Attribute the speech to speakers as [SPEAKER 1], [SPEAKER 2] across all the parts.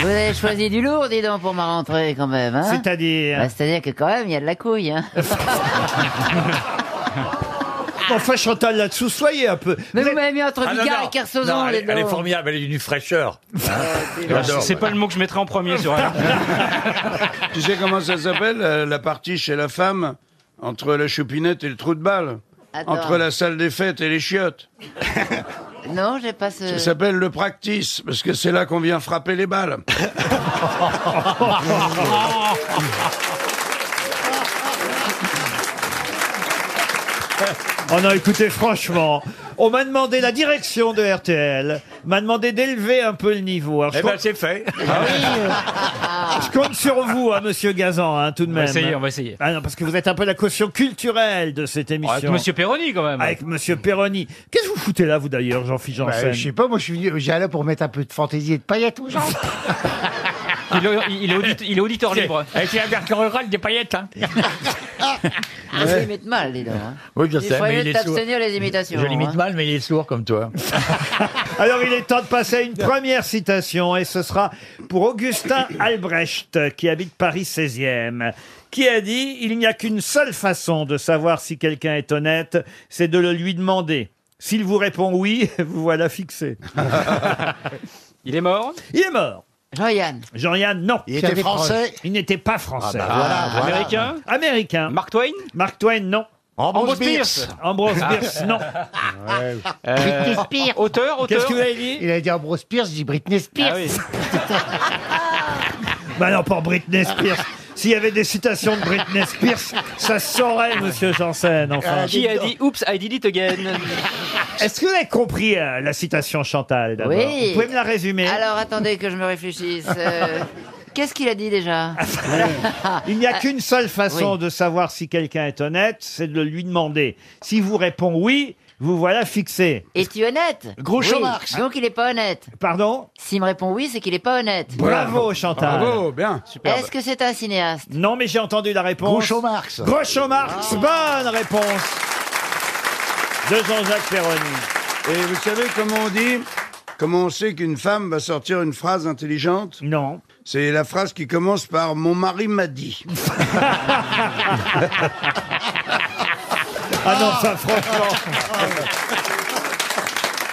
[SPEAKER 1] Vous avez choisi du lourd, dis donc, pour ma rentrée, quand même. hein
[SPEAKER 2] C'est-à-dire
[SPEAKER 1] Bah, C'est-à-dire que quand même, il y a de la couille. Hein
[SPEAKER 2] Enfin, Chantal, là-dessous, soyez un peu.
[SPEAKER 1] Mais
[SPEAKER 2] Vous
[SPEAKER 1] vous
[SPEAKER 2] êtes-
[SPEAKER 1] m'avez mis entre
[SPEAKER 3] Ah, non,
[SPEAKER 1] Bigard
[SPEAKER 3] non.
[SPEAKER 1] et Kersozon,
[SPEAKER 3] Non, elle,
[SPEAKER 1] les
[SPEAKER 3] est- elle est
[SPEAKER 1] deux.
[SPEAKER 3] formidable, elle est d'une fraîcheur. J'adore.
[SPEAKER 4] Euh, C'est pas le mot que je mettrais en premier sur un.
[SPEAKER 5] Tu sais comment ça s'appelle euh, la partie chez la femme entre la choupinette et le trou de balle
[SPEAKER 1] Attends.
[SPEAKER 5] Entre la salle des fêtes et les chiottes.
[SPEAKER 1] Non, j'ai pas
[SPEAKER 2] Euh.
[SPEAKER 1] ce...
[SPEAKER 5] Ça s'appelle le practice, parce que c'est là qu'on vient frapper les balles.
[SPEAKER 1] Ah,
[SPEAKER 2] Oh non, écoutez, franchement, on m'a demandé la direction de RTL, m'a demandé d'élever un peu le niveau. Alors, je,
[SPEAKER 3] Eh ben,
[SPEAKER 2] compte,
[SPEAKER 3] c'est fait.
[SPEAKER 2] je compte sur vous, hein, monsieur Gazan, hein, tout de
[SPEAKER 4] On va
[SPEAKER 2] même.
[SPEAKER 4] essayer, on va essayer.
[SPEAKER 2] Ah non, parce que vous êtes un peu la caution culturelle de cette émission.
[SPEAKER 4] Avec Monsieur Perroni quand même.
[SPEAKER 2] Avec monsieur Perroni. Qu'est-ce que vous foutez là, vous d'ailleurs, Jean-Philippe Janssen
[SPEAKER 6] Bah, je sais pas, moi je suis venu, j'allais pour mettre un peu de fantaisie et de paillettes aux gens.
[SPEAKER 4] Il est, il est audite- il est auditeur libre.
[SPEAKER 3] Avec la version rurale des paillettes. Hein.
[SPEAKER 1] Ah, ça imite mal, dis donc. hein.
[SPEAKER 3] Oui, je
[SPEAKER 1] Il
[SPEAKER 3] sais,
[SPEAKER 1] faut
[SPEAKER 3] mais il
[SPEAKER 1] mieux
[SPEAKER 3] est sourd.
[SPEAKER 1] t'abstenir les imitations.
[SPEAKER 3] Je
[SPEAKER 1] hein.
[SPEAKER 3] l'imite mal, mais il est sourd comme toi.
[SPEAKER 2] Alors, il est temps de passer à une première citation, et ce sera pour Augustin Albrecht, qui habite Paris 16e, qui a dit Il n'y a qu'une seule façon de savoir si quelqu'un est honnête, c'est de le lui demander. S'il vous répond oui, vous voilà fixé.
[SPEAKER 4] Il est mort.
[SPEAKER 2] Il est mort.
[SPEAKER 1] Jean-Yann.
[SPEAKER 2] Jean-Yann, non.
[SPEAKER 6] Il était français. Ah bah
[SPEAKER 2] Il n'était pas français.
[SPEAKER 4] Ah, Américain.
[SPEAKER 2] Américain.
[SPEAKER 4] Mark Twain.
[SPEAKER 2] Mark Twain, non.
[SPEAKER 4] Ambrose Pierce.
[SPEAKER 2] Ambrose Bierce, non.
[SPEAKER 4] Euh, Auteur, auteur.
[SPEAKER 2] Qu'est-ce que vous avez dit
[SPEAKER 6] Il a dit Ambrose Pierce, je dis Britney Spears.
[SPEAKER 4] Ah oui.
[SPEAKER 2] Bah non, pour Britney Spears. S'il y avait des citations de Britney Spears, ça se saurait, monsieur Janssen, enfin.
[SPEAKER 4] Ah. Euh,
[SPEAKER 2] Euh,
[SPEAKER 4] Qui a dit Oops, I did it again.
[SPEAKER 2] Est-ce que vous avez compris euh, la citation Chantal d'abord
[SPEAKER 1] Oui.
[SPEAKER 2] Vous pouvez me la résumer
[SPEAKER 1] Alors, attendez que je me réfléchisse. Euh, Qu'est-ce qu'il a dit déjà
[SPEAKER 2] Ah,
[SPEAKER 1] Ah,
[SPEAKER 2] Il n'y
[SPEAKER 6] Euh,
[SPEAKER 2] a qu'une seule façon
[SPEAKER 1] oui.
[SPEAKER 2] de savoir si quelqu'un est honnête, c'est de le lui demander. Si vous répond oui, vous voilà fixé.
[SPEAKER 1] Es-tu honnête
[SPEAKER 2] Groucho
[SPEAKER 1] Oui.
[SPEAKER 2] Marx.
[SPEAKER 1] Donc, il est pas honnête.
[SPEAKER 2] Pardon
[SPEAKER 1] S'il me répond oui, c'est qu'il est pas honnête.
[SPEAKER 2] Bravo Chantal.
[SPEAKER 5] Bravo, bien.
[SPEAKER 1] Est-ce que c'est un cinéaste
[SPEAKER 2] Non mais j'ai entendu la réponse.
[SPEAKER 6] Groucho Marx.
[SPEAKER 2] Groucho
[SPEAKER 1] Ah.
[SPEAKER 2] Marx, bonne réponse de Jean-Jacques Perroni.
[SPEAKER 5] Et vous savez comment on dit Comment on sait qu'une femme va sortir une phrase intelligente
[SPEAKER 2] Non.
[SPEAKER 5] C'est la phrase qui commence par Mon mari m'a dit.
[SPEAKER 2] Ah non, ça franchement.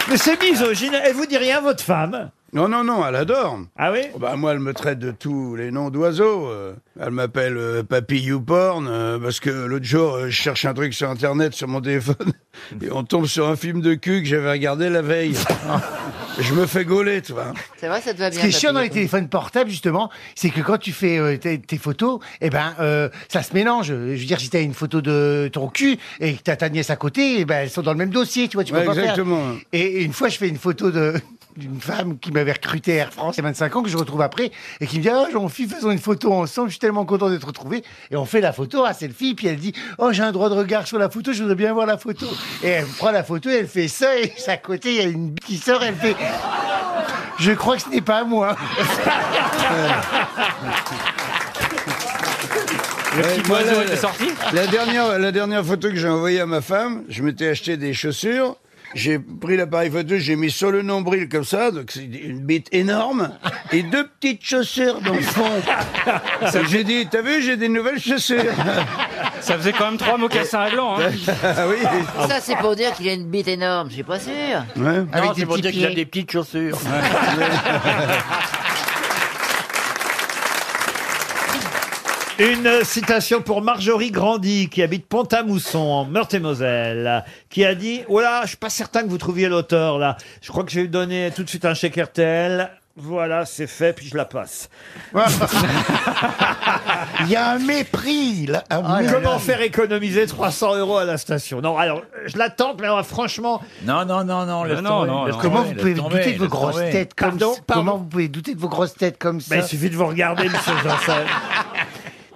[SPEAKER 2] Mais c'est misogyne. Elle vous dit rien, votre femme
[SPEAKER 5] Non, non, non, elle adore.
[SPEAKER 2] Ah oui
[SPEAKER 5] Oh Bah moi, elle me traite de tous les noms d'oiseaux. euh. Elle m'appelle euh, Papy YouPorn euh, parce que l'autre jour, euh, je cherche un truc sur Internet, sur mon téléphone, et on tombe sur un film de cul que j'avais regardé la veille. je me fais gauler, tu vois.
[SPEAKER 1] C'est vrai, ça te va bien.
[SPEAKER 6] Ce qui est chiant dans
[SPEAKER 1] papy.
[SPEAKER 6] les téléphones portables, justement, c'est que quand tu fais euh, tes, tes photos, eh ben, euh, ça se mélange. Je veux dire, si t'as une photo de ton cul et que t'as ta nièce à côté, eh ben, elles sont dans le même dossier, tu vois, tu peux
[SPEAKER 5] Ouais,
[SPEAKER 6] pas faire.
[SPEAKER 5] exactement.
[SPEAKER 6] Et, et une fois, je fais une photo de d'une femme qui m'avait recruté à Air France il y a 25 ans, que je retrouve après, et qui me dit « Oh, Jean-Philippe, faisons une photo ensemble, je suis tellement content de te retrouver. » Et on fait la photo, ah, selfie, puis elle dit « Oh, j'ai un droit de regard sur la photo, je voudrais bien voir la photo. » Et elle prend la photo, elle fait ça, et à côté, il y a une bite qui sort, elle fait « Je crois que ce n'est pas moi. »
[SPEAKER 4] Le
[SPEAKER 5] Ouais,
[SPEAKER 4] petit
[SPEAKER 5] moi,
[SPEAKER 4] oiseau
[SPEAKER 5] là,
[SPEAKER 4] était
[SPEAKER 5] là.
[SPEAKER 4] sorti.
[SPEAKER 5] La dernière, la dernière photo que j'ai envoyée à ma femme, je m'étais acheté des chaussures. J'ai pris l'appareil photo, j'ai mis sur le nombril comme ça, donc c'est une bite énorme, et deux petites chaussures dans le fond. Ça, j'ai dit, t'as vu, j'ai des nouvelles chaussures.
[SPEAKER 4] Ça faisait quand même trois mocassins à blanc. hein.
[SPEAKER 5] ah oui.
[SPEAKER 1] Ça, c'est pour dire qu'il a une bite énorme. Je suis pas sûr.
[SPEAKER 5] Ouais.
[SPEAKER 6] Avec
[SPEAKER 2] Ah
[SPEAKER 3] Non,
[SPEAKER 6] des
[SPEAKER 3] c'est pour
[SPEAKER 6] petits
[SPEAKER 3] dire qu'il a
[SPEAKER 6] pieds.
[SPEAKER 3] des petites chaussures.
[SPEAKER 2] Une citation pour Marjorie Grandy, qui habite Pont-à-Mousson, en Meurthe-et-Moselle, qui a dit « Oh là, je suis pas certain que vous trouviez l'auteur, là. Je crois que je vais lui donner tout de suite un chèque RTL. Voilà, c'est fait, puis je la passe.
[SPEAKER 6] Il y a un mépris. là, Ah, un mépris.
[SPEAKER 2] Ah, Comment faire économiser 300 euros à la station ?» Non, alors, je la tente, mais alors, franchement,
[SPEAKER 3] Non, non, non, non, laisse
[SPEAKER 4] non,
[SPEAKER 3] tomber,
[SPEAKER 4] non,
[SPEAKER 3] laisse tomber,
[SPEAKER 4] non.
[SPEAKER 6] Comment vous
[SPEAKER 3] laisse
[SPEAKER 6] pouvez
[SPEAKER 3] tomber,
[SPEAKER 6] douter de vos
[SPEAKER 3] laisse
[SPEAKER 6] grosses
[SPEAKER 3] tomber.
[SPEAKER 6] têtes comme
[SPEAKER 2] Pardon,
[SPEAKER 6] ça
[SPEAKER 2] pardon.
[SPEAKER 6] Comment vous pouvez douter de vos grosses têtes comme ça
[SPEAKER 2] ben, il suffit de vous regarder, monsieur Janssen.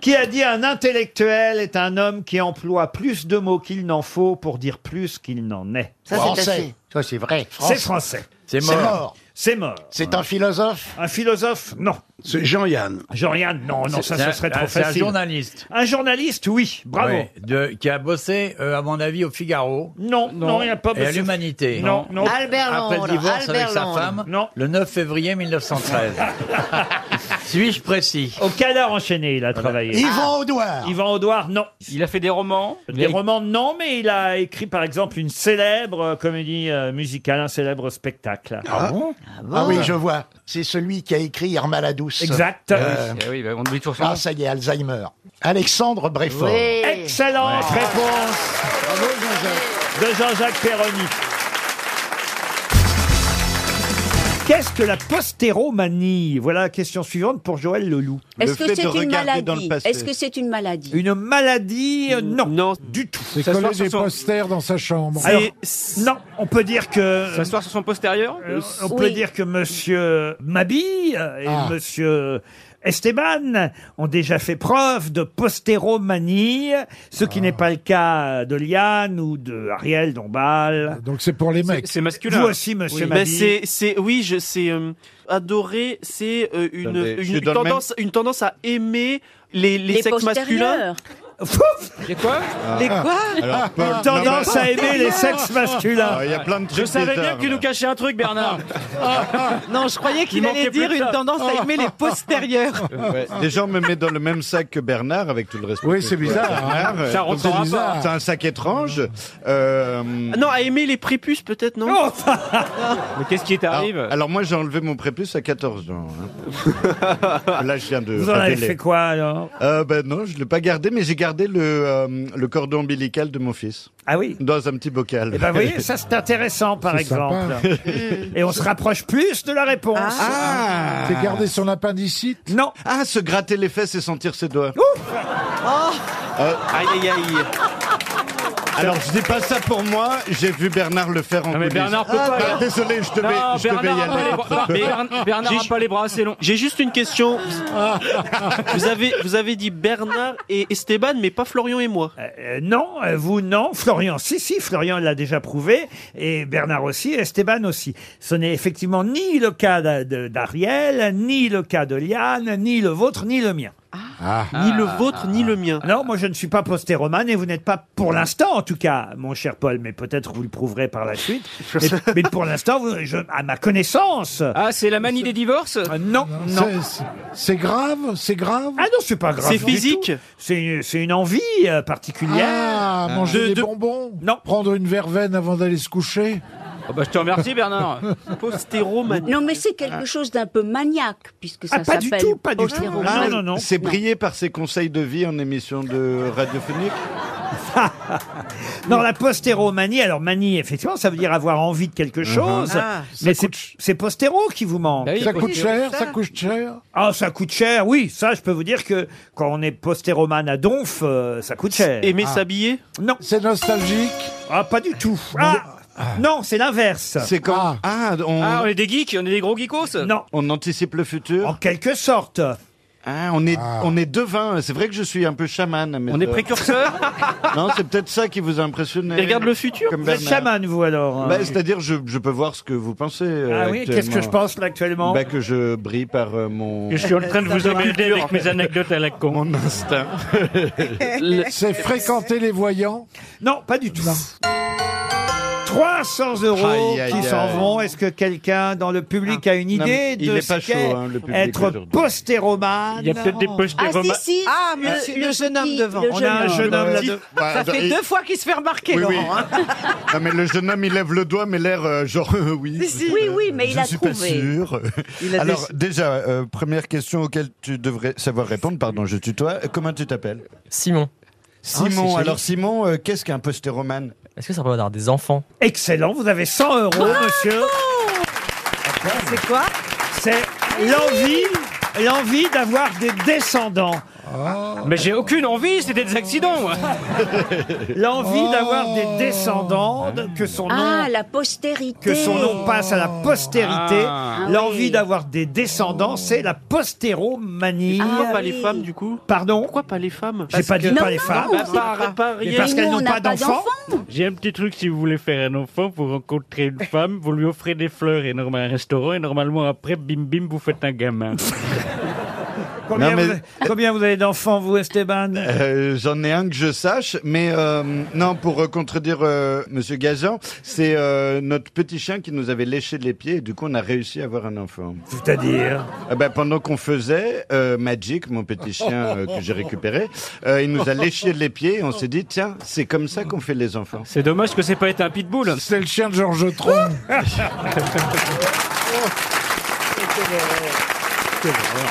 [SPEAKER 2] Qui a dit « Un intellectuel est un homme qui emploie plus de mots qu'il n'en faut pour dire plus qu'il n'en est
[SPEAKER 1] Ça, c'est assez.
[SPEAKER 6] Ça, c'est vrai. ».
[SPEAKER 2] C'est français.
[SPEAKER 3] C'est
[SPEAKER 6] C'est
[SPEAKER 3] mort.
[SPEAKER 6] mort.
[SPEAKER 2] C'est mort.
[SPEAKER 6] C'est un philosophe
[SPEAKER 2] Un philosophe Non.
[SPEAKER 5] C'est Jean-Yann.
[SPEAKER 2] Jean-Yann Non, non, ça,
[SPEAKER 3] C'est
[SPEAKER 2] ce
[SPEAKER 3] un-
[SPEAKER 2] serait trop
[SPEAKER 3] C'est un
[SPEAKER 2] facile.
[SPEAKER 3] journaliste.
[SPEAKER 2] Un journaliste, oui. Bravo.
[SPEAKER 3] Ouais, de- qui a bossé, euh, à mon avis, au Figaro
[SPEAKER 2] Non, non, il n'y a pas
[SPEAKER 3] et à
[SPEAKER 2] monsieur-
[SPEAKER 3] l'Humanité.
[SPEAKER 2] Non, non.
[SPEAKER 1] Albert
[SPEAKER 3] Après le
[SPEAKER 1] Londres,
[SPEAKER 3] divorce avec
[SPEAKER 1] Albert
[SPEAKER 3] sa
[SPEAKER 1] Londres.
[SPEAKER 3] femme,
[SPEAKER 2] Non.
[SPEAKER 3] le 9 février 1913. Suis-je précis
[SPEAKER 2] Au canard enchaîné, il a travaillé.
[SPEAKER 6] Yvan Audouard
[SPEAKER 2] Yvan Audouard, non.
[SPEAKER 4] Il a fait des romans.
[SPEAKER 2] Des romans, non, mais il a écrit par exemple une célèbre euh, comédie euh, musicale, un célèbre spectacle.
[SPEAKER 6] Ah oui, je vois. C'est celui qui a écrit Irma la douce. Euh,
[SPEAKER 2] Exact.
[SPEAKER 4] Eh oui, bah, on oublie toujours son nom.
[SPEAKER 6] Ah, ça y est, Alzheimer. Alexandre Bréfort.
[SPEAKER 1] Oui.
[SPEAKER 2] Excellente réponse de Jean-Jacques Perroni. Qu'est-ce que la postéromanie Voilà la question suivante pour Joël Leloup.
[SPEAKER 7] Est-ce que
[SPEAKER 8] fait
[SPEAKER 7] c'est
[SPEAKER 8] de
[SPEAKER 7] une
[SPEAKER 8] regarder dans le
[SPEAKER 7] maladie
[SPEAKER 8] passé.
[SPEAKER 7] Est-ce que c'est une maladie
[SPEAKER 2] Une maladie euh, Non,
[SPEAKER 8] Non.
[SPEAKER 2] du tout.
[SPEAKER 9] C'est
[SPEAKER 8] Ça se
[SPEAKER 9] coller
[SPEAKER 8] passe
[SPEAKER 9] des
[SPEAKER 8] sur son-
[SPEAKER 9] posters dans sa chambre.
[SPEAKER 2] Alors,
[SPEAKER 8] C'est-
[SPEAKER 2] non, on peut dire que...
[SPEAKER 4] S'asseoir sur son postérieur
[SPEAKER 2] Euh, on
[SPEAKER 7] Oui.
[SPEAKER 2] peut dire que Monsieur Mabi euh, et
[SPEAKER 6] Ah.
[SPEAKER 2] Monsieur Esteban ont déjà fait preuve de postéromanie, ce
[SPEAKER 9] Ah.
[SPEAKER 2] qui n'est pas le cas de Liane ou de Ariel Dombal.
[SPEAKER 9] Euh, Donc c'est pour les mecs.
[SPEAKER 8] C'est
[SPEAKER 2] Vous
[SPEAKER 8] masculin.
[SPEAKER 2] aussi, Monsieur
[SPEAKER 8] Oui.
[SPEAKER 2] Mabi.
[SPEAKER 8] Ben, c'est, c'est, oui, je, c'est euh, adoré. C'est euh, une,
[SPEAKER 9] Attendez, je
[SPEAKER 8] une,
[SPEAKER 9] suis
[SPEAKER 8] une
[SPEAKER 9] dans le
[SPEAKER 8] tendance, une tendance à aimer les, les,
[SPEAKER 7] Les
[SPEAKER 8] sexes masculins. Ah.
[SPEAKER 7] postérieurs
[SPEAKER 4] Et quoi
[SPEAKER 7] Les quoi
[SPEAKER 9] Ah,
[SPEAKER 2] Tendance à aimer les sexes masculins.
[SPEAKER 9] y a plein de
[SPEAKER 8] Je savais bien que tu nous cachais un truc, Bernard.
[SPEAKER 10] Non, je croyais qu'il allait dire une tendance à aimer les postérieurs.
[SPEAKER 9] Des gens me mettent dans le même sac que Bernard, avec tout le respect. Oui, c'est bizarre. hein.
[SPEAKER 4] Ça rentre en
[SPEAKER 9] C'est
[SPEAKER 4] rapport.
[SPEAKER 9] bizarre. C'est un sac étrange.
[SPEAKER 2] Ah
[SPEAKER 9] Euh,
[SPEAKER 8] non, à aimer les prépuces, peut-être, non
[SPEAKER 2] Oh,
[SPEAKER 4] Mais qu'est-ce qui t'arrive
[SPEAKER 9] alors, alors moi j'ai enlevé mon prépuce à 14 ans. hein. Là je viens de
[SPEAKER 2] Vous en avez
[SPEAKER 9] révéler.
[SPEAKER 2] fait quoi alors
[SPEAKER 9] Euh, ben non, je l'ai pas gardé, mais j'ai gardé le, euh, le cordon ombilical de mon fils
[SPEAKER 2] Ah oui.
[SPEAKER 9] dans un petit bocal.
[SPEAKER 2] Eh ben, vous voyez, ça c'est intéressant par exemple.
[SPEAKER 11] Hmm.
[SPEAKER 2] Et on se rapproche plus de la réponse.
[SPEAKER 9] ah,
[SPEAKER 10] C'est garder son appendicite.
[SPEAKER 2] Non,
[SPEAKER 9] ah, se gratter les fesses et sentir ses doigts.
[SPEAKER 11] Euh.
[SPEAKER 4] Ah,
[SPEAKER 8] Aïe, aïe, aïe.
[SPEAKER 9] Alors je dis pas ça pour moi, j'ai vu Bernard le faire en
[SPEAKER 4] Non, mais
[SPEAKER 9] coulisses.
[SPEAKER 4] Bernard peut
[SPEAKER 11] bah,
[SPEAKER 4] pas. hein.
[SPEAKER 9] Ah, Désolé, je devais,
[SPEAKER 4] Non,
[SPEAKER 9] je devais y
[SPEAKER 4] Bernard a pas
[SPEAKER 9] aller.
[SPEAKER 4] les bras- Bern- Bernard a pas les bras Ah. assez longs.
[SPEAKER 8] J'ai juste une question. Vous avez, vous avez dit Bernard et Esteban, mais pas Florian et moi.
[SPEAKER 2] Euh, non, euh, vous non, Florian, si, si, Florian l'a déjà prouvé, et Bernard aussi, et Esteban aussi. Ce n'est effectivement ni le cas d'a- de- d'Ariel, ni le cas de Liane, ni le vôtre, ni le mien.
[SPEAKER 4] Ah.
[SPEAKER 8] Ni le vôtre, ni le mien.
[SPEAKER 2] Non, moi je ne suis pas postéromane et vous n'êtes pas, pour l'instant en tout cas, mon cher Paul, mais peut-être vous le prouverez par la suite. mais, mais pour l'instant, vous- je- à ma connaissance,
[SPEAKER 4] Ah, c'est la manie des divorces
[SPEAKER 2] euh, non, non.
[SPEAKER 9] C'est- c'est- C'est grave, c'est grave.
[SPEAKER 2] Ah non, c'est pas grave.
[SPEAKER 8] C'est
[SPEAKER 2] du tout.
[SPEAKER 8] physique
[SPEAKER 2] C'est une, c'est une envie euh, particulière.
[SPEAKER 9] Ah, manger
[SPEAKER 8] De-
[SPEAKER 4] Euh,
[SPEAKER 9] des
[SPEAKER 8] de-
[SPEAKER 9] bonbons
[SPEAKER 2] Non.
[SPEAKER 9] Prendre une verveine avant d'aller se coucher
[SPEAKER 4] Oh, bah, Je te remercie, Bernard.
[SPEAKER 8] Postéromanie.
[SPEAKER 7] Non, mais c'est quelque chose d'un peu maniaque, puisque ça
[SPEAKER 2] Ah, pas du
[SPEAKER 7] s'appelle
[SPEAKER 2] tout, pas du tout.
[SPEAKER 7] postéromanie.
[SPEAKER 9] Ah,
[SPEAKER 2] Non, non, non.
[SPEAKER 9] C'est brillé par ses conseils de vie en émission de euh, radiophonique
[SPEAKER 2] Non, la postéromanie, alors manie, effectivement, ça veut dire avoir envie de quelque chose,
[SPEAKER 10] Ah.
[SPEAKER 2] mais c'est c'est postéro qui vous manque.
[SPEAKER 4] Bah oui,
[SPEAKER 9] Uh-huh. Ça
[SPEAKER 4] faut-
[SPEAKER 9] coûte cher, ça coûte cher.
[SPEAKER 2] Ah, ça coûte cher, oui, ça, je peux vous dire que quand on est postéromane à Donf, euh, ça coûte cher. Ah.
[SPEAKER 8] Aimer s'habiller
[SPEAKER 2] Non,
[SPEAKER 9] C'est nostalgique.
[SPEAKER 2] ah, pas du tout. Ah, non, c'est l'inverse.
[SPEAKER 9] C'est quand Ah, on,
[SPEAKER 4] Ah, on est des geeks, on est des gros geekos
[SPEAKER 2] Non,
[SPEAKER 9] on anticipe le
[SPEAKER 2] en
[SPEAKER 9] futur.
[SPEAKER 2] quelque sorte.
[SPEAKER 9] Ah, on est, on est devin. C'est vrai que je suis un peu chaman. mais
[SPEAKER 4] On est
[SPEAKER 9] euh,
[SPEAKER 4] précurseurs
[SPEAKER 9] Non, c'est peut-être ça qui vous a impressionné.
[SPEAKER 8] Il regarde le futur
[SPEAKER 9] Comme
[SPEAKER 2] Vous êtes
[SPEAKER 9] Bernard.
[SPEAKER 2] chaman, vous, alors. hein.
[SPEAKER 9] Bah, C'est-à-dire, je, je peux voir ce que vous pensez. euh,
[SPEAKER 2] ah oui, qu'est-ce que je
[SPEAKER 9] actuellement.
[SPEAKER 2] pense là actuellement
[SPEAKER 9] bah, Que je brille par euh, mon,
[SPEAKER 3] suis en train de vous embêter avec mes anecdotes à la con.
[SPEAKER 9] mon instinct.
[SPEAKER 10] C'est fréquenter les voyants.
[SPEAKER 2] Non, pas du tout. 300 euros
[SPEAKER 9] Aïe, aïe,
[SPEAKER 2] qui s'en
[SPEAKER 9] aïe. Ah.
[SPEAKER 2] vont. Est-ce que quelqu'un dans le public a une
[SPEAKER 9] Non,
[SPEAKER 2] idée
[SPEAKER 9] il
[SPEAKER 2] de
[SPEAKER 9] est
[SPEAKER 2] ce
[SPEAKER 9] pas chaud,
[SPEAKER 2] qu'est
[SPEAKER 9] hein, le public
[SPEAKER 2] être
[SPEAKER 9] aujourd'hui.
[SPEAKER 2] postéromane
[SPEAKER 9] Oh.
[SPEAKER 7] Ah, si, si.
[SPEAKER 10] Ah,
[SPEAKER 7] Le-
[SPEAKER 10] mais
[SPEAKER 7] le
[SPEAKER 10] le jeune homme
[SPEAKER 7] petit-
[SPEAKER 10] devant.
[SPEAKER 7] le
[SPEAKER 2] On a un jeune homme là
[SPEAKER 9] Ouais,
[SPEAKER 10] Ça
[SPEAKER 9] attends,
[SPEAKER 10] fait
[SPEAKER 9] et-
[SPEAKER 10] deux fois qu'il se fait remarquer,
[SPEAKER 9] Oui, oui.
[SPEAKER 10] Laurent. hein.
[SPEAKER 9] Non, mais le jeune homme, il lève le doigt, mais l'air euh, genre euh, oui.
[SPEAKER 10] Si, si.
[SPEAKER 7] Oui, oui, mais
[SPEAKER 9] je
[SPEAKER 7] il a
[SPEAKER 9] suis
[SPEAKER 7] trouvé.
[SPEAKER 9] pas sûr.
[SPEAKER 10] Il a
[SPEAKER 9] Alors
[SPEAKER 10] des-
[SPEAKER 9] déjà, euh, première question auquelle tu devrais savoir répondre. Pardon, je tutoie. Euh, Comment tu t'appelles
[SPEAKER 2] Ah,
[SPEAKER 12] Simon,
[SPEAKER 9] Simon. Alors Simon, euh, qu'est-ce qu'un postéromane
[SPEAKER 12] est-ce que ça peut avoir des enfants
[SPEAKER 2] Excellent, vous avez 100 euros,
[SPEAKER 9] Ah,
[SPEAKER 2] monsieur.
[SPEAKER 10] C'est quoi
[SPEAKER 2] C'est l'envie, l'envie d'avoir des descendants.
[SPEAKER 4] Mais j'ai aucune envie, c'était des accidents. moi.
[SPEAKER 2] L'envie
[SPEAKER 11] Oh.
[SPEAKER 2] d'avoir des descendants, de- que son nom
[SPEAKER 7] Ah, la postérité.
[SPEAKER 2] que son nom passe à la postérité.
[SPEAKER 7] Ah.
[SPEAKER 2] L'envie d'avoir des descendants, c'est la postéromanie.
[SPEAKER 8] Pourquoi pas les femmes du coup
[SPEAKER 2] Pardon
[SPEAKER 8] Pourquoi pas les femmes Bah,
[SPEAKER 2] J'ai pas dit
[SPEAKER 7] Non,
[SPEAKER 2] pas les
[SPEAKER 7] non,
[SPEAKER 2] femmes.
[SPEAKER 7] c'est
[SPEAKER 8] Par-
[SPEAKER 7] pas-
[SPEAKER 8] par-
[SPEAKER 2] Mais parce
[SPEAKER 7] nous,
[SPEAKER 2] qu'elles
[SPEAKER 7] on
[SPEAKER 2] n'ont
[SPEAKER 7] n'a
[SPEAKER 2] pas d'enfants.
[SPEAKER 12] J'ai un petit truc, si vous voulez faire un enfant, vous rencontrez une femme, vous lui offrez des fleurs énormes à un restaurant, et normalement après, bim bim, vous faites un gamin.
[SPEAKER 2] Combien,
[SPEAKER 9] Non, mais-
[SPEAKER 2] vous, combien vous avez d'enfants, vous, Esteban
[SPEAKER 9] Euh, J'en ai un que je sache, mais euh, non, pour euh, contredire euh, Monsieur Gazan, c'est euh, notre petit chien qui nous avait léché les pieds et du coup on a réussi à avoir un enfant.
[SPEAKER 2] C'est-à-dire
[SPEAKER 9] Ah ben, pendant qu'on faisait euh, Magic, mon petit chien euh, que j'ai récupéré, euh, il nous a léché les pieds et on s'est dit tiens, c'est comme ça qu'on fait les enfants.
[SPEAKER 4] C'est dommage que c'est pas été un pitbull.
[SPEAKER 13] C'est le chien de Georges Tron.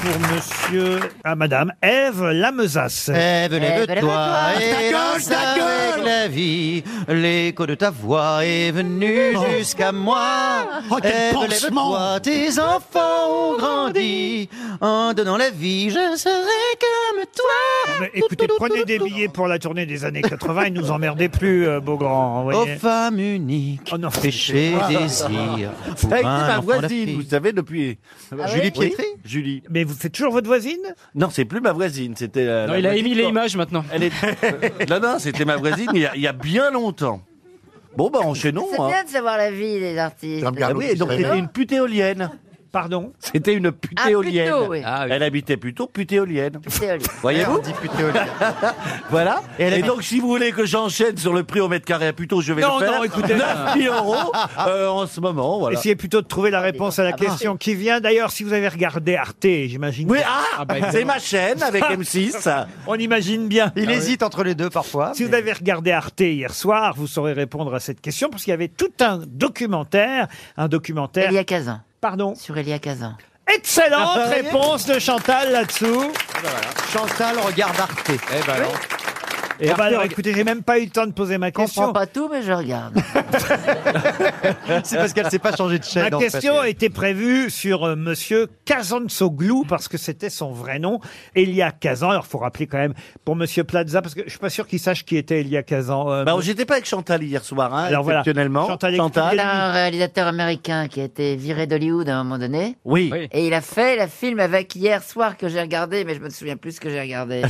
[SPEAKER 2] Pour monsieur, à madame Ève Lamezas.
[SPEAKER 14] Ève, lève-toi et
[SPEAKER 2] Ta
[SPEAKER 14] danse avec la vie. L'écho de ta voix est venu jusqu'à moi.
[SPEAKER 15] Oh, quel
[SPEAKER 14] Ève,
[SPEAKER 15] pansement. Oh,
[SPEAKER 14] lève-toi, tes enfants ont grandi. En donnant la vie, je serai comme toi.
[SPEAKER 2] Mais écoutez, prenez des billets pour la tournée des années 80 et nous emmerdez plus, euh, Beaugrand. vous
[SPEAKER 14] Aux
[SPEAKER 2] voyez.
[SPEAKER 14] femmes uniques,
[SPEAKER 2] oh non.
[SPEAKER 14] péché, désir.
[SPEAKER 2] Ça a été ma voisine,
[SPEAKER 14] vous
[SPEAKER 11] savez, depuis.
[SPEAKER 2] Ah
[SPEAKER 11] Julie
[SPEAKER 2] ouais
[SPEAKER 11] Pietri
[SPEAKER 2] Oui.
[SPEAKER 11] Julie.
[SPEAKER 2] Mais vous faites toujours votre voisine
[SPEAKER 11] Non, c'est plus ma voisine, c'était. la-
[SPEAKER 4] Non,
[SPEAKER 11] la
[SPEAKER 4] il a
[SPEAKER 11] voisine
[SPEAKER 4] émis les
[SPEAKER 11] quand-
[SPEAKER 4] images maintenant.
[SPEAKER 11] Elle est... non, non, c'était ma voisine il y, a, il y a bien longtemps. Bon, bah, enchaînons.
[SPEAKER 1] C'est
[SPEAKER 11] hein.
[SPEAKER 1] bien de savoir la vie des artistes.
[SPEAKER 11] Ah oui, et donc c'était une pute éolienne.
[SPEAKER 2] Pardon
[SPEAKER 11] C'était une pute
[SPEAKER 1] Ah, plutôt,
[SPEAKER 11] éolienne.
[SPEAKER 1] oui.
[SPEAKER 11] Elle habitait plutôt pute éolienne.
[SPEAKER 1] éolienne.
[SPEAKER 11] Voyez-vous
[SPEAKER 1] On dit pute éolienne.
[SPEAKER 11] Voilà.
[SPEAKER 1] Et elle
[SPEAKER 11] Et
[SPEAKER 1] habite-
[SPEAKER 11] donc, si vous voulez que j'enchaîne sur le prix au mètre carré à Puteaux, je vais
[SPEAKER 2] Non,
[SPEAKER 11] le faire.
[SPEAKER 2] non, écoutez.
[SPEAKER 11] 9 000 euros euh, en ce moment. Voilà.
[SPEAKER 2] Essayez plutôt de trouver la réponse à la
[SPEAKER 11] Ah,
[SPEAKER 2] question qui vient. D'ailleurs, si vous avez regardé Arte, j'imagine.
[SPEAKER 11] Oui,
[SPEAKER 2] que-
[SPEAKER 11] ah, c'est ma chaîne avec Ah M6.
[SPEAKER 2] bah, On imagine bien.
[SPEAKER 11] Il hésite
[SPEAKER 2] entre les deux parfois. Ah, Si vous avez regardé Arte hier soir, vous saurez répondre à cette question parce qu'il y avait tout un documentaire, un documentaire.
[SPEAKER 1] Elia Kazan.
[SPEAKER 2] Pardon
[SPEAKER 1] Sur Elia Kazan.
[SPEAKER 2] Excellente
[SPEAKER 1] Ah, vous voyez
[SPEAKER 2] réponse de Chantal là-dessous.
[SPEAKER 14] Chantal regarde Arte.
[SPEAKER 11] Eh ben alors.
[SPEAKER 2] Et
[SPEAKER 1] Arte
[SPEAKER 2] alors,
[SPEAKER 1] reg-
[SPEAKER 2] écoutez, j'ai même pas eu le temps de poser ma
[SPEAKER 1] Je comprends
[SPEAKER 2] question.
[SPEAKER 1] pas tout, mais je regarde.
[SPEAKER 14] C'est parce qu'elle sait pas changer de chaîne.
[SPEAKER 2] Ma
[SPEAKER 14] en fait.
[SPEAKER 2] question était prévue sur euh, Monsieur Kazantzoglou parce que c'était son vrai nom, Elia Kazan. Alors faut rappeler quand même pour Monsieur Plaza parce que je suis pas sûr qu'il sache qui était Elia Kazan. euh,
[SPEAKER 11] Bah, j'étais pas avec Chantal hier soir, hein,
[SPEAKER 2] Alors voilà.
[SPEAKER 11] exceptionnellement.
[SPEAKER 2] Ah, Chantal,
[SPEAKER 1] C'est un réalisateur américain qui a été viré d'Hollywood à un moment donné.
[SPEAKER 11] Oui.
[SPEAKER 1] Et il a fait la film avec hier soir que j'ai regardé, mais je me souviens plus ce que j'ai regardé.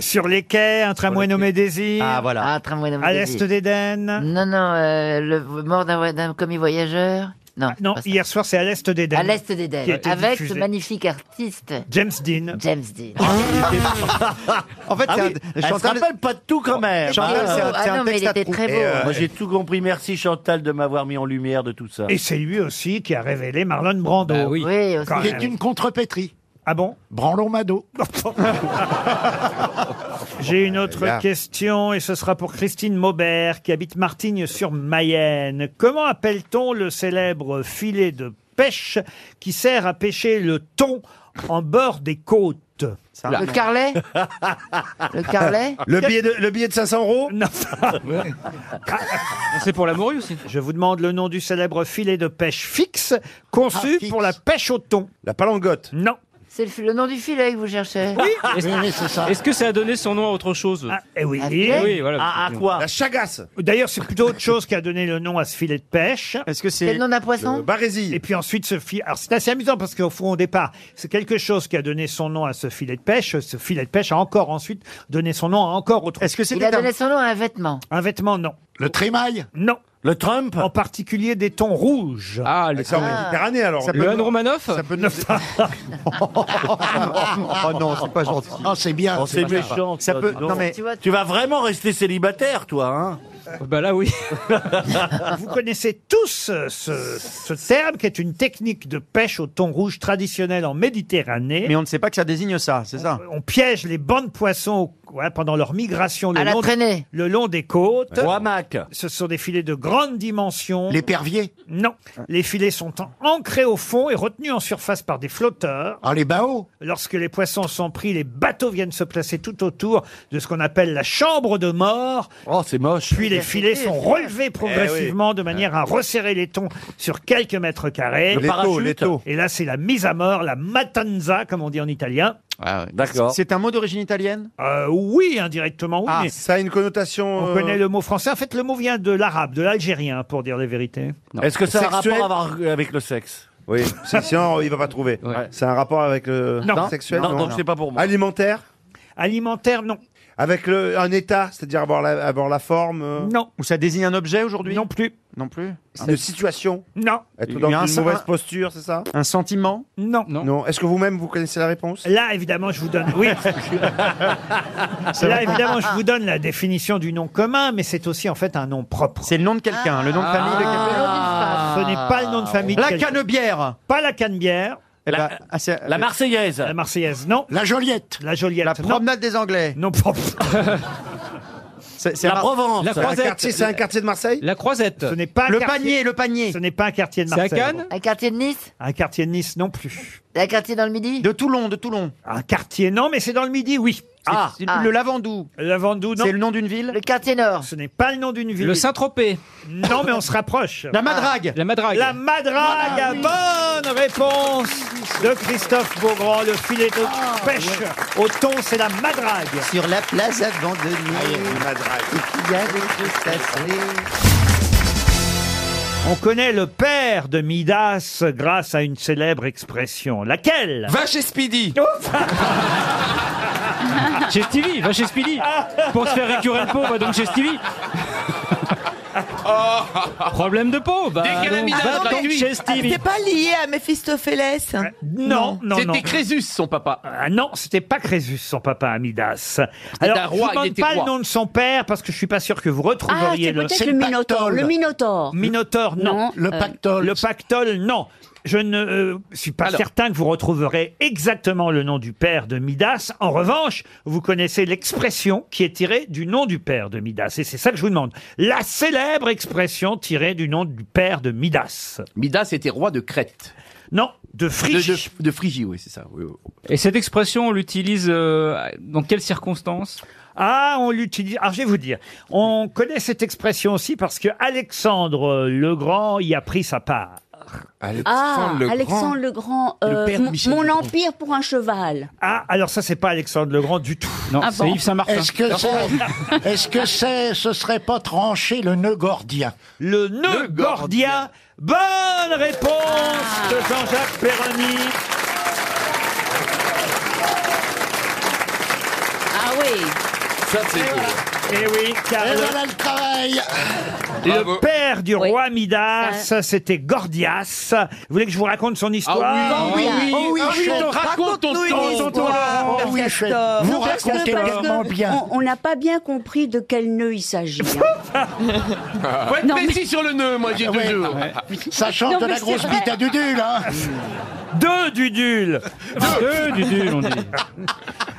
[SPEAKER 2] sur les quais, un tramway nommé Désir. Ah
[SPEAKER 14] voilà.
[SPEAKER 1] Un tramway nommé
[SPEAKER 2] À
[SPEAKER 1] Désir.
[SPEAKER 2] l'est d'Éden.
[SPEAKER 1] Non, non, euh, le mort d'un d'un commis voyageur. Non.
[SPEAKER 2] Ah Non, hier soir c'est à l'est d'Éden.
[SPEAKER 1] À l'est
[SPEAKER 2] Qui a
[SPEAKER 1] d'Éden,
[SPEAKER 2] été
[SPEAKER 1] avec
[SPEAKER 2] diffusé.
[SPEAKER 1] ce magnifique artiste.
[SPEAKER 2] James Dean.
[SPEAKER 1] James Dean.
[SPEAKER 14] En fait,
[SPEAKER 11] Ah
[SPEAKER 14] c'est
[SPEAKER 11] oui,
[SPEAKER 14] un-
[SPEAKER 11] elle
[SPEAKER 14] Chantal-
[SPEAKER 11] se rappelle pas de tout quand même.
[SPEAKER 14] Chantal,
[SPEAKER 11] hein.
[SPEAKER 14] c'est un- Ah c'est un non, mais il texte à était trous. très
[SPEAKER 11] Et, euh,
[SPEAKER 14] beau.
[SPEAKER 11] Moi, j'ai tout compris. Merci Chantal de m'avoir mis en lumière de tout ça.
[SPEAKER 2] Et c'est lui aussi qui a révélé Marlon Brando.
[SPEAKER 11] Bah oui. Oui, aussi.
[SPEAKER 2] Quand
[SPEAKER 13] Qui
[SPEAKER 2] même.
[SPEAKER 13] est une contrepétrie.
[SPEAKER 2] Ah bon
[SPEAKER 13] Branlon Mado.
[SPEAKER 2] J'ai une autre
[SPEAKER 13] Là.
[SPEAKER 2] question et ce sera pour Christine Maubert qui habite Martignes-sur-Mayenne. Comment appelle-t-on le célèbre filet de pêche qui sert à pêcher le thon en bord des côtes
[SPEAKER 1] Le carlet Le carlet
[SPEAKER 2] le billet, de, le billet de 500 euros Non. C'est pour la morue aussi. Je vous demande le nom du célèbre filet de pêche fixe conçu pour la pêche au thon. Ah, La palangote Non.
[SPEAKER 1] C'est le, le nom du filet que vous cherchez
[SPEAKER 4] Est-ce est-ce que ça a donné son nom à autre chose
[SPEAKER 2] Eh oui.
[SPEAKER 4] oui voilà.
[SPEAKER 2] chagasse. D'ailleurs, c'est plutôt autre chose qui a donné le nom à ce filet de pêche. Est-ce que Euh,
[SPEAKER 1] C'est le nom d'un poisson Le
[SPEAKER 2] Et puis ensuite, ce filet. Alors, c'est assez amusant parce qu'au fond, au départ, c'est quelque chose qui a donné son nom à ce filet de pêche. Ce filet de pêche a encore ensuite donné son nom à encore autre. Est-ce que
[SPEAKER 1] Il a donné son nom à un vêtement.
[SPEAKER 2] un vêtement Non. Le trémail Non. Le Trump En particulier des tons rouges. Ah, le
[SPEAKER 1] en Ah. Méditerranée,
[SPEAKER 2] alors.
[SPEAKER 1] Ça peut
[SPEAKER 4] Le Anne Romanoff
[SPEAKER 14] Oh non, c'est pas gentil.
[SPEAKER 13] Oh, c'est bien.
[SPEAKER 11] Oh, c'est méchant.
[SPEAKER 14] Ça
[SPEAKER 11] toi,
[SPEAKER 14] peut.
[SPEAKER 11] dis donc.
[SPEAKER 14] Non mais.
[SPEAKER 11] tu, vas vraiment rester célibataire, toi. Hein
[SPEAKER 4] bah là, oui.
[SPEAKER 2] Vous connaissez tous euh, ce, ce terme qui est une technique de pêche au thon rouge traditionnelle en Méditerranée.
[SPEAKER 14] Mais on ne sait pas que ça désigne ça, c'est ça.
[SPEAKER 2] On piège les bancs de poissons au, ouais, pendant leur migration le,
[SPEAKER 1] À la
[SPEAKER 2] long,
[SPEAKER 1] traînée.
[SPEAKER 2] le long des côtes. Ce sont des filets de grande dimension. L'épervier Non. Les filets sont en- ancrés au fond et retenus en surface par des flotteurs. Ah, les baos Lorsque les poissons sont pris, les bateaux viennent se placer tout autour de ce qu'on appelle la chambre de mort. Oh, c'est moche. Puis les filets sont relevés progressivement de manière à resserrer les thons sur quelques mètres carrés.
[SPEAKER 11] Le Les taux, parachute. les taux.
[SPEAKER 2] Et là, c'est la mise à mort, la matanza, comme on dit en italien.
[SPEAKER 11] Ah D'accord.
[SPEAKER 2] C'est un mot d'origine italienne Euh, Oui, indirectement. Oui, mais
[SPEAKER 9] Ah, ça a une connotation. euh,
[SPEAKER 2] On connaît le mot français. En fait, le mot vient de l'arabe, de l'algérien, pour dire les vérités.
[SPEAKER 11] Est-ce que ça a un
[SPEAKER 2] Sexuel
[SPEAKER 11] rapport à avoir- avec le sexe
[SPEAKER 9] Oui, si- sinon il va pas trouver. C'est un rapport avec le
[SPEAKER 2] Non.
[SPEAKER 9] sexuel
[SPEAKER 11] Non, donc c'est pas pour moi.
[SPEAKER 9] Alimentaire
[SPEAKER 2] Alimentaire, non.
[SPEAKER 9] Avec le, un état, c'est-à-dire avoir la, avoir la forme
[SPEAKER 2] Non.
[SPEAKER 9] Ou ça désigne un objet aujourd'hui
[SPEAKER 2] Non plus.
[SPEAKER 9] Non plus Une situation
[SPEAKER 2] Non.
[SPEAKER 9] Être
[SPEAKER 2] Il
[SPEAKER 9] dans
[SPEAKER 2] y
[SPEAKER 9] une
[SPEAKER 2] a un
[SPEAKER 9] mauvaise
[SPEAKER 2] sen-
[SPEAKER 9] posture, c'est ça
[SPEAKER 2] Un sentiment Non.
[SPEAKER 9] Non. Est-ce que vous-même vous connaissez la réponse
[SPEAKER 2] Là, évidemment, je vous donne. Oui. Là, évidemment, je vous donne la définition du nom commun, mais c'est aussi en fait un nom propre. C'est le nom de quelqu'un,
[SPEAKER 14] le nom de famille de quelqu'un.
[SPEAKER 2] Ce n'est pas le nom de famille.
[SPEAKER 14] La
[SPEAKER 2] canebière. Pas la canebière.
[SPEAKER 14] la
[SPEAKER 2] Marseillaise. La Marseillaise, non. La Joliette. La Joliette. La promenade des Anglais. Non.
[SPEAKER 14] c'est La un mar- Provence. La
[SPEAKER 9] C'est un
[SPEAKER 14] Croisette.
[SPEAKER 9] quartier- C'est un quartier de Marseille
[SPEAKER 2] La Croisette. Ce n'est pas un
[SPEAKER 14] Le
[SPEAKER 2] quartier-
[SPEAKER 14] panier, le
[SPEAKER 2] panier. Ce n'est pas un quartier de
[SPEAKER 14] C'est à
[SPEAKER 2] Marseille.
[SPEAKER 14] Cannes
[SPEAKER 1] Un quartier de Nice
[SPEAKER 2] Un quartier de Nice non plus.
[SPEAKER 1] Un quartier dans le Midi
[SPEAKER 2] De Toulon, de Toulon. Un quartier non, mais c'est dans le Midi, oui. Ah,
[SPEAKER 1] Ah. le
[SPEAKER 2] Lavandou. Lavandou, non.
[SPEAKER 1] C'est le
[SPEAKER 2] nom d'une ville Le quartier nord. Ce n'est pas le nom d'une ville.
[SPEAKER 4] Le Saint-Tropez.
[SPEAKER 2] Non, mais on se rapproche.
[SPEAKER 4] La Madrague.
[SPEAKER 2] La Madrague. La Madrague.
[SPEAKER 4] Ah, oui.
[SPEAKER 2] Bonne réponse de Christophe Beaugrand. Le filet de pêche au thon, c'est la Ah, Madrague.
[SPEAKER 14] Sur la place abandonnée. Il y a des crustacés.
[SPEAKER 2] On connaît le père de Midas grâce à une célèbre expression. Laquelle
[SPEAKER 3] Va chez Speedy
[SPEAKER 12] Chez Stevie, va chez Speedy. Pour se faire récurer le pot, va donc chez Stevie. Problème de peau, bah,
[SPEAKER 10] Dès qu'elle a
[SPEAKER 12] donc,
[SPEAKER 10] mis la
[SPEAKER 12] va
[SPEAKER 10] main
[SPEAKER 12] donc
[SPEAKER 10] gratuite.
[SPEAKER 12] chez Stevie.
[SPEAKER 11] Ah,
[SPEAKER 13] Ah,
[SPEAKER 15] C'était pas lié à Mephistopheles
[SPEAKER 2] Euh, Non, non, non.
[SPEAKER 15] C'était
[SPEAKER 2] Crésus, son papa. Ah non, c'était pas Crésus, son papa, Amidas. Alors,
[SPEAKER 15] un roi,
[SPEAKER 2] je vous
[SPEAKER 15] il
[SPEAKER 2] demande
[SPEAKER 15] était
[SPEAKER 2] pas
[SPEAKER 15] roi.
[SPEAKER 2] le nom de son père parce que je suis pas sûr que vous
[SPEAKER 7] Ah,
[SPEAKER 2] retrouveriez
[SPEAKER 7] c'est peut-être le Minotaure. Le Minotaure.
[SPEAKER 2] Minotaure, non.
[SPEAKER 7] Non, Le euh,
[SPEAKER 2] pactole. Le pactole, non. Je ne euh, suis pas
[SPEAKER 11] Alors.
[SPEAKER 2] certain que vous retrouverez exactement le nom du père de Midas. En revanche, vous connaissez l'expression qui est tirée du nom du père de Midas. Et c'est ça que je vous demande. La célèbre expression tirée du nom du père de Midas. Midas était roi de Crète. Non, de Phrygie. De, Phrygie, oui, c'est ça.
[SPEAKER 4] Et cette expression, on l'utilise euh, dans quelles circonstances
[SPEAKER 2] Ah, on l'utilise. Alors, je vais vous dire. On connaît cette expression aussi parce que Alexandre le Grand y a pris sa part.
[SPEAKER 7] Ah, Alexandre le Grand.
[SPEAKER 2] Le
[SPEAKER 7] euh,
[SPEAKER 2] père de
[SPEAKER 7] mon-
[SPEAKER 2] Michel
[SPEAKER 7] mon
[SPEAKER 2] Legrand.
[SPEAKER 7] empire pour un cheval.
[SPEAKER 2] Ah, alors ça, c'est pas Alexandre le Grand du tout.
[SPEAKER 13] Non,
[SPEAKER 7] Ah c'est bon Yves Saint-Martin.
[SPEAKER 12] hein.
[SPEAKER 13] Est-ce que, c'est, est-ce que c'est, ce serait pas tranché le nœud gordien
[SPEAKER 2] Le nœud gordien. Bonne réponse de Jean-Jacques Perroni.
[SPEAKER 15] Ah oui
[SPEAKER 2] Ça, c'est Eh oui, car
[SPEAKER 13] Et
[SPEAKER 2] le-
[SPEAKER 13] voilà le travail
[SPEAKER 2] Le père du roi Midas, c'était Gordias. Vous voulez que je vous raconte son histoire
[SPEAKER 13] Ah oui, oui, oui, oui, chef. Raconte-nous une histoire,
[SPEAKER 2] Laurent.
[SPEAKER 13] Oh oui, chef. Vous
[SPEAKER 7] Non, parce que-
[SPEAKER 13] racontez
[SPEAKER 7] parce que
[SPEAKER 13] vraiment bien.
[SPEAKER 7] On on n'a pas bien compris de quel nœud il s'agit.
[SPEAKER 3] Faut être
[SPEAKER 7] Non, mais-
[SPEAKER 3] précis sur le nœud, moi j'ai
[SPEAKER 13] Ah Ouais.
[SPEAKER 3] toujours.
[SPEAKER 16] hein.
[SPEAKER 13] Ça chante
[SPEAKER 7] Non,
[SPEAKER 13] de
[SPEAKER 7] mais
[SPEAKER 13] la
[SPEAKER 7] c'est
[SPEAKER 13] grosse
[SPEAKER 7] vrai.
[SPEAKER 13] bite à dudule, hein
[SPEAKER 2] Deux dudules
[SPEAKER 12] Deux dudules, on dit.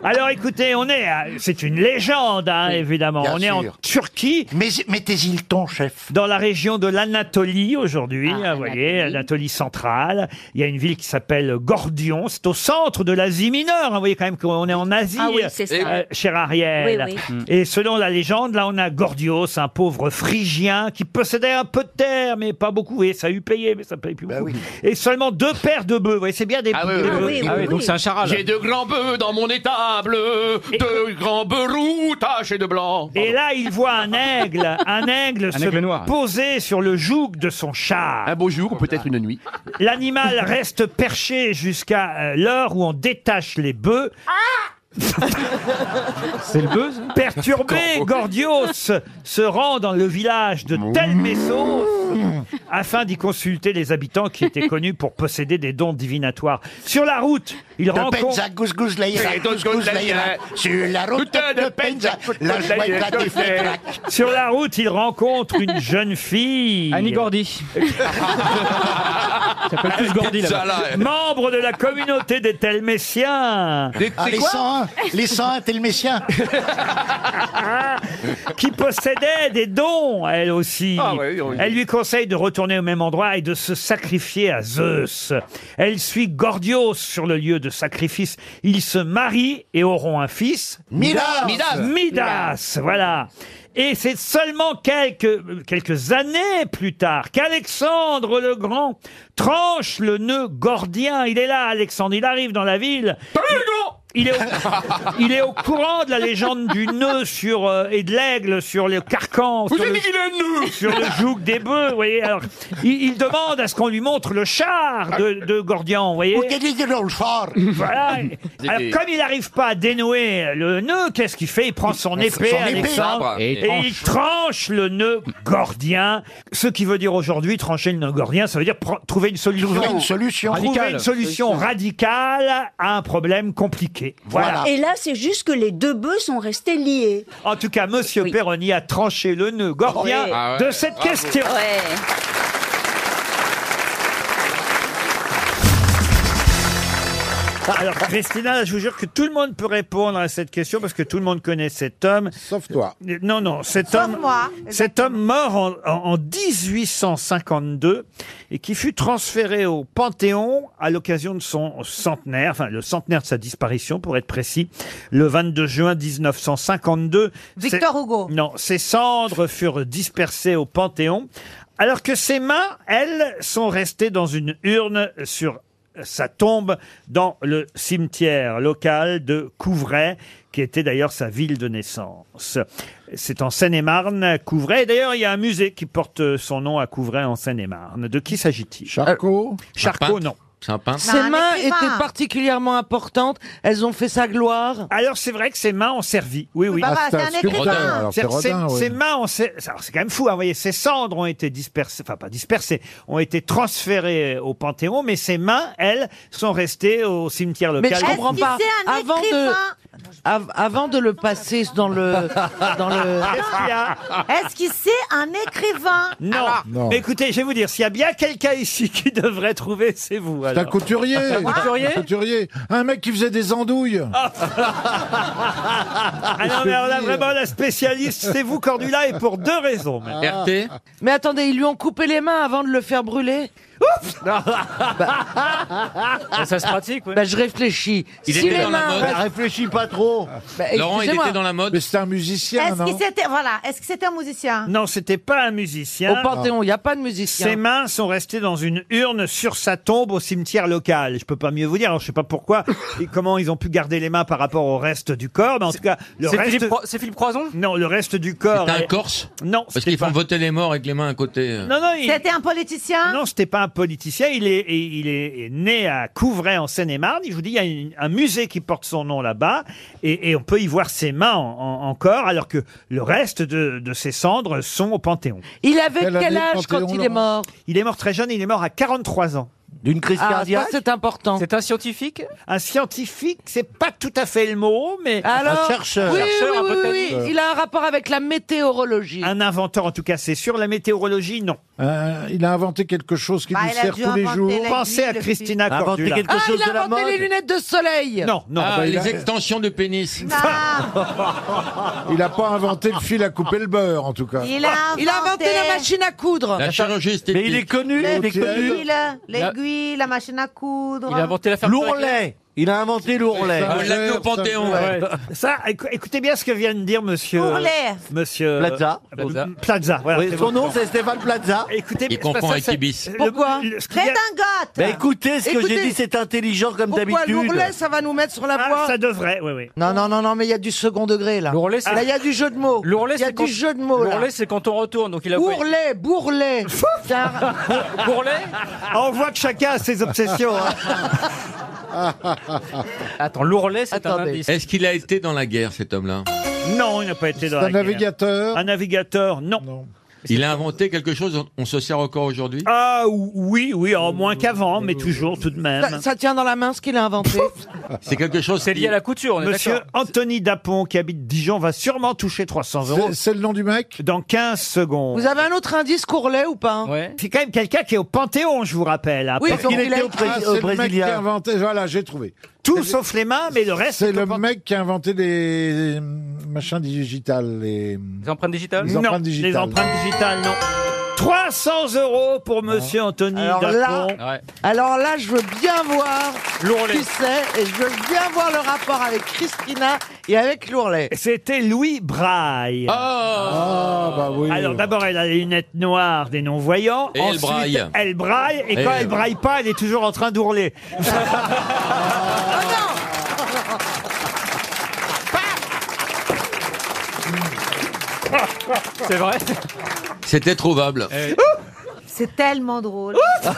[SPEAKER 2] Alors écoutez, on est, à- c'est une légende, hein, évidemment.
[SPEAKER 13] bien
[SPEAKER 2] on est en
[SPEAKER 13] sûr.
[SPEAKER 2] Turquie.
[SPEAKER 13] Mais mettez-y le ton, chef.
[SPEAKER 2] Dans la région de l'Anatolie aujourd'hui,
[SPEAKER 7] Ah,
[SPEAKER 2] hein, vous voyez, Anatolie centrale. Il y a une ville qui s'appelle Gordion. C'est au centre de l'Asie mineure. hein. vous voyez quand même qu'on est en Asie, Euh,
[SPEAKER 7] Ah oui, c'est ça.
[SPEAKER 2] cher Ariel.
[SPEAKER 7] Oui,
[SPEAKER 3] Mm.
[SPEAKER 7] oui.
[SPEAKER 2] Et selon la légende, là, on a Gordios, un pauvre phrygien qui possédait un peu de terre, mais pas beaucoup. Et ça a eu payé, mais ça paye plus beaucoup. Et seulement deux paires de bœufs. Vous voyez, c'est bien des
[SPEAKER 3] Bah Ah oui,
[SPEAKER 2] des
[SPEAKER 3] oui,
[SPEAKER 2] bœufs.
[SPEAKER 3] oui, oui, oui. J'ai deux grands bœufs dans mon étable, deux grands bœufs roux tachés de blanc.
[SPEAKER 2] Et là, il voit un aigle, un aigle
[SPEAKER 3] Un
[SPEAKER 2] se
[SPEAKER 3] aigle noir.
[SPEAKER 2] poser sur le joug de son char.
[SPEAKER 3] Un beau jour ou peut-être une nuit.
[SPEAKER 2] L'animal reste perché jusqu'à euh, l'heure où on détache les bœufs. Ah C'est le hein. bœuf Perturbé, Gordios se rend dans le village de Telmessos afin d'y consulter les habitants qui étaient connus pour posséder des dons divinatoires. Sur la route, il
[SPEAKER 13] de
[SPEAKER 2] rencontre...
[SPEAKER 13] Penza, goose goose laïra, goose goose laïra, sur la route de Penza, la joie éclate et fait crac.
[SPEAKER 2] Sur la route, il rencontre une jeune fille. Annie Gordy.
[SPEAKER 6] s'appelle tous Gordy, là-bas.
[SPEAKER 2] Membre de la communauté des Telméciens.
[SPEAKER 6] Des- Ah, c'est les quoi 101,
[SPEAKER 2] les 101 Telméciens. qui possédait des dons, elle aussi.
[SPEAKER 17] Ah ouais, oui.
[SPEAKER 2] Elle lui conseille de retourner au même endroit et de se sacrifier à Zeus. Elle suit Gordios sur le lieu de sacrifice. Ils se marient et auront un fils.
[SPEAKER 18] Midas.
[SPEAKER 2] Midas,
[SPEAKER 18] Midas.
[SPEAKER 2] Midas, voilà. Et c'est seulement quelques, quelques années plus tard qu'Alexandre le Grand tranche le nœud gordien. Il est là, Alexandre, il arrive dans la ville. Il est, au, il est au courant de la légende du nœud sur, euh, et de l'aigle sur le carcan.
[SPEAKER 17] Vous
[SPEAKER 2] sur
[SPEAKER 17] avez
[SPEAKER 2] le-
[SPEAKER 17] dit qu'il a un nœud
[SPEAKER 2] Sur le joug des bœufs, vous voyez. Alors, il, il demande à ce qu'on lui montre le char de, de Gordian, vous voyez. le char Voilà. Alors, comme il n'arrive pas à dénouer le nœud, qu'est-ce qu'il fait Il prend son
[SPEAKER 17] Son
[SPEAKER 2] épée,
[SPEAKER 17] épée.
[SPEAKER 2] Alexandre,
[SPEAKER 17] Et
[SPEAKER 2] et il tranche le nœud gordien. Ce qui veut dire aujourd'hui, trancher le nœud gordien, ça veut dire pr- trouver une solution.
[SPEAKER 19] Trouver une solution.
[SPEAKER 2] Trouver
[SPEAKER 19] Radicale.
[SPEAKER 2] une solution radicale à un problème compliqué. Voilà. Ah,
[SPEAKER 7] Et là, c'est juste que les deux bœufs sont restés liés.
[SPEAKER 2] En tout cas, Monsieur Perroni a tranché le nœud gordien
[SPEAKER 7] Ouais. Ah ouais,
[SPEAKER 2] de cette
[SPEAKER 7] bravo.
[SPEAKER 2] question. Ah, Alors, Christina, je vous jure que tout le monde peut répondre à cette question parce que tout le monde connaît cet homme. Sauf toi. Non, non, cet
[SPEAKER 20] Sauf
[SPEAKER 2] homme.
[SPEAKER 20] moi.
[SPEAKER 2] Cet homme mort en, en- en 1852 et qui fut transféré au Panthéon à l'occasion de son centenaire, enfin, le centenaire de sa disparition pour être précis, le 22 juin 1952. Victor
[SPEAKER 20] Hugo.
[SPEAKER 2] Non, ses cendres furent dispersées au Panthéon alors que ses mains, elles, sont restées dans une urne sur sa tombe dans le cimetière local de Couvray, qui était d'ailleurs sa ville de naissance. C'est en Seine-et-Marne, Couvray. Et D'ailleurs, il y a un musée qui porte son nom à Couvray en Seine-et-Marne. De qui s'agit-il Charcot Charcot, non.
[SPEAKER 21] C'est un peintre.
[SPEAKER 2] Non,
[SPEAKER 15] Ses
[SPEAKER 2] un
[SPEAKER 15] mains
[SPEAKER 2] écrivain.
[SPEAKER 15] étaient particulièrement importantes. Elles ont fait sa gloire.
[SPEAKER 2] Alors c'est vrai que ses mains ont servi. Oui, oui.
[SPEAKER 15] Bah, bah, c'est un C'est un écrivain. Rodin, alors, c'est
[SPEAKER 2] C'est-à-dire que ses-
[SPEAKER 15] Rodin, oui.
[SPEAKER 2] ses mains ont ser- alors, c'est quand même fou, hein, vous voyez, ses cendres ont été dispersées, enfin pas dispersées, ont été transférées euh, au Panthéon, mais ses mains, elles, sont restées au cimetière local.
[SPEAKER 15] Mais je comprends pas. Avant de, av- avant de le passer dans le, dans le.
[SPEAKER 2] Qu'est-ce qu'il y a
[SPEAKER 20] Est-ce qu'il c'est un écrivain
[SPEAKER 2] Non.
[SPEAKER 15] Non.
[SPEAKER 2] Mais écoutez, je vais vous dire, s'il y a bien quelqu'un ici qui devrait trouver, c'est vous.
[SPEAKER 22] C'est un
[SPEAKER 2] alors.
[SPEAKER 22] couturier. Un couturier. Un mec qui faisait des andouilles.
[SPEAKER 2] Ah non, mais alors là, vraiment, la spécialiste, c'est vous, Cordula, et pour deux raisons. même.
[SPEAKER 15] Ah. Mais attendez, ils lui ont coupé les mains avant de le faire brûler. Ouf
[SPEAKER 8] Ah,
[SPEAKER 2] Ah,
[SPEAKER 11] ça se pratique, ouais.
[SPEAKER 15] Bah, je réfléchis.
[SPEAKER 11] Il
[SPEAKER 15] si
[SPEAKER 11] était
[SPEAKER 15] les
[SPEAKER 11] dans la
[SPEAKER 15] mains... Bah,
[SPEAKER 11] mode. Bah,
[SPEAKER 15] réfléchis pas trop.
[SPEAKER 22] la mode. Mais c'est un musicien,
[SPEAKER 20] Est-ce
[SPEAKER 22] non
[SPEAKER 20] qu'il c'était voilà, est-ce que c'était un musicien
[SPEAKER 2] Non, c'était pas un musicien.
[SPEAKER 15] Au Panthéon, il n'y a pas de musicien.
[SPEAKER 2] Ses mains sont restées dans une urne sur sa tombe au cimetière local. Je peux pas mieux vous dire. Alors, je sais pas pourquoi et comment ils ont pu garder les mains par rapport au reste du corps, mais en tout cas, le
[SPEAKER 11] c'est
[SPEAKER 2] reste.
[SPEAKER 11] Philippe Cro-
[SPEAKER 2] Croison Non, le reste du corps.
[SPEAKER 23] C'était un
[SPEAKER 2] est-
[SPEAKER 23] Corse
[SPEAKER 2] Non.
[SPEAKER 23] Parce qu'ils font voter euh, les morts avec les mains à côté.
[SPEAKER 11] Euh.
[SPEAKER 2] Non, non, C'était un politicien Non, c'était pas un politicien. Il est, il est né à Couvray, en Seine-et-Marne. Je vous dis, il y a une- un musée qui porte son nom là-bas. Et, et on peut y voir ses mains en- en- encore, alors que le reste de, de ses cendres sont au Panthéon.
[SPEAKER 15] Il avait Quelle quel année, âge Panthéon, quand il est Laurent mort
[SPEAKER 2] Il est mort très jeune, il est mort à 43 ans.
[SPEAKER 15] D'une crise Ah, ça, cardiaque c'est important.
[SPEAKER 2] C'est un scientifique Un scientifique, c'est pas tout à fait le mot, mais
[SPEAKER 15] Alors, Oui, oui, oui, oui, oui, il a un rapport avec la météorologie.
[SPEAKER 2] Un inventeur, en tout cas, c'est sûr. La météorologie, non.
[SPEAKER 22] Euh, il a inventé quelque chose qui
[SPEAKER 15] Bah,
[SPEAKER 22] nous
[SPEAKER 15] il a
[SPEAKER 22] sert
[SPEAKER 15] dû
[SPEAKER 22] tous les
[SPEAKER 15] inventer
[SPEAKER 22] jours.
[SPEAKER 15] l'aiguille,
[SPEAKER 2] Pensez à
[SPEAKER 15] le
[SPEAKER 2] Christina
[SPEAKER 22] fil. Inventer
[SPEAKER 2] Cordula.
[SPEAKER 22] quelque
[SPEAKER 15] Ah, il a inventé les lunettes de soleil Ah.
[SPEAKER 2] Non, non.
[SPEAKER 23] Ah,
[SPEAKER 22] bah, il
[SPEAKER 23] les
[SPEAKER 22] a-
[SPEAKER 23] extensions de pénis.
[SPEAKER 22] Il n'a pas inventé le fil à couper le beurre, en tout cas.
[SPEAKER 20] Il a inventé,
[SPEAKER 15] Il a inventé la machine à coudre.
[SPEAKER 23] La chirurgie esthétique.
[SPEAKER 22] Mais il est connu, il est connu.
[SPEAKER 20] L'aiguille, l'aiguille, la machine à coudre.
[SPEAKER 2] L'ourlet. Il a inventé l'ourlet.
[SPEAKER 23] Ah, on l'a mis au Panthéon. Ouais.
[SPEAKER 2] Ça, écou- écoutez bien ce que vient de dire monsieur. euh,
[SPEAKER 20] Ourlet.
[SPEAKER 2] Monsieur
[SPEAKER 23] Plaza.
[SPEAKER 2] euh,
[SPEAKER 23] Plaza.
[SPEAKER 2] Plaza, voilà,
[SPEAKER 23] Oui, son
[SPEAKER 2] bon.
[SPEAKER 23] nom, c'est
[SPEAKER 24] Stéphane Plaza.
[SPEAKER 2] Écoutez,
[SPEAKER 23] Il
[SPEAKER 2] c'est
[SPEAKER 23] confond
[SPEAKER 2] pas ça,
[SPEAKER 23] avec
[SPEAKER 2] c'est-
[SPEAKER 23] Ibis.
[SPEAKER 2] le-
[SPEAKER 15] Pourquoi
[SPEAKER 2] le- ce qu'il y a-
[SPEAKER 20] Redingote
[SPEAKER 24] Bah écoutez, ce que
[SPEAKER 15] Écoutez.
[SPEAKER 24] j'ai dit, c'est intelligent comme
[SPEAKER 15] Pourquoi
[SPEAKER 24] d'habitude.
[SPEAKER 15] l'ourlet, ça va nous mettre sur la voie
[SPEAKER 2] Ah, Ça devrait, oui, oui.
[SPEAKER 15] Non, non, non, non, mais il y a du second degré, là.
[SPEAKER 11] L'ourlet, c'est-
[SPEAKER 15] Là, Ah. il y a du jeu de mots.
[SPEAKER 11] L'ourlet,
[SPEAKER 15] Il y a
[SPEAKER 11] c'est
[SPEAKER 15] du
[SPEAKER 11] quand-
[SPEAKER 15] jeu de mots, là.
[SPEAKER 11] L'ourlet, c'est quand on retourne. Donc il a
[SPEAKER 15] Bourlet, bourlet. C'est un-
[SPEAKER 11] Bourlet
[SPEAKER 2] Ah, On voit que chacun a ses obsessions. hein.
[SPEAKER 11] Attends, l'ourlet, c'est un indice.
[SPEAKER 23] Est-ce qu'il a été dans la guerre, cet homme-là
[SPEAKER 2] Non, il n'a pas été dans
[SPEAKER 22] C'est
[SPEAKER 2] la
[SPEAKER 22] un
[SPEAKER 2] guerre.
[SPEAKER 22] navigateur
[SPEAKER 2] Un navigateur, non.
[SPEAKER 25] Il a inventé quelque chose, on se sert encore aujourd'hui
[SPEAKER 2] Ah ou- oui, oui, en moins qu'avant, mais toujours tout de même.
[SPEAKER 15] Ça, ça tient dans la main ce qu'il a inventé.
[SPEAKER 25] C'est quelque chose.
[SPEAKER 2] C'est
[SPEAKER 25] lié à la couture, on est
[SPEAKER 2] Monsieur
[SPEAKER 25] d'accord.
[SPEAKER 2] Anthony Dapon, qui habite Dijon, va sûrement toucher 300 euros. C'est le nom du mec Dans 15 secondes.
[SPEAKER 15] Vous avez un autre indice courlet ou pas hein
[SPEAKER 2] C'est quand même quelqu'un qui est au Panthéon, je vous rappelle. hein,
[SPEAKER 15] Oui,
[SPEAKER 2] parce
[SPEAKER 15] donc
[SPEAKER 2] qu'il
[SPEAKER 15] il a-
[SPEAKER 2] était au
[SPEAKER 15] Ah,
[SPEAKER 2] Pré-
[SPEAKER 22] Ah,
[SPEAKER 2] au
[SPEAKER 22] c'est le mec qui a
[SPEAKER 2] Brésilien.
[SPEAKER 22] inventé. Voilà, j'ai trouvé.
[SPEAKER 2] Tout sauf les mains, mais le reste.
[SPEAKER 22] C'est le mec qui a inventé les machins digitales. Les,
[SPEAKER 2] empreintes digitales
[SPEAKER 22] Les
[SPEAKER 2] Non,
[SPEAKER 22] empreintes
[SPEAKER 2] les
[SPEAKER 22] digitales.
[SPEAKER 2] empreintes digitales, non. 300 euros pour Monsieur Anthony
[SPEAKER 15] Alors là,
[SPEAKER 2] Dapon.
[SPEAKER 15] alors là, je veux bien voir
[SPEAKER 2] Lourlet.
[SPEAKER 15] qui c'est et je veux bien voir le rapport avec Christina et avec Lourlet.
[SPEAKER 2] C'était Louis Braille.
[SPEAKER 22] bah oui.
[SPEAKER 2] Ah. Alors d'abord, elle a les lunettes noires des non-voyants.
[SPEAKER 25] Et elle
[SPEAKER 2] Ensuite,
[SPEAKER 25] braille.
[SPEAKER 2] Elle braille, et,
[SPEAKER 25] Et
[SPEAKER 2] quand
[SPEAKER 25] elle
[SPEAKER 2] elle braille pas, elle est toujours en train d'ourler.
[SPEAKER 25] C'est vrai C'était trouvable.
[SPEAKER 23] Eh
[SPEAKER 26] C'est tellement drôle.
[SPEAKER 15] Ça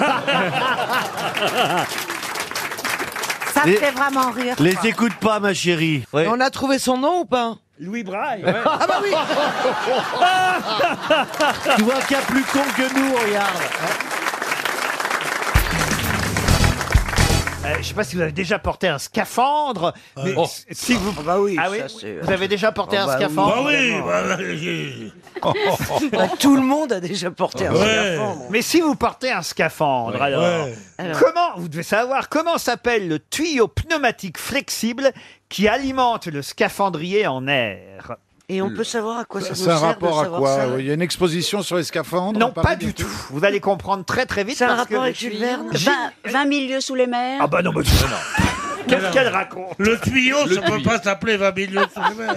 [SPEAKER 11] Les-
[SPEAKER 15] fait vraiment rire.
[SPEAKER 11] Les écoute pas, ma chérie. Ouais.
[SPEAKER 15] On a trouvé son nom ou pas
[SPEAKER 2] Louis Braille.
[SPEAKER 15] Ah bah oui
[SPEAKER 11] tu vois qu'il y a plus con que nous, regarde.
[SPEAKER 2] Euh, je sais pas si vous avez déjà porté un scaphandre, mais s- si vous... Ah oui Vous avez déjà porté
[SPEAKER 27] Ah
[SPEAKER 8] Oh,
[SPEAKER 2] un
[SPEAKER 27] bah oui,
[SPEAKER 2] scaphandre
[SPEAKER 27] bah oui,
[SPEAKER 2] évidemment.
[SPEAKER 27] bah
[SPEAKER 15] Bah, Tout le monde a déjà porté un scaphandre.
[SPEAKER 2] Mais si vous portez un scaphandre, alors,
[SPEAKER 27] Ouais.
[SPEAKER 2] Alors. comment vous devez savoir comment s'appelle le tuyau pneumatique flexible qui alimente le scaphandrier en air
[SPEAKER 15] Et on peut savoir à quoi ça nous
[SPEAKER 22] C'est un
[SPEAKER 15] sert
[SPEAKER 22] rapport
[SPEAKER 15] de
[SPEAKER 22] à
[SPEAKER 15] savoir
[SPEAKER 22] quoi
[SPEAKER 15] ça
[SPEAKER 22] Il y a une exposition sur les scaphandres
[SPEAKER 2] Non, pas du tout. Vous allez comprendre très très vite.
[SPEAKER 15] C'est un
[SPEAKER 2] parce
[SPEAKER 15] rapport
[SPEAKER 2] que-
[SPEAKER 15] avec Jules Verne
[SPEAKER 7] 20, 000 lieux sous les mers.
[SPEAKER 2] Ah bah non, bah, tu- Qu'est-ce qu'elle raconte
[SPEAKER 8] Le tuyau,
[SPEAKER 2] Le
[SPEAKER 8] ça peut pas s'appeler 20 millions sous les mers.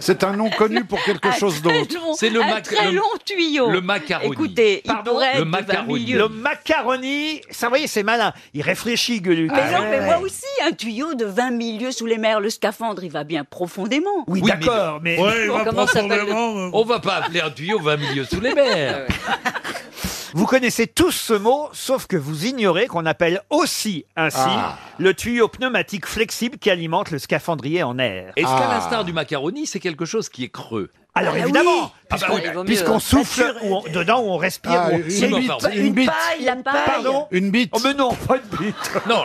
[SPEAKER 22] C'est un nom connu pour quelque chose d'autre.
[SPEAKER 8] C'est le
[SPEAKER 28] un
[SPEAKER 8] mac-
[SPEAKER 28] très
[SPEAKER 8] le-
[SPEAKER 28] long tuyau.
[SPEAKER 8] le macaroni.
[SPEAKER 28] Écoutez, il pourrait être
[SPEAKER 2] le
[SPEAKER 28] de vingt
[SPEAKER 2] macaroni.
[SPEAKER 28] milieux.
[SPEAKER 2] Le macaroni, ça vous voyez, c'est malin. Il réfléchit,
[SPEAKER 15] Ah,
[SPEAKER 2] Gueuluc.
[SPEAKER 7] Mais non, mais moi aussi, un tuyau de 20 000 lieux sous les mers, le scaphandre, il va bien profondément.
[SPEAKER 2] Oui, d'accord, mais...
[SPEAKER 7] Comment ça s'appelle le-
[SPEAKER 25] On va pas appeler un tuyau 20 milieux sous les mers.
[SPEAKER 2] Vous connaissez tous ce mot, sauf que vous ignorez qu'on appelle aussi ainsi
[SPEAKER 25] Ah.
[SPEAKER 2] le tuyau pneumatique flexible qui alimente le scaphandrier en air.
[SPEAKER 23] Est-ce qu'à l'instar du macaroni, c'est quelque chose qui est creux
[SPEAKER 2] Ah. Alors
[SPEAKER 23] Ah
[SPEAKER 2] évidemment,
[SPEAKER 23] oui. Ah bah
[SPEAKER 2] puisqu'on
[SPEAKER 23] oui, il vaut mieux.
[SPEAKER 2] puisqu'on souffle
[SPEAKER 23] Nature-
[SPEAKER 2] ou on- dedans ou on respire.
[SPEAKER 23] Ah,
[SPEAKER 2] ou on-
[SPEAKER 23] une bite, une Une bite. paille,
[SPEAKER 7] la paille.
[SPEAKER 2] Pardon
[SPEAKER 22] Une bite.
[SPEAKER 2] Oh mais non, pas une bite.
[SPEAKER 23] Non.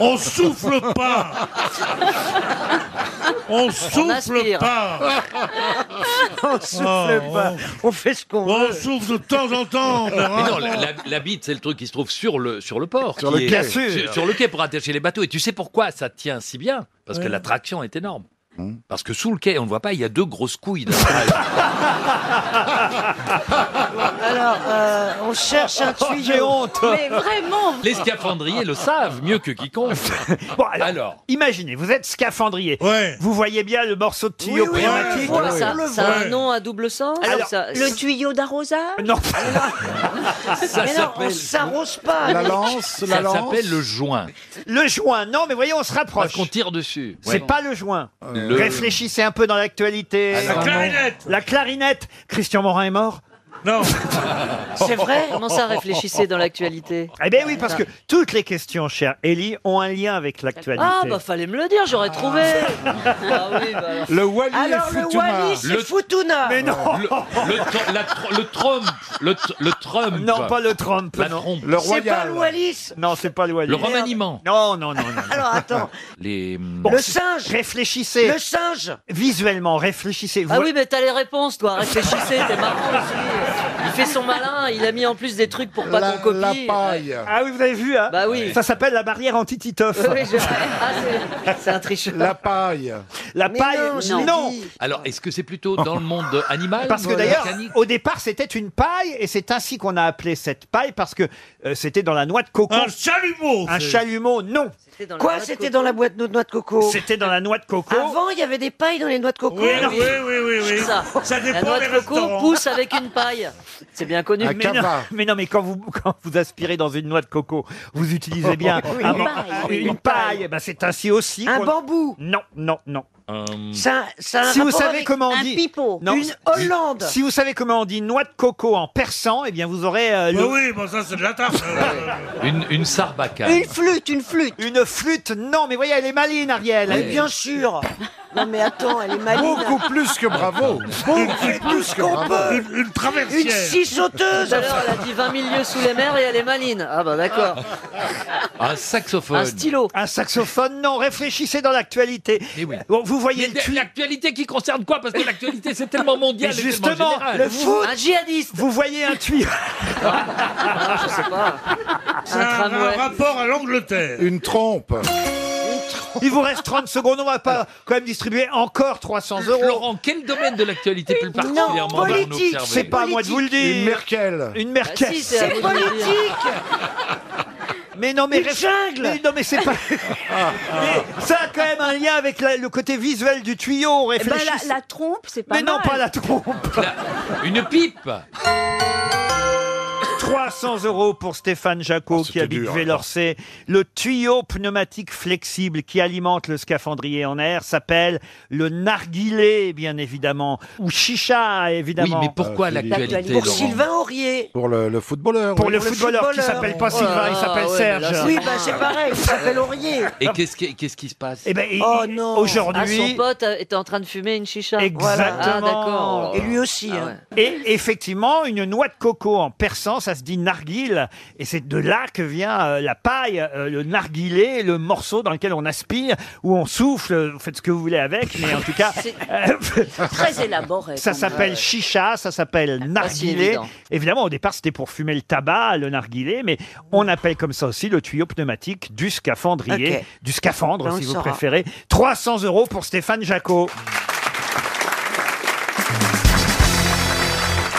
[SPEAKER 8] On souffle pas On souffle
[SPEAKER 27] aspire.
[SPEAKER 8] pas
[SPEAKER 27] On souffle pas.
[SPEAKER 15] On fait ce qu'on
[SPEAKER 8] veut. On souffle de temps en temps. mais
[SPEAKER 23] Mais non,
[SPEAKER 8] rarement.
[SPEAKER 23] la, la- la bite, c'est le truc qui se trouve sur le, sur le port.
[SPEAKER 8] Sur
[SPEAKER 23] qui
[SPEAKER 8] le
[SPEAKER 23] est-
[SPEAKER 8] quai.
[SPEAKER 23] sur-
[SPEAKER 8] Bien sûr.
[SPEAKER 23] sur le quai pour attacher les bateaux. Et tu sais pourquoi ça tient si bien Parce que
[SPEAKER 8] Ouais.
[SPEAKER 23] la traction est énorme. Parce que sous le quai, on ne voit pas, il y a deux grosses couilles. derrière.
[SPEAKER 15] Alors, euh, on cherche un
[SPEAKER 23] Oh,
[SPEAKER 15] tuyau.
[SPEAKER 2] j'ai honte.
[SPEAKER 28] Mais vraiment
[SPEAKER 2] Ah,
[SPEAKER 23] les scaphandriers le savent mieux que quiconque.
[SPEAKER 2] Bon, alors, imaginez, vous êtes scaphandrier. Vous voyez bien le morceau de tuyau
[SPEAKER 23] oui,
[SPEAKER 2] pneumatique.
[SPEAKER 23] on le voit,
[SPEAKER 7] Ça,
[SPEAKER 23] Ouais.
[SPEAKER 7] ça a un
[SPEAKER 23] Ouais.
[SPEAKER 7] nom à double sens
[SPEAKER 2] Alors,
[SPEAKER 7] ça- Le tuyau d'arrosage
[SPEAKER 2] Ah Non.
[SPEAKER 23] Ah, Ça
[SPEAKER 7] Mais non, on
[SPEAKER 23] s'appelle-
[SPEAKER 7] s'arrose pas.
[SPEAKER 23] La lance, la Ça lance. s'appelle le joint.
[SPEAKER 2] Le joint, non, mais voyez, on se rapproche.
[SPEAKER 23] Parce qu'on tire dessus.
[SPEAKER 2] C'est
[SPEAKER 23] Ouais.
[SPEAKER 2] pas le joint.
[SPEAKER 23] Le-
[SPEAKER 2] Réfléchissez un peu dans l'actualité.
[SPEAKER 23] Ah, la clarinette.
[SPEAKER 2] La clarinette. Christian Morin est mort Non.
[SPEAKER 20] C'est vrai Comment ça réfléchissez dans l'actualité
[SPEAKER 2] Eh bien oui, parce que toutes les questions, chère Ellie, ont un lien avec l'actualité.
[SPEAKER 20] Ah bah fallait me le dire, j'aurais trouvé Ah oui, bah alors.
[SPEAKER 2] Le Wally
[SPEAKER 15] Alors, le Wally, c'est Futuna.
[SPEAKER 2] Mais non
[SPEAKER 23] Le, le, tr- la tr- le Trump. Le, tr- le Trump.
[SPEAKER 2] Non, pas le Trump.
[SPEAKER 23] La
[SPEAKER 2] non.
[SPEAKER 23] trompe.
[SPEAKER 15] Wallis
[SPEAKER 2] Non, c'est pas le Wallis.
[SPEAKER 23] Bah Le remaniement.
[SPEAKER 2] Non, non, non. non, non.
[SPEAKER 15] Alors, attends.
[SPEAKER 23] Les. hum,
[SPEAKER 2] le singe. Réfléchissez.
[SPEAKER 15] Le singe.
[SPEAKER 2] Visuellement, réfléchissez.
[SPEAKER 20] Ah
[SPEAKER 2] Vous-
[SPEAKER 20] oui, mais t'as les réponses, toi. Réfléchissez, t'es marrant aussi. Il fait son malin, il a mis en plus des trucs pour pas qu'on copie.
[SPEAKER 2] Ah oui, vous avez vu, hein
[SPEAKER 20] Bah oui.
[SPEAKER 2] Ça s'appelle la barrière anti-Titoff.
[SPEAKER 20] Oui, oui, je- Ah, c'est- c'est un tricheur.
[SPEAKER 22] paille.
[SPEAKER 2] La
[SPEAKER 20] Mais
[SPEAKER 2] paille,
[SPEAKER 20] non, je l'ai
[SPEAKER 2] non.
[SPEAKER 23] Alors, est-ce que c'est plutôt dans le monde animal
[SPEAKER 2] Parce que
[SPEAKER 23] ou
[SPEAKER 2] d'ailleurs,
[SPEAKER 23] mécanique
[SPEAKER 2] au départ, c'était une paille, et c'est ainsi qu'on a appelé cette paille, parce que euh, c'était dans la noix de coco. Un chalumeau Un
[SPEAKER 15] c'est-
[SPEAKER 2] chalumeau, non.
[SPEAKER 15] dans la Quoi, noix de c'était coco. dans la boîte de noix de coco
[SPEAKER 2] C'était dans la noix de coco.
[SPEAKER 15] Avant, il y avait des pailles dans les noix de coco.
[SPEAKER 8] Oui, oui, oui, oui, oui.
[SPEAKER 20] C'est ça. La noix
[SPEAKER 8] des
[SPEAKER 20] de coco
[SPEAKER 8] restaurants.
[SPEAKER 20] pousse avec une paille. C'est bien connu.
[SPEAKER 2] Ah, mais, non, mais non, mais quand vous, quand vous aspirez dans une noix de coco, vous utilisez bien
[SPEAKER 15] Oui,
[SPEAKER 2] un-
[SPEAKER 15] une paille.
[SPEAKER 2] une paille. Ben, c'est ainsi aussi.
[SPEAKER 15] Un
[SPEAKER 2] qu'on-
[SPEAKER 15] bambou.
[SPEAKER 2] Non, non, non.
[SPEAKER 15] Ça, ça a un
[SPEAKER 2] si vous
[SPEAKER 15] rapport
[SPEAKER 2] savez
[SPEAKER 15] avec
[SPEAKER 2] comment on
[SPEAKER 15] un
[SPEAKER 2] dit
[SPEAKER 15] pipeau. Une Hollande.
[SPEAKER 2] Si vous savez comment on dit noix de coco en persan, eh bien vous aurez
[SPEAKER 23] Ah,
[SPEAKER 2] euh,
[SPEAKER 8] Bah Oui,
[SPEAKER 2] le-
[SPEAKER 8] oui, bon, ça, c'est de la tarte.
[SPEAKER 23] Une, une sarbacane.
[SPEAKER 2] flûte, une flûte. Une flûte. Non, mais voyez, elle est maline, Ariel.
[SPEAKER 15] Oui, bien sûr.
[SPEAKER 5] Non mais attends, elle est maline.
[SPEAKER 22] Beaucoup plus que bravo. Beaucoup plus que bravo.
[SPEAKER 29] Une, traversière.
[SPEAKER 5] Une scie sauteuse.
[SPEAKER 20] Tout à l'heure, elle a dit 20 000 lieues sous les mers et elle est maline. Ah bah d'accord.
[SPEAKER 25] Un saxophone.
[SPEAKER 20] stylo.
[SPEAKER 2] Un saxophone, non. Réfléchissez dans l'actualité.
[SPEAKER 25] Eh
[SPEAKER 2] Bon, vous voyez le tweet.
[SPEAKER 3] L'actualité qui concerne quoi Parce que l'actualité, c'est tellement mondial.
[SPEAKER 2] Mais justement, le foot.
[SPEAKER 20] Un djihadiste.
[SPEAKER 2] Vous voyez un tweet.
[SPEAKER 20] Ah, Je sais pas.
[SPEAKER 29] C'est un, un rapport à l'Angleterre.
[SPEAKER 22] Une trompe.
[SPEAKER 2] Il vous reste 30 secondes. On va pas quand même distribuer encore 300 euros.
[SPEAKER 25] Laurent, quel domaine de l'actualité plus particulièrement allons-nous
[SPEAKER 2] politique.
[SPEAKER 25] observer
[SPEAKER 2] C'est pas à moi de vous le dire.
[SPEAKER 22] Une Merkel.
[SPEAKER 2] Une Merkel.
[SPEAKER 20] Bah si, c'est à vous de le dire.
[SPEAKER 2] Mais non, mais
[SPEAKER 5] Une
[SPEAKER 2] reste-
[SPEAKER 5] jungle
[SPEAKER 2] Mais non, mais c'est pas. Mais ça a quand même un lien avec la- le côté visuel du tuyau.
[SPEAKER 7] Eh ben,
[SPEAKER 2] Réfléchissez.
[SPEAKER 7] la, la trompe, c'est pas
[SPEAKER 2] mais non,
[SPEAKER 7] mal.
[SPEAKER 2] pas la trompe.
[SPEAKER 25] La- Une pipe
[SPEAKER 2] 300 euros pour Stéphane Jacot qui habite Vélorcé. Le tuyau pneumatique flexible qui alimente le scaphandrier en air s'appelle le narguilé, bien évidemment, ou chicha,
[SPEAKER 25] Oui,
[SPEAKER 2] évidemment.
[SPEAKER 25] mais pourquoi l'actualité
[SPEAKER 5] Pour
[SPEAKER 25] Laurent
[SPEAKER 5] Sylvain Aurier.
[SPEAKER 22] euh, Pour le, le footballeur. Ah,
[SPEAKER 2] Pour
[SPEAKER 22] oui.
[SPEAKER 2] le footballeur qui
[SPEAKER 5] footballeur.
[SPEAKER 2] s'appelle pas Sylvain, il
[SPEAKER 20] Ah,
[SPEAKER 2] s'appelle
[SPEAKER 25] ouais, mais là,
[SPEAKER 2] Serge.
[SPEAKER 5] Oui, bah c'est pareil, il s'appelle Aurier.
[SPEAKER 25] Et qu'est-ce qui, qu'est-ce qui se passe
[SPEAKER 2] Eh ben, il-
[SPEAKER 5] Oh non.
[SPEAKER 2] aujourd'hui,
[SPEAKER 20] Ah, son pote était en train de fumer une chicha.
[SPEAKER 2] Exactement.
[SPEAKER 20] Ah, d'accord.
[SPEAKER 5] Et lui aussi.
[SPEAKER 20] Ah,
[SPEAKER 5] hein.
[SPEAKER 20] ouais.
[SPEAKER 2] Et effectivement, une noix de coco en persan, ça se dit narguil. Et c'est de là que vient euh, la paille, euh, le narguilé, le morceau dans lequel on aspire, où on souffle, euh, vous faites ce que vous voulez avec, mais en tout cas,
[SPEAKER 7] C'est-
[SPEAKER 2] euh,
[SPEAKER 7] Très élaboré.
[SPEAKER 2] ça
[SPEAKER 7] quand
[SPEAKER 2] s'appelle chicha, ça s'appelle
[SPEAKER 5] Ah,
[SPEAKER 20] si
[SPEAKER 2] narguilé.
[SPEAKER 20] évident.
[SPEAKER 2] Évidemment, au départ, c'était pour fumer le tabac, le narguilé, mais on appelle comme ça aussi le tuyau pneumatique du scaphandrier,
[SPEAKER 5] Ok.
[SPEAKER 2] du scaphandre,
[SPEAKER 5] Ben, on
[SPEAKER 2] si
[SPEAKER 5] le
[SPEAKER 2] vous
[SPEAKER 5] saura.
[SPEAKER 2] préférez. 300 euros pour Stéphane Jacot.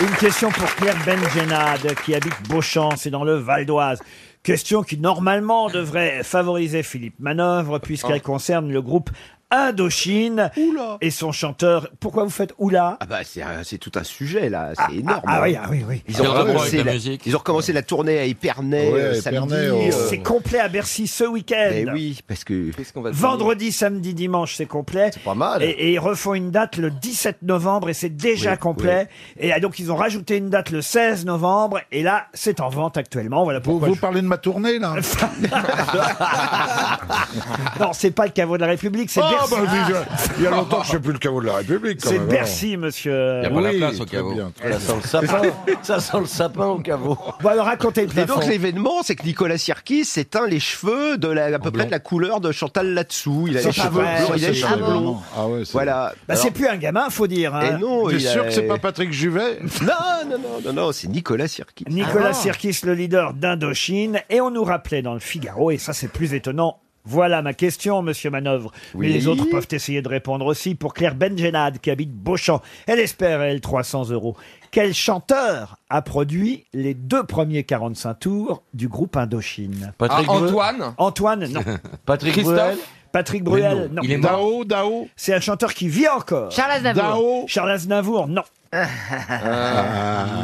[SPEAKER 2] Une question pour Pierre Benjenad, qui habite Beauchamp, c'est dans le Val d'Oise. Question qui normalement devrait favoriser Philippe Manœuvre, puisqu'elle
[SPEAKER 5] Oh.
[SPEAKER 2] concerne le groupe Indochine et son chanteur. Pourquoi vous faites Oula
[SPEAKER 13] Ah bah c'est un- c'est tout un sujet là, c'est
[SPEAKER 2] ah,
[SPEAKER 13] énorme.
[SPEAKER 2] ah
[SPEAKER 13] hein.
[SPEAKER 2] oui, ah oui, oui.
[SPEAKER 13] Ils ont,
[SPEAKER 25] Quel rapport
[SPEAKER 13] recommencé
[SPEAKER 25] avec la
[SPEAKER 13] la,
[SPEAKER 25] musique
[SPEAKER 13] ils ont recommencé Oh, la tournée à Épernay
[SPEAKER 22] Ouais,
[SPEAKER 13] euh,
[SPEAKER 22] à
[SPEAKER 13] samedi.
[SPEAKER 22] Épernay, oh. au-
[SPEAKER 13] euh,
[SPEAKER 2] C'est complet à Bercy ce week-end.
[SPEAKER 13] eh oui, parce que
[SPEAKER 2] Vendredi, samedi, dimanche, c'est complet.
[SPEAKER 13] C'est pas mal.
[SPEAKER 2] Et, et ils refont une date le 17 novembre et c'est déjà
[SPEAKER 13] Oui,
[SPEAKER 2] complet. Et ah, donc ils ont rajouté une date le 16 novembre et là c'est en vente actuellement. Voilà
[SPEAKER 22] Vous,
[SPEAKER 2] pourquoi.
[SPEAKER 22] vous
[SPEAKER 2] je-
[SPEAKER 22] parlez de ma tournée, là
[SPEAKER 2] Non, c'est pas le caveau de la République, c'est
[SPEAKER 22] Ah,
[SPEAKER 2] Bercy.
[SPEAKER 22] bah, dis- il y a longtemps que je ne plus le caveau de la République. quand
[SPEAKER 2] c'est
[SPEAKER 22] même,
[SPEAKER 2] Bercy, monsieur.
[SPEAKER 25] Il y a
[SPEAKER 22] alors.
[SPEAKER 25] pas la
[SPEAKER 22] Oui,
[SPEAKER 25] place au
[SPEAKER 22] très
[SPEAKER 25] caveau.
[SPEAKER 22] bien, très
[SPEAKER 23] Ça sent le sapin. Ça sent le sapin au caveau.
[SPEAKER 2] Bon, alors racontez le
[SPEAKER 13] Et
[SPEAKER 2] plafond.
[SPEAKER 13] donc l'événement, c'est que Nicolas Sirkis s'éteint les cheveux de la, à peu près de la couleur de Chantal là-dessous. Il a
[SPEAKER 2] C'est
[SPEAKER 13] les
[SPEAKER 2] pas
[SPEAKER 13] cheveux
[SPEAKER 2] vrai.
[SPEAKER 13] blonds, il a les
[SPEAKER 22] Ça,
[SPEAKER 13] cheveux
[SPEAKER 22] c'est
[SPEAKER 13] blonds.
[SPEAKER 22] Ah ouais, c'est-
[SPEAKER 13] Voilà.
[SPEAKER 2] Bah, c'est plus un gamin, faut dire.
[SPEAKER 13] Alors,
[SPEAKER 2] hein.
[SPEAKER 13] et non,
[SPEAKER 22] T'es
[SPEAKER 13] il a-
[SPEAKER 22] sûr que c'est pas Patrick Juvet
[SPEAKER 13] Non, non, non, non, non, c'est Nicolas Sirkis.
[SPEAKER 10] Ah.
[SPEAKER 13] Ah.
[SPEAKER 2] Nicolas Sirkis, le leader d'Indochine, et on nous rappelait dans le Figaro, et ça c'est plus étonnant. Voilà ma question, monsieur Manœuvre. Mais
[SPEAKER 13] Oui.
[SPEAKER 2] les autres peuvent essayer de répondre aussi pour Claire Benjenad, qui habite Beauchamp. Elle espère, elle, 300 euros. Quel chanteur a produit les deux premiers 45 tours du groupe Indochine
[SPEAKER 23] Patrick, Bruel-
[SPEAKER 25] Antoine
[SPEAKER 2] Antoine, non.
[SPEAKER 23] Patrick
[SPEAKER 25] Christophe
[SPEAKER 23] Bruel.
[SPEAKER 2] Patrick Bruel, non.
[SPEAKER 25] Il est mort.
[SPEAKER 22] Dao, Dao
[SPEAKER 2] C'est un chanteur qui vit encore.
[SPEAKER 23] Charles Aznavour. Ah. Dao.
[SPEAKER 2] Charles Aznavour, non.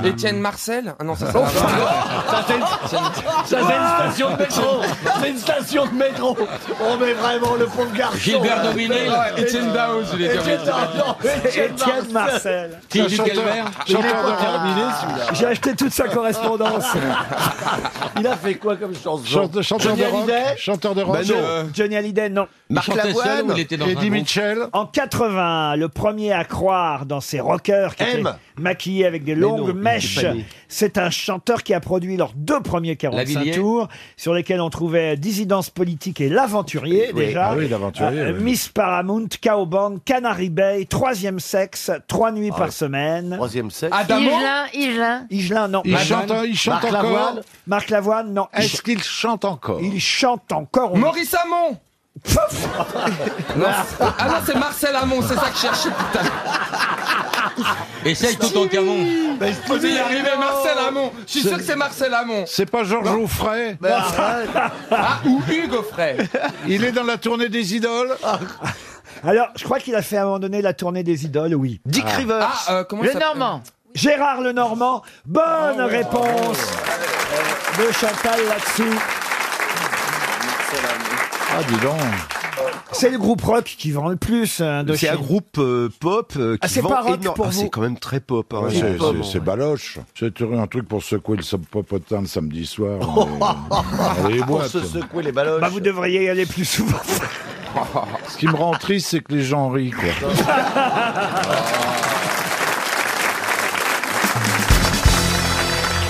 [SPEAKER 23] Étienne Marcel Ah non, ça c'est
[SPEAKER 25] Oh.
[SPEAKER 23] Ça c'est une, station de métro C'est une station de métro On met vraiment le pauvre garçon
[SPEAKER 25] Gilbert Dominé,
[SPEAKER 23] Ouais.
[SPEAKER 25] Étienne Dao, je l'ai dit.
[SPEAKER 23] Étienne Dao, Étienne
[SPEAKER 2] Étienne Marcel.
[SPEAKER 22] C'est un
[SPEAKER 25] Tilly Calvert.
[SPEAKER 22] chanteur, chanteur de rap.
[SPEAKER 2] J'ai acheté toute sa correspondance.
[SPEAKER 23] Il a fait quoi comme chanson
[SPEAKER 22] Chante- Chanteur de
[SPEAKER 23] Johnny
[SPEAKER 22] rock
[SPEAKER 23] Hallyday
[SPEAKER 22] Chanteur de rock
[SPEAKER 13] Bah non.
[SPEAKER 22] Euh,
[SPEAKER 2] Johnny Hallyday, non.
[SPEAKER 13] Marc
[SPEAKER 25] Il chantait seul ou il
[SPEAKER 13] Lavoine.
[SPEAKER 25] était dans un
[SPEAKER 22] Eddie
[SPEAKER 25] groupe
[SPEAKER 22] Mitchell
[SPEAKER 2] En 80, le premier à croire dans ces rockers qui
[SPEAKER 23] M.
[SPEAKER 2] étaient maquillés avec des
[SPEAKER 13] Mais non,
[SPEAKER 2] longues
[SPEAKER 13] il était
[SPEAKER 2] mèches,
[SPEAKER 13] pas né.
[SPEAKER 2] c'est un chanteur qui a produit leurs deux premiers 45
[SPEAKER 25] Lavilliers.
[SPEAKER 2] tours, sur lesquels on trouvait Dissidence politique et L'Aventurier,
[SPEAKER 13] Oui.
[SPEAKER 2] déjà.
[SPEAKER 22] Ah oui, L'Aventurier,
[SPEAKER 2] Euh,
[SPEAKER 22] oui.
[SPEAKER 2] Miss Paramount, Cowband, Canary Bay, Troisième Sexe, Trois Nuits par semaine.
[SPEAKER 23] Troisième sexe
[SPEAKER 1] Igelin, Igelin.
[SPEAKER 2] Igelin, non.
[SPEAKER 22] Il chante, il chante
[SPEAKER 23] Marc
[SPEAKER 22] encore
[SPEAKER 23] Lavoine
[SPEAKER 2] Marc Lavoine, non. Il,
[SPEAKER 22] Est-ce qu'il chante encore
[SPEAKER 2] il chante encore. on-
[SPEAKER 23] Maurice Hamon
[SPEAKER 2] Pouf
[SPEAKER 23] Ah non, c'est Marcel Hamon, c'est ça que je cherchais, putain
[SPEAKER 25] Essaye tout en camon.
[SPEAKER 22] Bah,
[SPEAKER 23] On y arrivait, Marcel Hamon Je suis sûr que c'est Marcel Hamon Bah,
[SPEAKER 22] C'est pas Georges Jouffret
[SPEAKER 23] Ah, ou Ah. Hugues Offray
[SPEAKER 22] Il est dans la tournée des idoles
[SPEAKER 2] Alors, je crois qu'il a fait à un moment donné la tournée des idoles, oui.
[SPEAKER 13] Dick Rivers.
[SPEAKER 23] Ah, euh, comment
[SPEAKER 1] Le
[SPEAKER 23] ça s'appelle
[SPEAKER 1] Normand.
[SPEAKER 2] Gérard Lenormand, bonne réponse de Chantal là-dessous.
[SPEAKER 22] Ah, dis donc
[SPEAKER 2] C'est le groupe rock qui vend le plus hein, de
[SPEAKER 13] c'est un
[SPEAKER 2] chez-
[SPEAKER 13] groupe euh, pop euh, qui
[SPEAKER 2] Ah, c'est
[SPEAKER 13] vend
[SPEAKER 2] pas rock
[SPEAKER 13] énorme-
[SPEAKER 2] pour
[SPEAKER 13] Ah,
[SPEAKER 2] vous.
[SPEAKER 13] c'est quand même très pop. hein,
[SPEAKER 22] Ouais,
[SPEAKER 13] c'est
[SPEAKER 22] c'est-
[SPEAKER 13] pop.
[SPEAKER 22] C'est c'est baloche. C'est un truc pour secouer le popotin le
[SPEAKER 2] Oh.
[SPEAKER 22] samedi soir. hein. mais- dans les
[SPEAKER 23] Ah, Pour
[SPEAKER 22] boîtes.
[SPEAKER 23] se secouer les baloches
[SPEAKER 2] Bah, vous devriez y aller plus souvent.
[SPEAKER 22] Ce qui me rend triste, c'est que les gens rient. Quoi.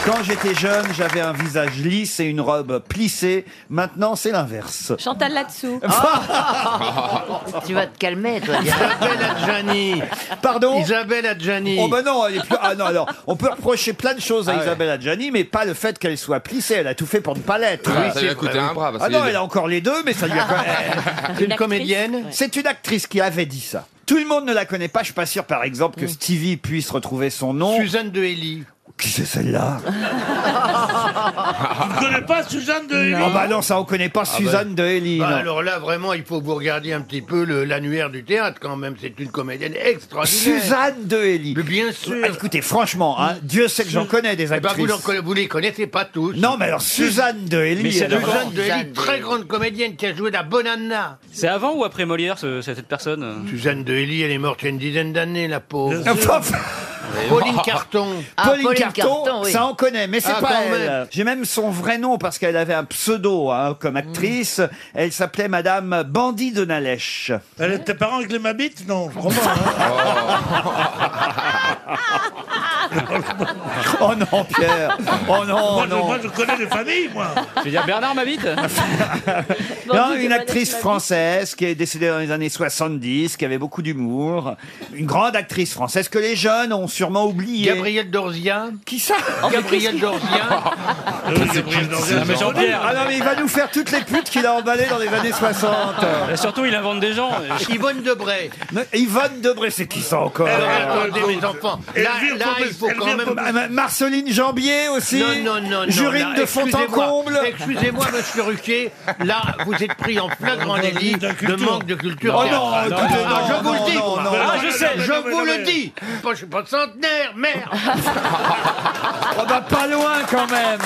[SPEAKER 2] Quand j'étais jeune, j'avais un visage lisse et une robe plissée. Maintenant, c'est l'inverse.
[SPEAKER 1] Chantal là-dessous.
[SPEAKER 2] Ah. Tu vas te calmer, toi.
[SPEAKER 1] Isabelle
[SPEAKER 2] Adjani. Pardon
[SPEAKER 1] Isabelle Adjani.
[SPEAKER 2] Oh ben non, elle est plus... ah non, non. On peut reprocher plein de choses à
[SPEAKER 11] Ah ouais.
[SPEAKER 2] Isabelle Adjani, mais pas le fait qu'elle soit plissée. Elle a tout fait pour ne pas l'être.
[SPEAKER 11] Ah, ça lui a coûté un bras, parce
[SPEAKER 2] Ah
[SPEAKER 11] qu'il
[SPEAKER 2] non,
[SPEAKER 11] est-
[SPEAKER 2] elle a encore les deux, mais ça lui a quand même...
[SPEAKER 11] C'est une Une actrice comédienne Ouais.
[SPEAKER 2] C'est une actrice qui avait dit ça. Tout le monde ne la connaît pas. Je suis pas sûr, par exemple,
[SPEAKER 11] Mm.
[SPEAKER 2] que Stevie puisse retrouver son nom. Suzanne de Helly. Qui c'est celle-là
[SPEAKER 29] Vous ne connaissez pas Suzanne de Hélie
[SPEAKER 2] Ah bah non, ça on connaît pas Suzanne de Hélie.
[SPEAKER 8] Bah
[SPEAKER 2] non.
[SPEAKER 8] alors là, vraiment, il faut que vous regardiez un petit peu le- l'annuaire du théâtre quand même. C'est une comédienne extraordinaire.
[SPEAKER 2] Suzanne de Hélie.
[SPEAKER 8] bien sûr. Mm.
[SPEAKER 2] Écoutez, franchement, hein, Dieu sait que j'en connais des
[SPEAKER 8] Eh ben,
[SPEAKER 2] actrices.
[SPEAKER 8] vous, n'en conna- vous les connaissez pas tous.
[SPEAKER 2] Non, mais alors Suzanne de Hélie.
[SPEAKER 8] Mais c'est
[SPEAKER 2] elle est
[SPEAKER 8] Suzanne
[SPEAKER 2] grande.
[SPEAKER 8] de Hélie, très grande comédienne qui a joué la Bonanna.
[SPEAKER 4] C'est avant ou après Molière, ce- cette personne
[SPEAKER 8] Suzanne de Hélie, elle est morte il y a une dizaine d'années, la pauvre.
[SPEAKER 2] Pauline
[SPEAKER 8] Pauline
[SPEAKER 2] Carton.
[SPEAKER 8] Carton.
[SPEAKER 2] Pauline, Carton, ça on connaît, mais c'est
[SPEAKER 8] Ah,
[SPEAKER 2] pas
[SPEAKER 8] quand
[SPEAKER 2] elle.
[SPEAKER 8] même. Mm.
[SPEAKER 2] J'ai même son vrai nom parce qu'elle avait un pseudo hein, comme actrice. Elle s'appelait Madame Bandit de Nalèche.
[SPEAKER 29] Elle était parent avec les Mabites Non, je
[SPEAKER 2] oh non, Pierre. Oh non,
[SPEAKER 29] moi,
[SPEAKER 2] non.
[SPEAKER 29] Je, moi, je connais les familles, moi.
[SPEAKER 4] Tu veux dire Bernard Mabite
[SPEAKER 2] Non, une actrice française qui est décédée dans les années 70, qui avait beaucoup d'humour. Une grande actrice française que les jeunes ont sûrement oubliée.
[SPEAKER 8] Gabrielle Dorzia.
[SPEAKER 2] Qui ça
[SPEAKER 8] Gabrielle Dorzia. Euh,
[SPEAKER 2] Euh,
[SPEAKER 4] Ah, mais Jean-Pierre.
[SPEAKER 2] Ah non, mais il va nous faire toutes les putes qu'il a emballées dans les années 60.
[SPEAKER 4] Et Bah, surtout, il invente des gens.
[SPEAKER 8] Yvonne Debray.
[SPEAKER 2] Non, Yvonne Debré, c'est qui ça encore Ah,
[SPEAKER 8] Alors, attendez, mes enfants. Là,
[SPEAKER 2] Elvire
[SPEAKER 8] là, il faut quand même.
[SPEAKER 2] Ma- Ma- Marceline Jambier aussi.
[SPEAKER 8] Non, non, non. non,
[SPEAKER 2] Jurine
[SPEAKER 8] là,
[SPEAKER 2] de Fontencomble.
[SPEAKER 8] excusez-moi, Excusez-moi, monsieur Ruquier. Là, vous êtes pris en flagrant délit de manque de culture.
[SPEAKER 2] Oh non,
[SPEAKER 8] théâtrale.
[SPEAKER 2] écoutez, non,
[SPEAKER 8] Ah, je vous
[SPEAKER 2] non,
[SPEAKER 8] le dis.
[SPEAKER 2] non,
[SPEAKER 8] moi.
[SPEAKER 2] non,
[SPEAKER 8] Ah,
[SPEAKER 2] non,
[SPEAKER 8] je
[SPEAKER 2] non,
[SPEAKER 8] sais.
[SPEAKER 2] non,
[SPEAKER 8] Je
[SPEAKER 2] non,
[SPEAKER 8] vous
[SPEAKER 2] non,
[SPEAKER 8] le
[SPEAKER 2] non.
[SPEAKER 8] dis. Moi, Je suis pas centenaire, merde.
[SPEAKER 2] Oh bah pas loin quand même.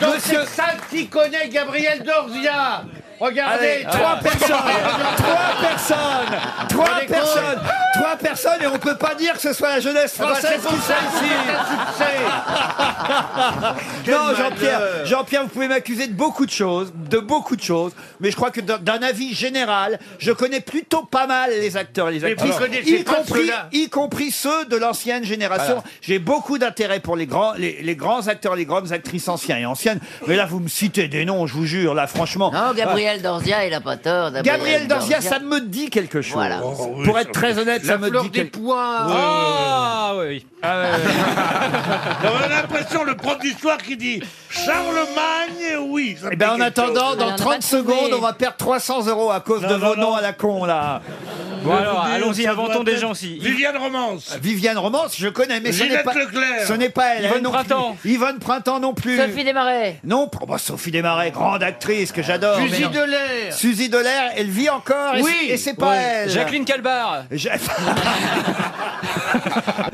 [SPEAKER 8] Donc,
[SPEAKER 2] Monsieur-
[SPEAKER 8] c'est ça qui connaît Gabriel Dorzia.
[SPEAKER 2] Allez,
[SPEAKER 8] Regardez.
[SPEAKER 2] trois personnes, trois personnes, trois
[SPEAKER 8] Prenez compte.
[SPEAKER 2] personnes, trois personnes, et on peut pas dire que ce soit la jeunesse
[SPEAKER 8] Ah bah,
[SPEAKER 2] française
[SPEAKER 8] c'est pour
[SPEAKER 2] qui
[SPEAKER 8] ça
[SPEAKER 2] soit
[SPEAKER 8] que vous
[SPEAKER 2] ici. Non,
[SPEAKER 8] êtes un succès. Quel
[SPEAKER 2] Jean-Pierre,
[SPEAKER 8] malheur.
[SPEAKER 2] Jean-Pierre, vous pouvez m'accuser de beaucoup de choses, de beaucoup de choses, mais je crois que d'un- d'un avis général, je connais plutôt pas mal les acteurs, et les
[SPEAKER 8] Mais vous
[SPEAKER 2] actrices,
[SPEAKER 8] connaissez
[SPEAKER 2] y
[SPEAKER 8] pas
[SPEAKER 2] compris,
[SPEAKER 8] ceux-là.
[SPEAKER 2] y compris ceux de l'ancienne génération.
[SPEAKER 8] Voilà.
[SPEAKER 2] J'ai beaucoup d'intérêt pour les grands, les, les grands acteurs, les grandes actrices anciens et anciennes. Mais là, vous me citez des noms, je vous jure, là, franchement.
[SPEAKER 1] Non, Oh, Gabriel Dorzia, il a pas tort.
[SPEAKER 2] Gabriel Dorzia, ça me dit quelque chose. Eh Pour être très honnête, ça me dit quelque chose.
[SPEAKER 4] Ah oui.
[SPEAKER 29] On a l'impression, le prof d'histoire qui dit Charlemagne, oui. ça
[SPEAKER 2] Eh ben,
[SPEAKER 29] me
[SPEAKER 2] en
[SPEAKER 29] dit quelque
[SPEAKER 2] attendant,
[SPEAKER 29] chose.
[SPEAKER 2] dans 30 secondes, on va perdre 300 euros à cause de vos noms à la con, là.
[SPEAKER 4] Bon, alors, allons-y,
[SPEAKER 2] Ça
[SPEAKER 4] inventons
[SPEAKER 2] doit
[SPEAKER 4] des
[SPEAKER 2] être-
[SPEAKER 4] gens aussi.
[SPEAKER 29] Viviane Romance.
[SPEAKER 2] Viviane Romance, je connais, mais ce n'est
[SPEAKER 29] Ginette
[SPEAKER 2] pas,
[SPEAKER 29] Leclerc.
[SPEAKER 2] ce n'est pas elle.
[SPEAKER 4] Yvonne
[SPEAKER 2] elle non plus.
[SPEAKER 4] Printemps.
[SPEAKER 2] Yvonne Printemps non plus.
[SPEAKER 1] Sophie Desmarais.
[SPEAKER 2] Non, oh, bah, Sophie Desmarais, grande actrice que j'adore. Mais
[SPEAKER 8] Suzy
[SPEAKER 2] non.
[SPEAKER 8] Delaire.
[SPEAKER 2] Suzy Delaire, elle vit encore et
[SPEAKER 8] Oui.
[SPEAKER 2] c'est- et c'est pas
[SPEAKER 8] Ouais.
[SPEAKER 2] elle.
[SPEAKER 4] Jacqueline Calbar.
[SPEAKER 2] Ja-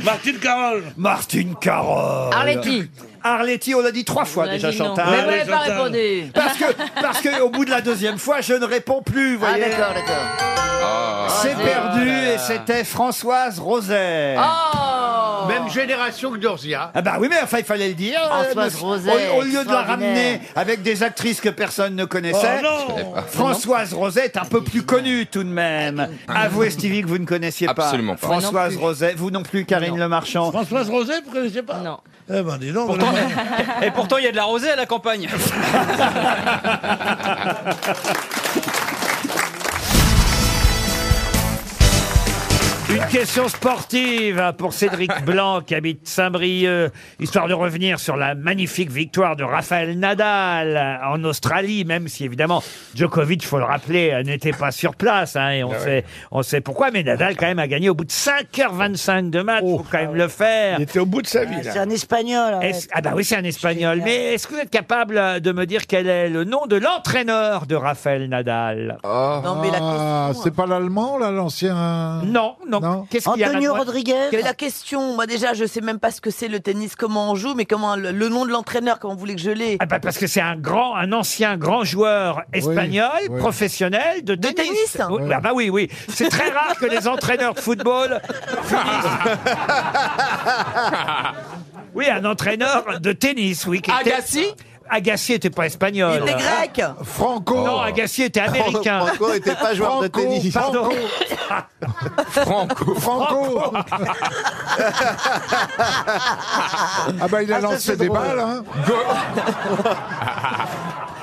[SPEAKER 29] Martine Carole.
[SPEAKER 2] Martine Carole.
[SPEAKER 8] Arletty.
[SPEAKER 2] Arletty, on l'a dit trois fois
[SPEAKER 8] On l'a
[SPEAKER 2] déjà,
[SPEAKER 8] dit non.
[SPEAKER 2] Chantal.
[SPEAKER 8] Mais vous n'avez pas Chantal. répondu.
[SPEAKER 2] Parce que, parce que au bout de la deuxième fois, je ne réponds plus, vous
[SPEAKER 1] Ah,
[SPEAKER 2] voyez.
[SPEAKER 1] d'accord, d'accord.
[SPEAKER 2] C'est
[SPEAKER 1] Ah,
[SPEAKER 2] perdu
[SPEAKER 1] là, là.
[SPEAKER 2] et c'était Françoise Roset.
[SPEAKER 1] Oh
[SPEAKER 8] Même génération que Dorzia.
[SPEAKER 2] Ah bah oui, mais enfin, il fallait le dire. euh,
[SPEAKER 1] Françoise
[SPEAKER 2] monsieur.
[SPEAKER 1] Roset,
[SPEAKER 2] Au, au lieu de la
[SPEAKER 1] extraordinaire.
[SPEAKER 2] ramener avec des actrices que personne ne connaissait,
[SPEAKER 29] Oh non
[SPEAKER 2] Françoise Roset est un peu plus connue tout de même. Avouez, Stevie, que vous ne connaissiez pas.
[SPEAKER 25] Absolument pas.
[SPEAKER 2] Françoise Roset, vous non plus, Karine Le Marchand.
[SPEAKER 29] Françoise Roset, vous ne connaissez pas Non. Eh ben, dis donc.
[SPEAKER 4] Pourtant,
[SPEAKER 29] voilà.
[SPEAKER 4] Et pourtant, il y a de la rosée à la campagne.
[SPEAKER 2] Une question sportive hein, pour Cédric Blanc qui habite Saint-Brieuc, histoire de revenir sur la magnifique victoire de Rafael Nadal euh, en Australie, même si évidemment Djokovic, faut le rappeler, euh, n'était pas sur place, hein,
[SPEAKER 22] Ah
[SPEAKER 2] et on sait, on sait pourquoi, mais Nadal quand même a gagné au bout de 5h25 de match, faut quand même le faire.
[SPEAKER 22] Oh. Il était au bout de sa vie.
[SPEAKER 5] Ah, C'est
[SPEAKER 22] Là.
[SPEAKER 5] un espagnol. arrête.
[SPEAKER 2] Est-ce- Ah bah oui, c'est un Espagnol, mais est-ce que vous êtes capable euh, de me dire quel est le nom de l'entraîneur de Rafael Nadal
[SPEAKER 5] Non, mais la
[SPEAKER 22] Ah,
[SPEAKER 5] question,
[SPEAKER 22] c'est pas l'allemand, là, l'ancien.
[SPEAKER 2] hein. Non, non. Qu'est-ce qu'il y a
[SPEAKER 5] Antonio
[SPEAKER 2] là-dedans
[SPEAKER 5] Rodriguez.
[SPEAKER 9] Quelle est la question Moi déjà, je sais même pas ce que c'est le tennis, comment on joue, mais comment le, le nom de l'entraîneur, comment vous voulez que je l'ai
[SPEAKER 2] Ah bah parce que c'est un grand, un ancien grand joueur espagnol,
[SPEAKER 22] oui.
[SPEAKER 2] professionnel de tennis.
[SPEAKER 9] tennis
[SPEAKER 2] Oui, bah, bah oui, oui. C'est très rare que les entraîneurs de football finissent. Oui, un entraîneur de tennis, oui. qui était-
[SPEAKER 25] Agassi
[SPEAKER 2] Agassi était pas espagnol.
[SPEAKER 13] Euh,
[SPEAKER 9] Il était grec.
[SPEAKER 2] Franco. Non, Agassi était américain.
[SPEAKER 10] Franco était pas joueur de
[SPEAKER 2] Franco,
[SPEAKER 10] tennis.
[SPEAKER 2] Pardon.
[SPEAKER 22] Franco. Franco. ah bah il a
[SPEAKER 2] Ah, ça,
[SPEAKER 22] lancé
[SPEAKER 2] c'est
[SPEAKER 22] des
[SPEAKER 2] drôle.
[SPEAKER 22] balles. Hein.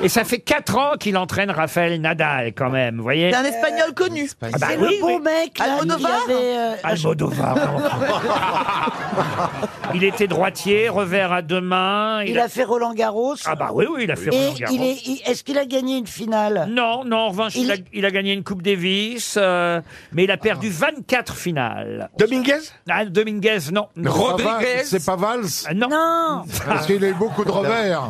[SPEAKER 2] Et ça fait 4 ans qu'il entraîne Raphaël Nadal quand même, vous voyez.
[SPEAKER 9] C'est un espagnol connu.
[SPEAKER 2] Ah bah oui, oui.
[SPEAKER 9] mec.
[SPEAKER 5] là,
[SPEAKER 9] Almodovar
[SPEAKER 5] qui avait, euh,
[SPEAKER 2] Almodovar. non. il était droitier, revers à deux mains.
[SPEAKER 5] Il a fait Roland Garros.
[SPEAKER 2] Ah bah oui, oui, il a fait
[SPEAKER 5] Et
[SPEAKER 2] Roland Garros.
[SPEAKER 5] il est- il- Est-ce qu'il a gagné une finale
[SPEAKER 2] Non, non, en revanche, il, a, il a gagné une Coupe Davis, euh, mais il a perdu
[SPEAKER 5] Ah.
[SPEAKER 2] 24 finales. Dominguez ah, Dominguez, non.
[SPEAKER 22] Mais Rodriguez c'est pas Val- c'est
[SPEAKER 2] pas Valls
[SPEAKER 4] Euh,
[SPEAKER 2] Non. non.
[SPEAKER 22] Parce qu'il a eu beaucoup de revers.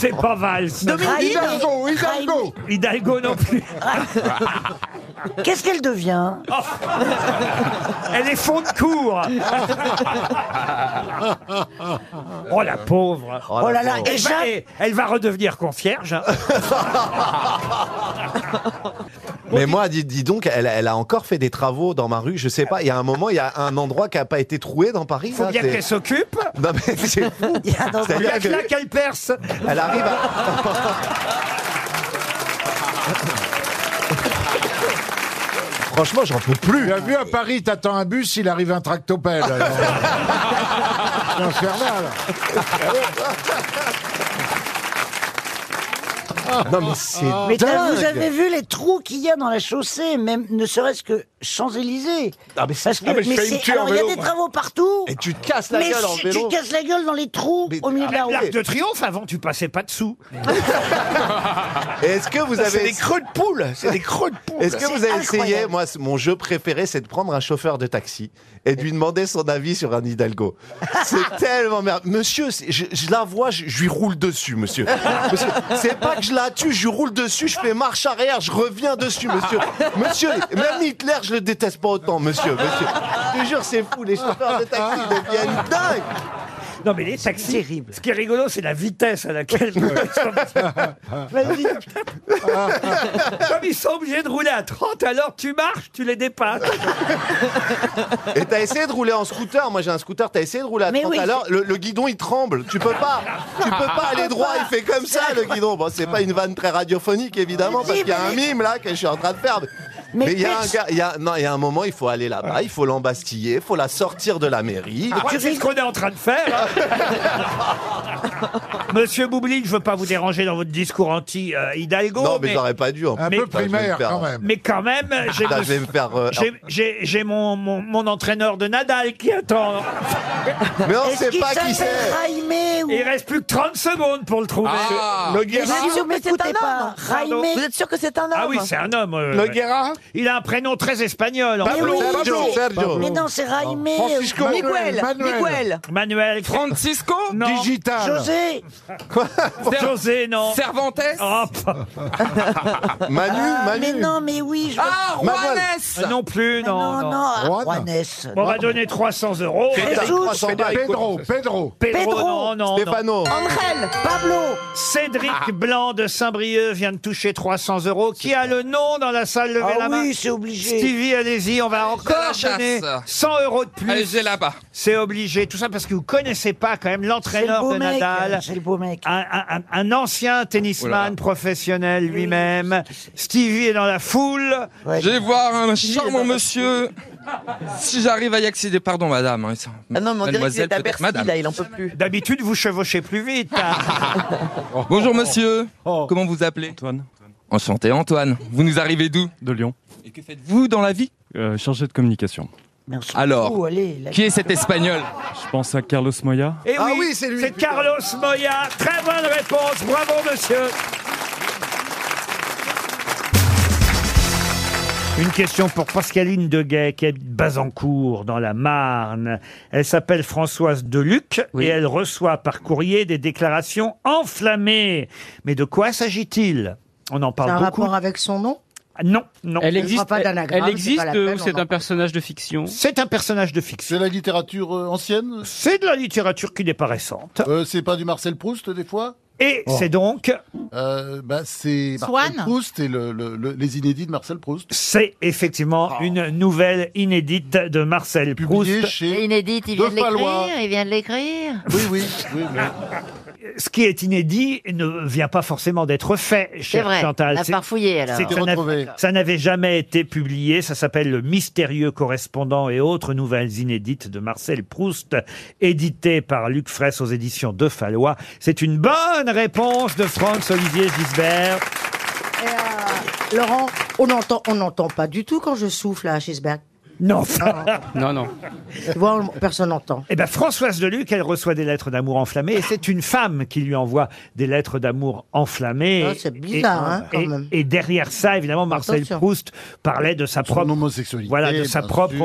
[SPEAKER 2] C'est pas Valls.
[SPEAKER 5] Dominguez
[SPEAKER 22] Ah. Hidalgo, Hidalgo.
[SPEAKER 2] Hidalgo non plus.
[SPEAKER 5] Qu'est-ce qu'elle devient
[SPEAKER 2] Oh. Elle est fond de cours. Oh la pauvre.
[SPEAKER 13] Oh, la Oh là là, pauvre.
[SPEAKER 2] elle, va, elle- elle va redevenir concierge. hein.
[SPEAKER 10] Mais moi, dis, dis donc, elle, elle a encore fait des travaux dans ma rue. Je sais pas, il y a un moment, il y a un endroit qui n'a pas été troué dans Paris.
[SPEAKER 2] Faut
[SPEAKER 10] là,
[SPEAKER 2] bien
[SPEAKER 10] c'est-
[SPEAKER 2] qu'elle s'occupe.
[SPEAKER 10] Non, mais c'est fou.
[SPEAKER 2] Il y a
[SPEAKER 10] C'est-à-dire
[SPEAKER 2] que là
[SPEAKER 10] que-
[SPEAKER 2] qu'elle perce.
[SPEAKER 10] Elle arrive à.
[SPEAKER 22] Franchement, j'en peux plus. Tu as vu à Paris, t'attends un bus, il arrive un tractopelle. alors. C'est infernal.
[SPEAKER 10] Non, mais c'est.
[SPEAKER 5] Mais t'as-
[SPEAKER 10] dingue.
[SPEAKER 5] vous avez vu les trous qu'il y a dans la chaussée, même ne serait-ce que Champs-Élysées.
[SPEAKER 10] Ah, mais c'est-
[SPEAKER 5] Parce que-
[SPEAKER 10] Ah, mais je
[SPEAKER 5] mais
[SPEAKER 10] fais une
[SPEAKER 5] c'est-
[SPEAKER 10] tuerie en
[SPEAKER 5] alors, il y a
[SPEAKER 10] vélo,
[SPEAKER 5] des
[SPEAKER 10] moi.
[SPEAKER 5] travaux partout.
[SPEAKER 10] Et tu te casses la
[SPEAKER 5] mais
[SPEAKER 10] gueule en
[SPEAKER 5] si-
[SPEAKER 10] vélo.
[SPEAKER 5] Tu te casses la gueule dans les trous au milieu de la
[SPEAKER 2] Même L'Arc
[SPEAKER 5] route.
[SPEAKER 2] de Triomphe, avant, tu passais pas dessous.
[SPEAKER 10] Est-ce que vous avez.
[SPEAKER 2] C'est des creux de
[SPEAKER 10] poule.
[SPEAKER 2] c'est des creux de poule.
[SPEAKER 10] Est-ce que
[SPEAKER 2] C'est
[SPEAKER 10] vous avez essayé
[SPEAKER 2] incroyable.
[SPEAKER 10] Moi, c- mon jeu préféré, c'est de prendre un chauffeur de taxi et de lui demander son avis sur un Hidalgo. C'est tellement merde. Monsieur, c'est- je, je la vois, je, je lui roule dessus, monsieur. Monsieur, C'est pas que je la tue, je lui roule dessus, je fais marche arrière, je reviens dessus, monsieur. Monsieur, même Hitler, je le déteste pas autant, monsieur. monsieur. Je te jure, c'est fou, les chauffeurs de taxi deviennent dingues.
[SPEAKER 2] Non, mais les taxis. Ce qui est rigolo, c'est la vitesse à laquelle. Vas-y. Comme ils sont obligés de rouler à 30, alors tu marches, tu les dépasses.
[SPEAKER 10] Et t'as essayé de rouler en scooter. Moi, j'ai un scooter. T'as essayé de rouler à 30 à l'heure. Le, le guidon, il tremble. Tu peux pas. Tu peux pas aller droit. Il fait comme ça, le guidon. Bon, c'est pas une vanne très radiophonique, évidemment, parce qu'il y a un mime, là, que je suis en train de faire. Mais il y a un gars, il y a, non, il y a un moment, il faut aller là-bas, il faut l'embastiller, il faut la sortir de la mairie.
[SPEAKER 2] Ah, c'est ce qu'on est en train de faire. hein. Monsieur Boublil, je veux pas vous déranger dans votre discours anti-Hidalgo.
[SPEAKER 10] Non, mais j'aurais pas dû, en Un fait. peu Putain, je vais me primaire, faire- quand même.
[SPEAKER 2] Mais quand même, j'ai
[SPEAKER 10] Putain,
[SPEAKER 2] me-
[SPEAKER 10] je vais me faire, euh,
[SPEAKER 2] j'ai- j'ai- j'ai mon, mon, mon entraîneur de Nadal qui attend.
[SPEAKER 10] Mais on Est-ce sait qu'il pas qui s'appelle c'est.
[SPEAKER 5] Jaime ou-
[SPEAKER 2] Il reste plus que 30 secondes pour le trouver.
[SPEAKER 5] Ah.
[SPEAKER 2] Le
[SPEAKER 5] Mais
[SPEAKER 2] Guerra.
[SPEAKER 5] si vous m'écoutez pas, Jaime-
[SPEAKER 2] Pardon
[SPEAKER 5] Vous êtes sûr
[SPEAKER 9] que c'est un homme
[SPEAKER 2] Ah oui, c'est un homme. euh,
[SPEAKER 5] Le
[SPEAKER 2] ouais. Il a un prénom très espagnol. en
[SPEAKER 5] Mais
[SPEAKER 2] fait.
[SPEAKER 5] oui, mais- Mais non, c'est euh, Jaime.
[SPEAKER 9] Miguel, Miguel.
[SPEAKER 2] Manuel.
[SPEAKER 25] Francisco
[SPEAKER 2] Non.
[SPEAKER 5] José.
[SPEAKER 2] José, non.
[SPEAKER 25] Cervantes
[SPEAKER 10] Manu, Manu.
[SPEAKER 5] Ah, Mais non, mais oui. Je...
[SPEAKER 25] Ah,
[SPEAKER 5] Manuel.
[SPEAKER 25] Juanes
[SPEAKER 2] Non plus, non.
[SPEAKER 5] Non, non, ah,
[SPEAKER 2] Juan.
[SPEAKER 5] Juanes.
[SPEAKER 2] On va donner 300 euros.
[SPEAKER 5] Pedro, Jesus. 300
[SPEAKER 2] Pedro,
[SPEAKER 22] Pedro, Pedro.
[SPEAKER 2] Pedro, non, non,
[SPEAKER 10] Stefano.
[SPEAKER 2] non.
[SPEAKER 9] Angel.
[SPEAKER 5] Pablo.
[SPEAKER 2] Cédric
[SPEAKER 3] Ah.
[SPEAKER 2] Blanc de Saint-Brieuc vient de toucher 300 euros. Qui a le nom dans la salle Levez
[SPEAKER 5] Ah
[SPEAKER 2] la main.
[SPEAKER 5] oui, c'est obligé.
[SPEAKER 2] Stevie, allez-y, on va encore
[SPEAKER 25] la
[SPEAKER 2] donner
[SPEAKER 25] chasse.
[SPEAKER 2] 100 euros de plus.
[SPEAKER 25] Allez, j'ai là-bas.
[SPEAKER 2] C'est obligé. Tout ça parce que vous connaissez pas quand même l'entraîneur
[SPEAKER 5] C'est
[SPEAKER 2] de
[SPEAKER 5] le beau mec,
[SPEAKER 2] Nadal.
[SPEAKER 5] euh, c'est le beau mec.
[SPEAKER 2] Un, un- un ancien
[SPEAKER 25] Oula.
[SPEAKER 2] tennisman professionnel lui-même. Stevie est dans la foule.
[SPEAKER 25] Je vais voir
[SPEAKER 23] Ah,
[SPEAKER 25] un charmant monsieur. Si j'arrive à y accéder, pardon madame. hein, ça-
[SPEAKER 9] Ah non, mais on dirait qu'il
[SPEAKER 25] Mademoiselle,
[SPEAKER 9] est à
[SPEAKER 25] peut-être
[SPEAKER 9] Bercy,
[SPEAKER 25] madame.
[SPEAKER 9] là, il en peut plus.
[SPEAKER 2] D'habitude, vous chevauchez plus vite.
[SPEAKER 25] Bonjour monsieur. Comment vous appelez
[SPEAKER 12] Oh. Antoine.
[SPEAKER 25] Enchanté Antoine. Vous nous arrivez d'où
[SPEAKER 12] De Lyon.
[SPEAKER 25] Et que faites-vous dans la vie
[SPEAKER 12] Euh, chargé de communication.
[SPEAKER 25] Alors,
[SPEAKER 5] Oh, allez, la-
[SPEAKER 25] qui est cet espagnol
[SPEAKER 12] Je pense à Carlos Moya.
[SPEAKER 2] Et Eh Ah oui, c'est Carlos Moya. Très bonne réponse. Bravo, monsieur. Une question pour Pascaline Deguet, qui est de Bazancourt, dans la Marne. Elle s'appelle Françoise Deluc et elle reçoit par courrier des déclarations enflammées. Mais de quoi s'agit-il On en parle
[SPEAKER 30] un
[SPEAKER 2] beaucoup.
[SPEAKER 30] rapport avec son nom
[SPEAKER 2] Ah, Non, non.
[SPEAKER 30] Elle existe- fera pas d'anagramme,
[SPEAKER 4] elle
[SPEAKER 30] c'est
[SPEAKER 4] existe
[SPEAKER 30] pas la
[SPEAKER 4] euh,
[SPEAKER 30] peine,
[SPEAKER 4] ou
[SPEAKER 30] on
[SPEAKER 4] c'est
[SPEAKER 30] en
[SPEAKER 4] un personnage de fiction
[SPEAKER 2] C'est un personnage de fiction.
[SPEAKER 12] C'est la littérature ancienne
[SPEAKER 2] C'est de la littérature qui n'est pas récente.
[SPEAKER 12] C'est pas du Marcel Proust, des fois
[SPEAKER 2] Et
[SPEAKER 30] Oh.
[SPEAKER 2] c'est donc
[SPEAKER 22] Euh, bah, c'est Marcel
[SPEAKER 2] Swann
[SPEAKER 22] Proust et le- le- le- les inédits de Marcel Proust. Ah.
[SPEAKER 2] C'est effectivement une nouvelle inédite de Marcel Proust.
[SPEAKER 1] C'est inédite, il
[SPEAKER 22] De
[SPEAKER 1] vient de
[SPEAKER 22] Palois.
[SPEAKER 1] l'écrire, il vient de l'écrire.
[SPEAKER 22] Oui, oui, oui.
[SPEAKER 2] Ce qui est inédit ne vient pas forcément d'être fait, cher
[SPEAKER 1] vrai.
[SPEAKER 2] Chantal.
[SPEAKER 1] La
[SPEAKER 2] C'est-
[SPEAKER 1] farfouiller, alors.
[SPEAKER 2] c'est que ça n'a- Ça n'avait jamais été publié. Ça s'appelle Le mystérieux correspondant et autres nouvelles inédites de Marcel Proust, édité par Luc Fraisse aux éditions de Fallois. C'est une bonne réponse de Franz Olivier Gisbert.
[SPEAKER 28] Laurent, on n'entend on n'entend pas du tout quand je souffle à Schissberg.
[SPEAKER 2] Non.
[SPEAKER 28] non, non. Tu vois, on- personne n'entend.
[SPEAKER 2] Eh ben, Françoise Deluc, elle reçoit des lettres d'amour enflammées et c'est une femme qui lui envoie des lettres d'amour enflammées.
[SPEAKER 28] Ah, c'est bizarre,
[SPEAKER 2] et,
[SPEAKER 28] hein, quand
[SPEAKER 2] et-
[SPEAKER 28] même.
[SPEAKER 2] et derrière ça, évidemment, Marcel
[SPEAKER 28] Attention.
[SPEAKER 2] Proust parlait de sa propre homosexualité. Voilà, de sa
[SPEAKER 22] bien
[SPEAKER 2] propre
[SPEAKER 22] sûr. Mon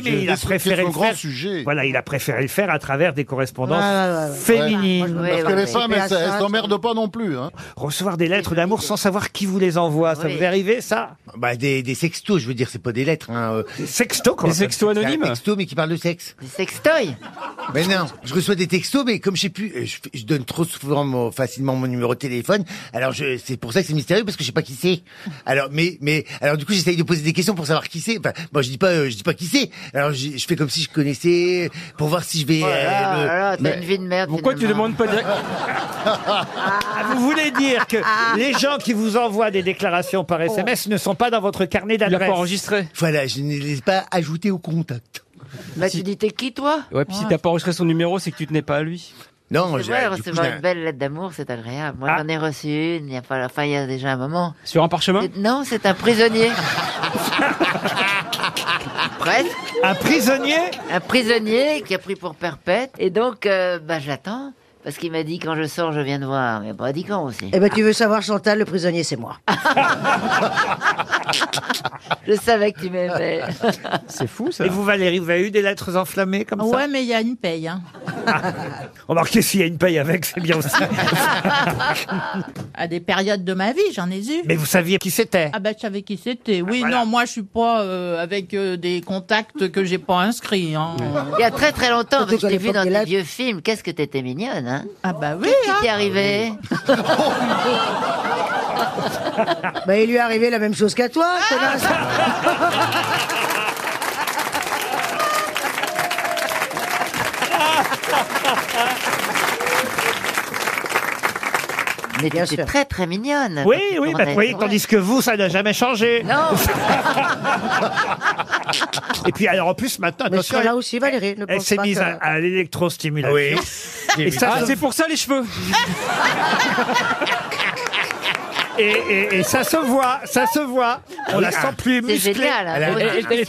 [SPEAKER 22] Dieu.
[SPEAKER 2] mais il a
[SPEAKER 22] Et c'est-
[SPEAKER 2] préféré
[SPEAKER 22] c'est son
[SPEAKER 2] le
[SPEAKER 22] grand
[SPEAKER 2] faire.
[SPEAKER 22] sujet.
[SPEAKER 2] Voilà, il a préféré le faire à travers des correspondances
[SPEAKER 22] Ouais, ouais, ouais.
[SPEAKER 2] féminines.
[SPEAKER 22] Ouais, Parce que ouais, les ouais. femmes, elles- elles s'emmerdent
[SPEAKER 2] pas non plus.
[SPEAKER 22] hein.
[SPEAKER 2] Recevoir des lettres d'amour sans savoir qui vous les envoie, ça
[SPEAKER 22] Oui.
[SPEAKER 2] vous est arrivé, ça
[SPEAKER 6] Bah, des, des sextos, je veux dire, c'est pas des lettres. Hein.
[SPEAKER 2] Sextos,
[SPEAKER 6] quoi.
[SPEAKER 2] Des sextos anonymes
[SPEAKER 6] Des sextos, mais qui parlent de sexe.
[SPEAKER 1] Des sextoys
[SPEAKER 6] Mais non, je reçois des textos, mais comme je sais plus, euh, je, je donne trop souvent mon- facilement mon numéro de téléphone. Alors je, c'est pour ça que c'est mystérieux parce que je sais pas qui c'est. Alors mais mais alors du coup j'essaye de poser des questions pour savoir qui c'est. Enfin moi je dis pas euh, je dis pas qui c'est. Alors je, je fais comme si je connaissais pour voir si je vais.
[SPEAKER 1] Oh là là,
[SPEAKER 6] euh, le-
[SPEAKER 1] oh là là, t'as
[SPEAKER 6] Mais-
[SPEAKER 1] une vie de merde. finalement.
[SPEAKER 6] demandes pas
[SPEAKER 2] Ah, Vous voulez dire que
[SPEAKER 1] Ah.
[SPEAKER 2] les gens qui vous envoient des déclarations par SMS ne sont pas dans votre carnet d'adresse
[SPEAKER 6] Voilà, je ne les ai pas ajoutés au contact.
[SPEAKER 1] Bah, tu dis, t'es qui, toi
[SPEAKER 11] Ouais, puis si t'as pas enregistré son numéro, c'est que tu tenais pas à lui.
[SPEAKER 6] Non,
[SPEAKER 1] C'est vrai, recevoir une belle lettre d'amour, c'est agréable. Moi, j'en ai reçu une, il y a pas, enfin, il y a déjà un moment.
[SPEAKER 11] Sur un parchemin
[SPEAKER 1] C'est- Non, c'est un prisonnier. Presque.
[SPEAKER 2] Un prisonnier
[SPEAKER 1] Un prisonnier qui a pris pour perpète. Et donc, euh, bah, j'attends. Parce qu'il m'a dit quand je sors, je viens de voir. Mais pas dit quand aussi.
[SPEAKER 28] Eh ben, tu veux savoir, Chantal, le prisonnier, c'est moi.
[SPEAKER 1] Je savais que tu m'aimais.
[SPEAKER 2] C'est fou ça. Et vous Valérie, vous avez eu des lettres enflammées comme ça Oh,
[SPEAKER 20] Ouais, mais il y a une paye. hein.
[SPEAKER 2] Remarquez s'il y a une paye avec, c'est bien aussi.
[SPEAKER 20] À des périodes de ma vie, j'en ai eu.
[SPEAKER 2] Mais vous saviez qui c'était
[SPEAKER 20] Ah ben, je savais qui c'était. Oui,
[SPEAKER 2] Eh. voilà.
[SPEAKER 20] non, moi, je suis pas euh, avec euh, des contacts que j'ai pas inscrits. hein.
[SPEAKER 1] Ah. Il y a très très longtemps,
[SPEAKER 20] Surtout
[SPEAKER 1] mais je
[SPEAKER 20] qu'à
[SPEAKER 1] t'ai vu
[SPEAKER 20] l'époque
[SPEAKER 1] dans
[SPEAKER 20] des
[SPEAKER 1] des
[SPEAKER 20] lettres.
[SPEAKER 1] vieux films. Qu'est-ce que t'étais mignonne, hein
[SPEAKER 20] Ah bah oui.
[SPEAKER 1] Qu'est-ce qui t'est arrivé
[SPEAKER 28] bah, il lui est arrivé la même chose qu'à toi, connasse.
[SPEAKER 1] Mais tu étais très très mignonne.
[SPEAKER 2] Oui,
[SPEAKER 1] quand tu
[SPEAKER 2] oui, bah,
[SPEAKER 1] tournais.
[SPEAKER 2] oui, tandis que vous, ça n'a jamais changé.
[SPEAKER 1] Non
[SPEAKER 2] Et puis alors en plus maintenant,
[SPEAKER 28] Mais je
[SPEAKER 2] attention,
[SPEAKER 28] serai là aussi, Valérie. Ne
[SPEAKER 2] elle, elle
[SPEAKER 28] pense
[SPEAKER 2] s'est
[SPEAKER 28] pas
[SPEAKER 2] mise
[SPEAKER 28] que-
[SPEAKER 2] à, à l'électrostimulation.
[SPEAKER 28] J'ai
[SPEAKER 2] Et
[SPEAKER 28] vu
[SPEAKER 2] ça,
[SPEAKER 28] ça.
[SPEAKER 2] c'est
[SPEAKER 11] pour ça les cheveux.
[SPEAKER 2] Et, et- et ça se voit, ça se voit. On la sent plus musclée.
[SPEAKER 28] hein.
[SPEAKER 11] Elle est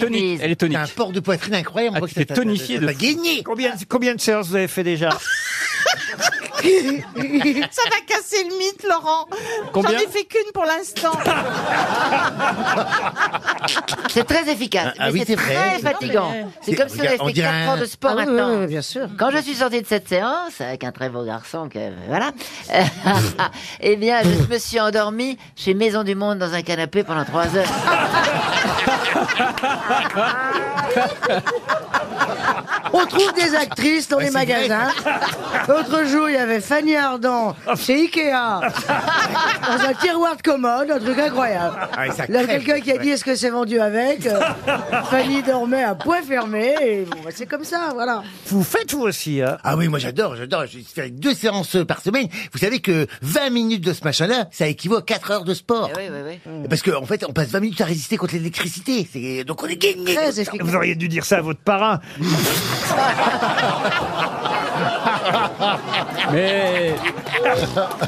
[SPEAKER 11] tonique. Ah,
[SPEAKER 6] un port de poitrine incroyable. on voit que
[SPEAKER 2] t'es
[SPEAKER 6] ça t'a-
[SPEAKER 2] tonifiée
[SPEAKER 6] ça t'a
[SPEAKER 2] de fou.
[SPEAKER 6] gagné.
[SPEAKER 2] Combien, combien de séances vous avez fait déjà
[SPEAKER 20] Ça va casser le mythe, Laurent.
[SPEAKER 2] Combien
[SPEAKER 20] J'en ai fait qu'une pour l'instant.
[SPEAKER 1] C'est très efficace,
[SPEAKER 6] Ah, ah
[SPEAKER 1] mais
[SPEAKER 6] oui,
[SPEAKER 1] c'est
[SPEAKER 6] c'est vrai.
[SPEAKER 1] très
[SPEAKER 6] C'est-
[SPEAKER 1] fatigant.
[SPEAKER 6] Non, mais-
[SPEAKER 1] C'est comme si on avait
[SPEAKER 6] Regarde, on
[SPEAKER 1] fait
[SPEAKER 6] dirait
[SPEAKER 1] 4 ans
[SPEAKER 6] un-
[SPEAKER 1] de sport
[SPEAKER 28] Ah oui,
[SPEAKER 1] intense.
[SPEAKER 28] oui, oui, bien sûr.
[SPEAKER 1] Quand je suis sortie de cette séance, avec un très beau garçon, que voilà, euh, eh bien, je me suis endormie chez Maison du Monde dans un canapé pendant 3 heures.
[SPEAKER 28] On trouve des actrices dans
[SPEAKER 1] Ouais,
[SPEAKER 28] les
[SPEAKER 1] c'est vrai.
[SPEAKER 28] magasins. L'autre jour, il y avait Fanny Ardant chez Ikea, dans un tiroir de commode, un truc incroyable.
[SPEAKER 6] Ah, et ça
[SPEAKER 28] Là,
[SPEAKER 6] crève,
[SPEAKER 28] quelqu'un qui a
[SPEAKER 6] ouais.
[SPEAKER 28] dit est-ce que c'est vendu avec Euh, Fanny dormait à poing fermé, et bon, bah, c'est comme ça, voilà.
[SPEAKER 2] Vous faites vous aussi, hein
[SPEAKER 6] Ah oui, moi j'adore, j'adore. Je fais deux séances par semaine. Vous savez que 20 minutes de ce machin-là, ça équivaut à 4 heures de sport.
[SPEAKER 1] Eh Oui, oui, oui.
[SPEAKER 6] Parce qu'en en fait, on passe 20 minutes à résister contre l'électricité. C'est- Donc on est gagné.
[SPEAKER 2] Vous auriez dû dire ça à votre parrain.
[SPEAKER 11] Mais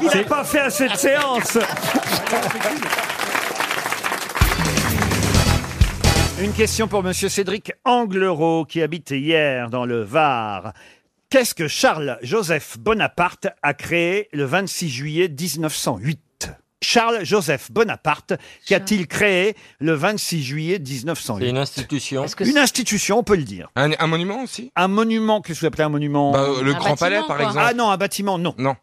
[SPEAKER 2] il n'a pas fait assez de séances. Une question pour Monsieur Cédric Anglerot qui habite hier dans le Var. Qu'est-ce que Charles-Joseph Bonaparte a créé le 26 juillet 1908 Charles-Joseph Bonaparte, qu'a-t-il créé le 26 juillet 1908 Une institution. Une institution, on peut le dire.
[SPEAKER 25] Un, un monument aussi
[SPEAKER 2] Un monument, qu'est-ce que vous appelez un monument
[SPEAKER 25] Bah, euh, le Un Grand bâtiment, Palais, par quoi. exemple.
[SPEAKER 2] Ah non, un bâtiment, non.
[SPEAKER 25] Non.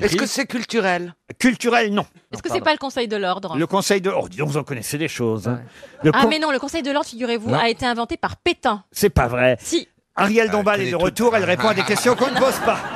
[SPEAKER 2] Est-ce que
[SPEAKER 25] c'est culturel
[SPEAKER 2] Culturel, non.
[SPEAKER 31] Est-ce que c'est pas le Conseil de l'ordre
[SPEAKER 2] Le conseil de... Oh, dis donc, vous en connaissez des choses. hein. Le
[SPEAKER 31] Ah
[SPEAKER 2] con-
[SPEAKER 31] mais non, le Conseil de l'ordre, figurez-vous,
[SPEAKER 2] Non.
[SPEAKER 31] a été inventé par Pétain.
[SPEAKER 2] C'est pas vrai.
[SPEAKER 31] Si.
[SPEAKER 25] Ah,
[SPEAKER 2] Ariel Dombal est de retour, elle répond à des questions qu'on ne pose pas.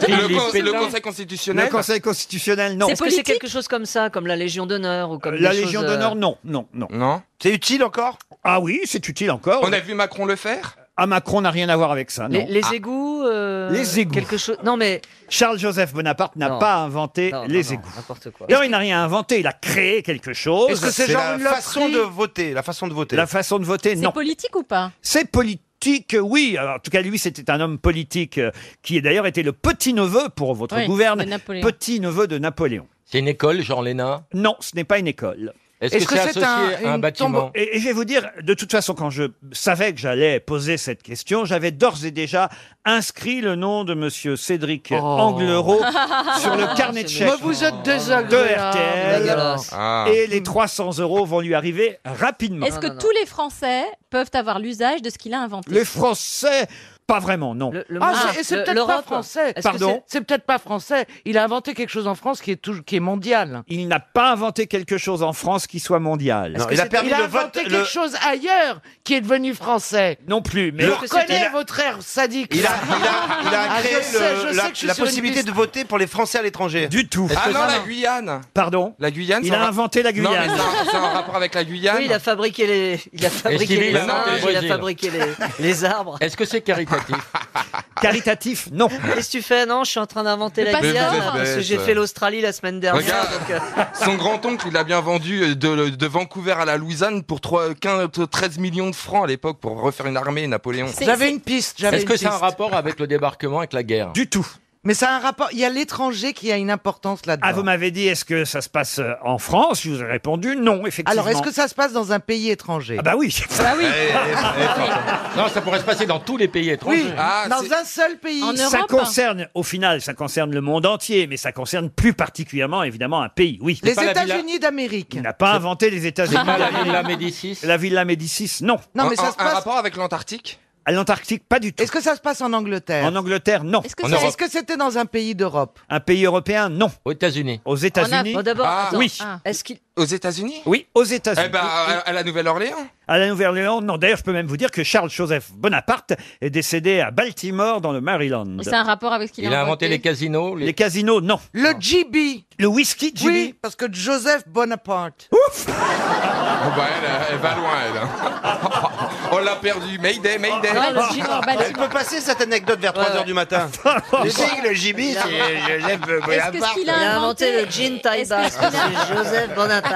[SPEAKER 25] Le, con-
[SPEAKER 2] Philippe
[SPEAKER 25] le
[SPEAKER 2] Pétain.
[SPEAKER 25] Conseil constitutionnel.
[SPEAKER 2] Le Conseil constitutionnel, non.
[SPEAKER 20] Est-ce que c'est quelque chose comme ça, comme la Légion d'honneur ou comme
[SPEAKER 2] La
[SPEAKER 20] des
[SPEAKER 2] Légion
[SPEAKER 20] choses, euh,
[SPEAKER 2] d'honneur, non, non, non. Non. C'est utile encore Ah oui, c'est utile encore.
[SPEAKER 25] On a vu Macron le faire. Ah.
[SPEAKER 2] Ah, Macron n'a rien à voir avec ça, non.
[SPEAKER 20] Les, les égouts. euh,
[SPEAKER 2] Ah. Les égouts.
[SPEAKER 20] Quelque chose. Non mais.
[SPEAKER 2] Charles-Joseph Bonaparte n'a
[SPEAKER 20] Non.
[SPEAKER 2] pas inventé
[SPEAKER 20] Non, non,
[SPEAKER 2] les
[SPEAKER 20] non,
[SPEAKER 2] égouts.
[SPEAKER 20] N'importe quoi.
[SPEAKER 2] Non, il n'a rien inventé, il a créé quelque chose.
[SPEAKER 3] Est-ce que c'est C'est genre la une loterie façon de voter,
[SPEAKER 2] la façon de voter. La façon de voter,
[SPEAKER 32] C'est
[SPEAKER 2] non.
[SPEAKER 32] politique ou pas
[SPEAKER 2] C'est politique, oui. Alors, en tout cas, lui, c'était un homme politique euh, qui, d'ailleurs, était le petit-neveu pour votre
[SPEAKER 32] Oui,
[SPEAKER 2] gouverne.
[SPEAKER 32] de Napoléon.
[SPEAKER 2] Petit-neveu de Napoléon.
[SPEAKER 14] C'est une école, Jean Lénin
[SPEAKER 2] Non, ce n'est pas une école.
[SPEAKER 14] Est-ce que c'est associé à un
[SPEAKER 2] une
[SPEAKER 14] bâtiment
[SPEAKER 2] tombe- et, et je vais vous dire, de toute façon, quand je savais que j'allais poser cette question, j'avais d'ores et déjà inscrit le nom de Monsieur Cédric Anglerot sur le carnet de
[SPEAKER 15] C'est
[SPEAKER 2] chèques
[SPEAKER 15] mignon. Vous êtes
[SPEAKER 2] de
[SPEAKER 15] désagréable.
[SPEAKER 2] RTL.
[SPEAKER 15] Dégueulasse.
[SPEAKER 14] Ah.
[SPEAKER 2] Et les 300 euros vont lui arriver rapidement.
[SPEAKER 32] Est-ce que tous les Français peuvent avoir l'usage de ce qu'il a inventé
[SPEAKER 2] Les Français, pas vraiment, non.
[SPEAKER 15] Ah, c'est- et c'est peut-être pas français. Est-ce que
[SPEAKER 2] Pardon
[SPEAKER 15] c'est- C'est peut-être pas français. Il a inventé quelque chose en France qui est, tout, qui est mondial.
[SPEAKER 2] Il n'a pas inventé quelque chose en France qui soit mondial.
[SPEAKER 15] Est-ce que c'est- il a inventé quelque chose ailleurs qui est devenu français.
[SPEAKER 2] Non plus, mais
[SPEAKER 15] je
[SPEAKER 2] Est-ce que
[SPEAKER 15] reconnais
[SPEAKER 2] c'était- il a-
[SPEAKER 15] votre air sadique.
[SPEAKER 3] Il a, il a, il a
[SPEAKER 15] Ah,
[SPEAKER 3] créé
[SPEAKER 15] je sais,
[SPEAKER 3] le-
[SPEAKER 15] je
[SPEAKER 3] la,
[SPEAKER 15] sais que je suis
[SPEAKER 3] la
[SPEAKER 15] sur une
[SPEAKER 3] possibilité
[SPEAKER 15] piste.
[SPEAKER 3] de voter pour les Français à l'étranger.
[SPEAKER 2] Du tout.
[SPEAKER 25] Ah non, la Guyane.
[SPEAKER 2] Pardon
[SPEAKER 25] La Guyane.
[SPEAKER 3] Il
[SPEAKER 25] c'est
[SPEAKER 3] a
[SPEAKER 25] un ra-
[SPEAKER 3] inventé la
[SPEAKER 25] Non, mais
[SPEAKER 3] Guyane.
[SPEAKER 25] c'est un- c'est un rapport avec la Guyane.
[SPEAKER 20] Oui, il a fabriqué les, il a fabriqué
[SPEAKER 25] qu'il
[SPEAKER 20] les
[SPEAKER 25] est inventé
[SPEAKER 20] singes,
[SPEAKER 25] le
[SPEAKER 20] il a
[SPEAKER 25] Brésil
[SPEAKER 20] fabriqué les, les arbres. Est-ce que c'est caritatif
[SPEAKER 2] Caritatif, non.
[SPEAKER 20] Qu'est-ce que tu fais Non, je suis en train d'inventer
[SPEAKER 25] Le
[SPEAKER 20] la
[SPEAKER 25] passeport.
[SPEAKER 20] Guyane
[SPEAKER 25] Mais vous êtes
[SPEAKER 20] parce que
[SPEAKER 25] bête.
[SPEAKER 20] j'ai fait l'Australie la semaine dernière.
[SPEAKER 25] Regarde,
[SPEAKER 20] donc, euh,
[SPEAKER 25] son grand-oncle, il a bien vendu euh, de, de Vancouver à la Louisiane pour 3, 15, 13 millions de francs à l'époque pour refaire une armée, Napoléon.
[SPEAKER 15] J'avais une piste. j'avais
[SPEAKER 14] Est-ce que
[SPEAKER 15] une
[SPEAKER 14] c'est un
[SPEAKER 15] piste.
[SPEAKER 14] rapport avec le débarquement, avec la guerre
[SPEAKER 2] Du tout.
[SPEAKER 15] Mais ça a un rapport. Il y a l'étranger qui a une importance là-dedans.
[SPEAKER 2] Ah, vous m'avez dit, est-ce que ça se passe euh, en France Je vous ai répondu non, effectivement.
[SPEAKER 15] Alors, est-ce que ça se passe dans un pays étranger
[SPEAKER 2] Ah bah oui
[SPEAKER 15] Bah
[SPEAKER 14] Eh,
[SPEAKER 15] oui.
[SPEAKER 14] Non, ça pourrait se passer dans tous les pays étrangers. Ah,
[SPEAKER 15] Oui, dans un seul pays.
[SPEAKER 2] Ah, ça concerne, au final, ça concerne le monde entier, mais ça concerne plus particulièrement, évidemment, un pays, oui.
[SPEAKER 15] Les États-Unis d'Amérique.
[SPEAKER 2] Il n'a pas inventé les États-Unis.
[SPEAKER 15] C'est pas la Villa
[SPEAKER 14] Médicis
[SPEAKER 2] La Villa Médicis, non.
[SPEAKER 15] Non, mais ça se passe.
[SPEAKER 25] avec l'Antarctique
[SPEAKER 2] À l'Antarctique, pas du tout.
[SPEAKER 15] Est-ce que ça se passe en Angleterre
[SPEAKER 2] En Angleterre, non.
[SPEAKER 15] Est-ce que c'est- est-ce que c'était dans un pays d'Europe
[SPEAKER 2] Un pays européen, non.
[SPEAKER 14] Aux États-Unis.
[SPEAKER 2] Aux États-Unis.
[SPEAKER 20] Bon, d'abord,
[SPEAKER 25] Ah.
[SPEAKER 20] attends. Ah.
[SPEAKER 2] oui.
[SPEAKER 20] Est-ce qu'il
[SPEAKER 25] Aux États-Unis
[SPEAKER 2] Oui, aux États-Unis.
[SPEAKER 25] Eh ben, à, à la Nouvelle-Orléans.
[SPEAKER 2] À la Nouvelle-Orléans, non. D'ailleurs, je peux même vous dire que Charles-Joseph Bonaparte est décédé à Baltimore, dans le Maryland.
[SPEAKER 32] C'est un rapport avec ce qu'il a, inventé.
[SPEAKER 14] casinos
[SPEAKER 2] Les casinos, non.
[SPEAKER 15] Le GB.
[SPEAKER 2] Le whisky GB
[SPEAKER 15] Oui, parce que Joseph Bonaparte.
[SPEAKER 25] Bon,
[SPEAKER 14] Ah.
[SPEAKER 25] bah, elle, euh, elle va loin, elle. hein. On l'a perdu. Mayday, Mayday.
[SPEAKER 3] Elle peut passer Ah, cette anecdote vers 3h du matin. Tu sais que le gibi, c'est Joseph Bonaparte.
[SPEAKER 20] Il a inventé le jean taille basse. Monsieur Joseph Bonaparte.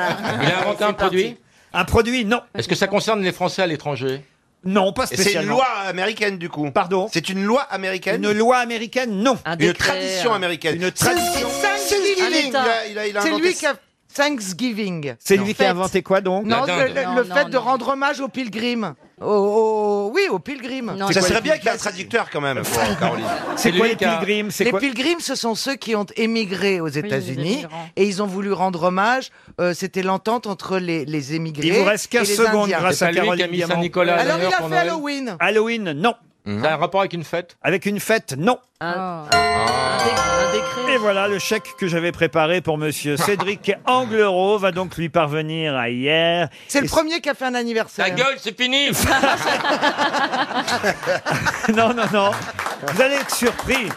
[SPEAKER 14] Il a inventé un produit
[SPEAKER 2] Un produit, non.
[SPEAKER 14] Est-ce que ça concerne les Français à l'étranger
[SPEAKER 2] Non, pas
[SPEAKER 3] Et C'est une
[SPEAKER 2] spécialement.
[SPEAKER 3] loi américaine du coup.
[SPEAKER 2] Pardon
[SPEAKER 3] C'est une loi américaine.
[SPEAKER 2] Une loi américaine, non.
[SPEAKER 3] Une tradition américaine.
[SPEAKER 2] Une tradition.
[SPEAKER 15] Thanksgiving.
[SPEAKER 3] Il a- il a- il a
[SPEAKER 15] C'est
[SPEAKER 3] inventé
[SPEAKER 15] lui qui a Thanksgiving.
[SPEAKER 2] C'est lui qui a inventé quoi donc
[SPEAKER 15] Non, le, le- le fait de rendre hommage aux pilgrims. Au- au- oui, aux pilgrims.
[SPEAKER 3] ça serait bien qu'il y ait un traducteur quand même pour Caroline.
[SPEAKER 2] C'est quoi les pilgrims C'est
[SPEAKER 15] Les
[SPEAKER 2] quoi
[SPEAKER 15] pilgrims, ce sont ceux qui ont émigré aux
[SPEAKER 2] les
[SPEAKER 15] États-Unis
[SPEAKER 2] émigrants.
[SPEAKER 15] et ils ont voulu rendre hommage. euh, C'était l'entente entre les, les émigrés.
[SPEAKER 2] Il vous reste 15
[SPEAKER 15] et les
[SPEAKER 2] secondes
[SPEAKER 15] Indiens.
[SPEAKER 2] grâce à Caroline Diamant.
[SPEAKER 15] Alors il a fait Halloween.
[SPEAKER 2] Halloween, non.
[SPEAKER 14] Ça a un rapport avec une fête
[SPEAKER 2] Avec une fête, non.
[SPEAKER 14] Ah.
[SPEAKER 2] Ah. Et voilà, le chèque que j'avais préparé pour monsieur Cédric Anglerot va donc lui parvenir à hier.
[SPEAKER 15] C'est le
[SPEAKER 2] Et-
[SPEAKER 15] premier qui a fait un anniversaire.
[SPEAKER 14] c'est fini
[SPEAKER 2] non, non, non. Vous allez être surpris.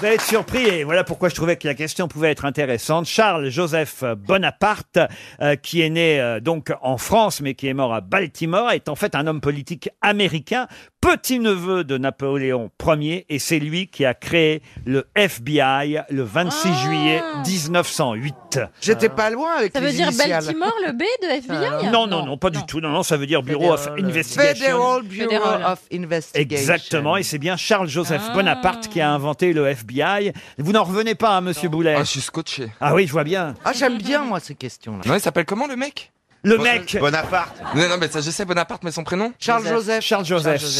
[SPEAKER 2] Vous allez être surpris et voilà pourquoi je trouvais que la question pouvait être intéressante. Charles-Joseph Bonaparte, euh, qui est né euh, donc en France mais qui est mort à Baltimore, est en fait un homme politique américain, petit-neveu de Napoléon Ier et c'est lui qui a créé le FBI le 26 juillet 1908.
[SPEAKER 15] J'étais pas loin avec
[SPEAKER 32] Ah. Ça
[SPEAKER 15] les
[SPEAKER 32] veut dire
[SPEAKER 15] initiales.
[SPEAKER 32] Baltimore, le B de FBI
[SPEAKER 2] Euh, Non, non, non, pas du tout. Non, non, ça veut dire Bureau of Investigation.
[SPEAKER 15] euh, Federal Bureau
[SPEAKER 32] Fédéral.
[SPEAKER 15] of Investigation. Ah.
[SPEAKER 2] Exactement, et c'est bien Charles-Joseph Bonaparte qui a inventé le FBI. Vous n'en revenez pas, hein, monsieur Boulet
[SPEAKER 25] Ah, je suis scotché.
[SPEAKER 2] Ah oui, je vois bien.
[SPEAKER 15] Ah, j'aime bien, moi, ces questions-là.
[SPEAKER 25] Non, il s'appelle comment le mec
[SPEAKER 2] Le mec
[SPEAKER 3] Bonaparte.
[SPEAKER 25] Non, non, mais ça, je sais Bonaparte, mais son prénom
[SPEAKER 15] Charles-Joseph.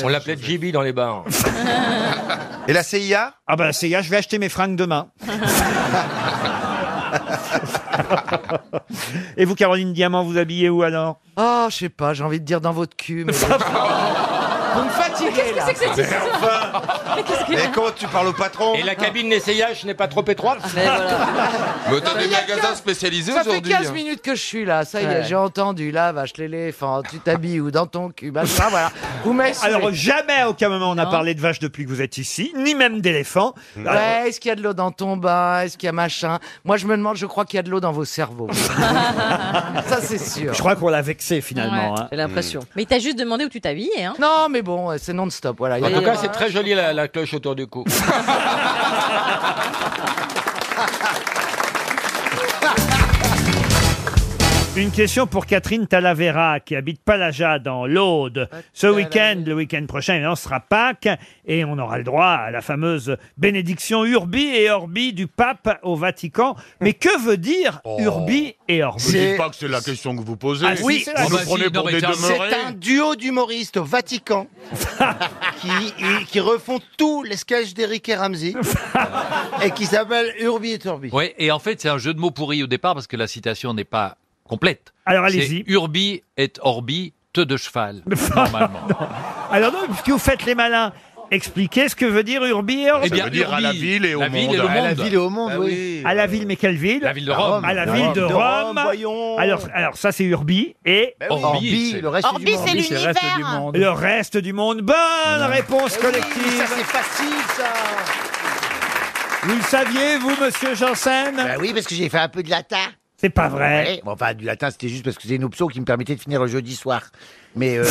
[SPEAKER 14] On l'appelait JB dans les bars.
[SPEAKER 25] Bah.
[SPEAKER 3] Et la CIA
[SPEAKER 2] Ah bah la CIA, je vais acheter mes fringues demain. Ah, et vous, Caroline Diamant, vous habillez où alors
[SPEAKER 15] Ah, je sais pas, j'ai envie de dire dans votre cul. Mais... vous me fatiguez, là.
[SPEAKER 32] Qu'est-ce que c'est que cette histoire
[SPEAKER 25] Mais comment tu parles au patron
[SPEAKER 33] Et la cabine d'essayage n'est pas trop étroite
[SPEAKER 25] Mais t'as des magasins spécialisés
[SPEAKER 15] Ça fait
[SPEAKER 25] aujourd'hui.
[SPEAKER 15] 15
[SPEAKER 25] hein.
[SPEAKER 15] minutes que je suis là, ça y
[SPEAKER 25] Ouais.
[SPEAKER 15] est, j'ai entendu là, vache l'éléphant, tu t'habilles ou dans ton cul, machin, voilà. Vous m'avez saoulé.
[SPEAKER 2] Alors, jamais à aucun moment on a
[SPEAKER 15] Non.
[SPEAKER 2] parlé de vache depuis que vous êtes ici, ni même d'éléphant. Alors,
[SPEAKER 15] Ouais, est-ce qu'il y a de l'eau dans ton bain Est-ce qu'il y a machin Moi, je me demande, je crois qu'il y a de l'eau dans vos cerveaux. ça, c'est sûr.
[SPEAKER 2] Je crois qu'on l'a vexé finalement.
[SPEAKER 15] Ouais.
[SPEAKER 2] hein.
[SPEAKER 15] J'ai l'impression.
[SPEAKER 34] Mais il t'a juste demandé où tu t'habillais. Hein.
[SPEAKER 15] Non, mais bon, euh, c'est non-stop, voilà.
[SPEAKER 33] En tout cas, c'est très joli la, la cloche autour du cou.
[SPEAKER 2] Une question pour Catherine Talavera, qui habite Palaja, dans l'Aude. Ce week-end, le week-end prochain, évidemment, sera Pâques, et on aura le droit à la fameuse bénédiction Urbi et Orbi du pape au Vatican. Mais que veut dire
[SPEAKER 23] Oh.
[SPEAKER 2] Urbi et Orbi
[SPEAKER 22] Je dis pas que c'est la question que vous posez.
[SPEAKER 2] Oh, Ah, si,
[SPEAKER 22] oui,
[SPEAKER 2] c'est la
[SPEAKER 22] vous nous
[SPEAKER 2] question.
[SPEAKER 22] prenez pour des demeurés.
[SPEAKER 11] C'est un duo d'humoristes au Vatican qui, qui refont tous les sketchs d'Eric et Ramsey et qui s'appelle Urbi et Turbi.
[SPEAKER 23] Oui, et en fait, c'est un jeu de mots pourri au départ parce que la citation n'est pas complète.
[SPEAKER 2] Alors,
[SPEAKER 23] C'est
[SPEAKER 2] allez-y.
[SPEAKER 23] Urbi et orbi, te de cheval, normalement.
[SPEAKER 2] Alors non, puisque vous faites les malins, expliquez ce que veut dire Urbi et Orbi.
[SPEAKER 23] Eh bien, Ça veut dire Urbi, à la ville et au la ville monde. et le
[SPEAKER 2] À la
[SPEAKER 23] monde.
[SPEAKER 2] ville et au monde,
[SPEAKER 23] Bah
[SPEAKER 2] oui. À la ville, mais quelle ville La
[SPEAKER 23] ville de Rome.
[SPEAKER 2] À la
[SPEAKER 23] De
[SPEAKER 2] ville
[SPEAKER 23] Rome.
[SPEAKER 2] de
[SPEAKER 23] De
[SPEAKER 2] Rome.
[SPEAKER 23] Rome,
[SPEAKER 11] voyons.
[SPEAKER 2] Alors, alors ça, c'est Urbi et...
[SPEAKER 23] Ben oui. Orbi, Orbi, c'est- le reste
[SPEAKER 11] Orbi, du monde. c'est Orbi, c'est le reste l'univers. du monde. Ah. Eh
[SPEAKER 2] Le reste du monde. Bonne réponse collective.
[SPEAKER 11] Ça, c'est facile, ça.
[SPEAKER 2] Vous le saviez, vous, monsieur Janssen
[SPEAKER 6] Bah oui, parce que j'ai fait un peu de latin.
[SPEAKER 2] C'est pas vrai.
[SPEAKER 6] Ouais, bon, enfin, du latin, c'était juste parce que c'est une option qui me permettait de finir le jeudi soir. Mais, euh,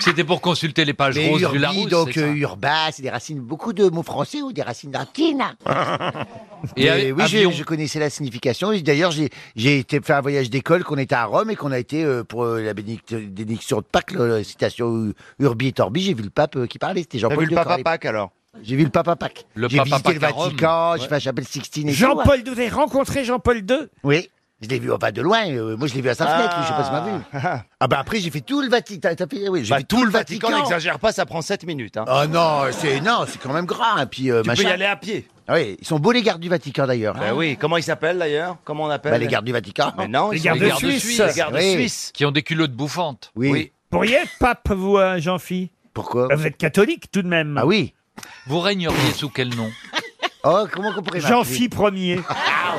[SPEAKER 23] C'était pour consulter les pages
[SPEAKER 6] mais
[SPEAKER 23] roses
[SPEAKER 6] urbi,
[SPEAKER 23] du Larousse.
[SPEAKER 6] donc
[SPEAKER 23] c'est ça
[SPEAKER 6] euh, urba, c'est des racines, beaucoup de mots français ou des racines latines.
[SPEAKER 23] Et
[SPEAKER 6] Mais
[SPEAKER 23] avec-
[SPEAKER 6] oui, je,
[SPEAKER 23] avion.
[SPEAKER 6] je connaissais la signification. Et D'ailleurs, j'ai, j'ai été faire un voyage d'école qu'on était à Rome et qu'on a été euh, pour euh, la bénédict- bénédiction de Pâques, le- la citation Urbi et Orbi. J'ai vu le pape euh, qui parlait. C'était Jean-Paul
[SPEAKER 11] vu le
[SPEAKER 6] II
[SPEAKER 11] papa
[SPEAKER 6] qui parlait.
[SPEAKER 11] Pâques, alors
[SPEAKER 6] J'ai vu le papa Pâques.
[SPEAKER 23] Le
[SPEAKER 6] j'ai
[SPEAKER 23] papa
[SPEAKER 6] visité
[SPEAKER 23] Pâques
[SPEAKER 6] le
[SPEAKER 23] à Rome.
[SPEAKER 6] Vatican, j'ai
[SPEAKER 23] Ouais.
[SPEAKER 6] fait la chapelle Sixtine et tout, hein.
[SPEAKER 2] Jean-Paul, II, vous avez rencontré Jean-Paul II
[SPEAKER 6] Oui. Je l'ai vu enfin de loin. euh, moi, je l'ai vu à sa fenêtre.
[SPEAKER 11] Ah.
[SPEAKER 6] Je sais pas si vous m'avez vu. Ah bah après, j'ai fait tout le Vatican. T'as fait- Oui, j'ai
[SPEAKER 11] Bah,
[SPEAKER 6] fait tout le Vatican.
[SPEAKER 11] n'exagère pas, ça prend 7 minutes. hein.
[SPEAKER 2] Oh
[SPEAKER 6] Ah non, c'est non, c'est quand même grand. Et puis euh,
[SPEAKER 11] tu
[SPEAKER 6] machin.
[SPEAKER 11] peux y aller à pied.
[SPEAKER 6] Ah Oui, ils sont beaux les gardes du Vatican d'ailleurs. hein.
[SPEAKER 11] Bah oui, comment ils s'appellent d'ailleurs Comment on appelle
[SPEAKER 6] Ah. Bah, les gardes du Vatican.
[SPEAKER 11] Mais non, ils sont- les gardes suisses. Les gardes
[SPEAKER 6] Oui.
[SPEAKER 11] suisses.
[SPEAKER 23] Qui ont des culottes bouffantes.
[SPEAKER 6] Oui.
[SPEAKER 2] Pourriez être pape, vous, euh, Jean-Phi Ah,
[SPEAKER 6] Pourquoi
[SPEAKER 2] Vous êtes catholique, tout de même. Ah
[SPEAKER 6] oui
[SPEAKER 23] Vous régneriez sous quel nom
[SPEAKER 6] Oh, comment qu'on pourrait
[SPEAKER 2] Jean-Phi Ier.
[SPEAKER 11] Ah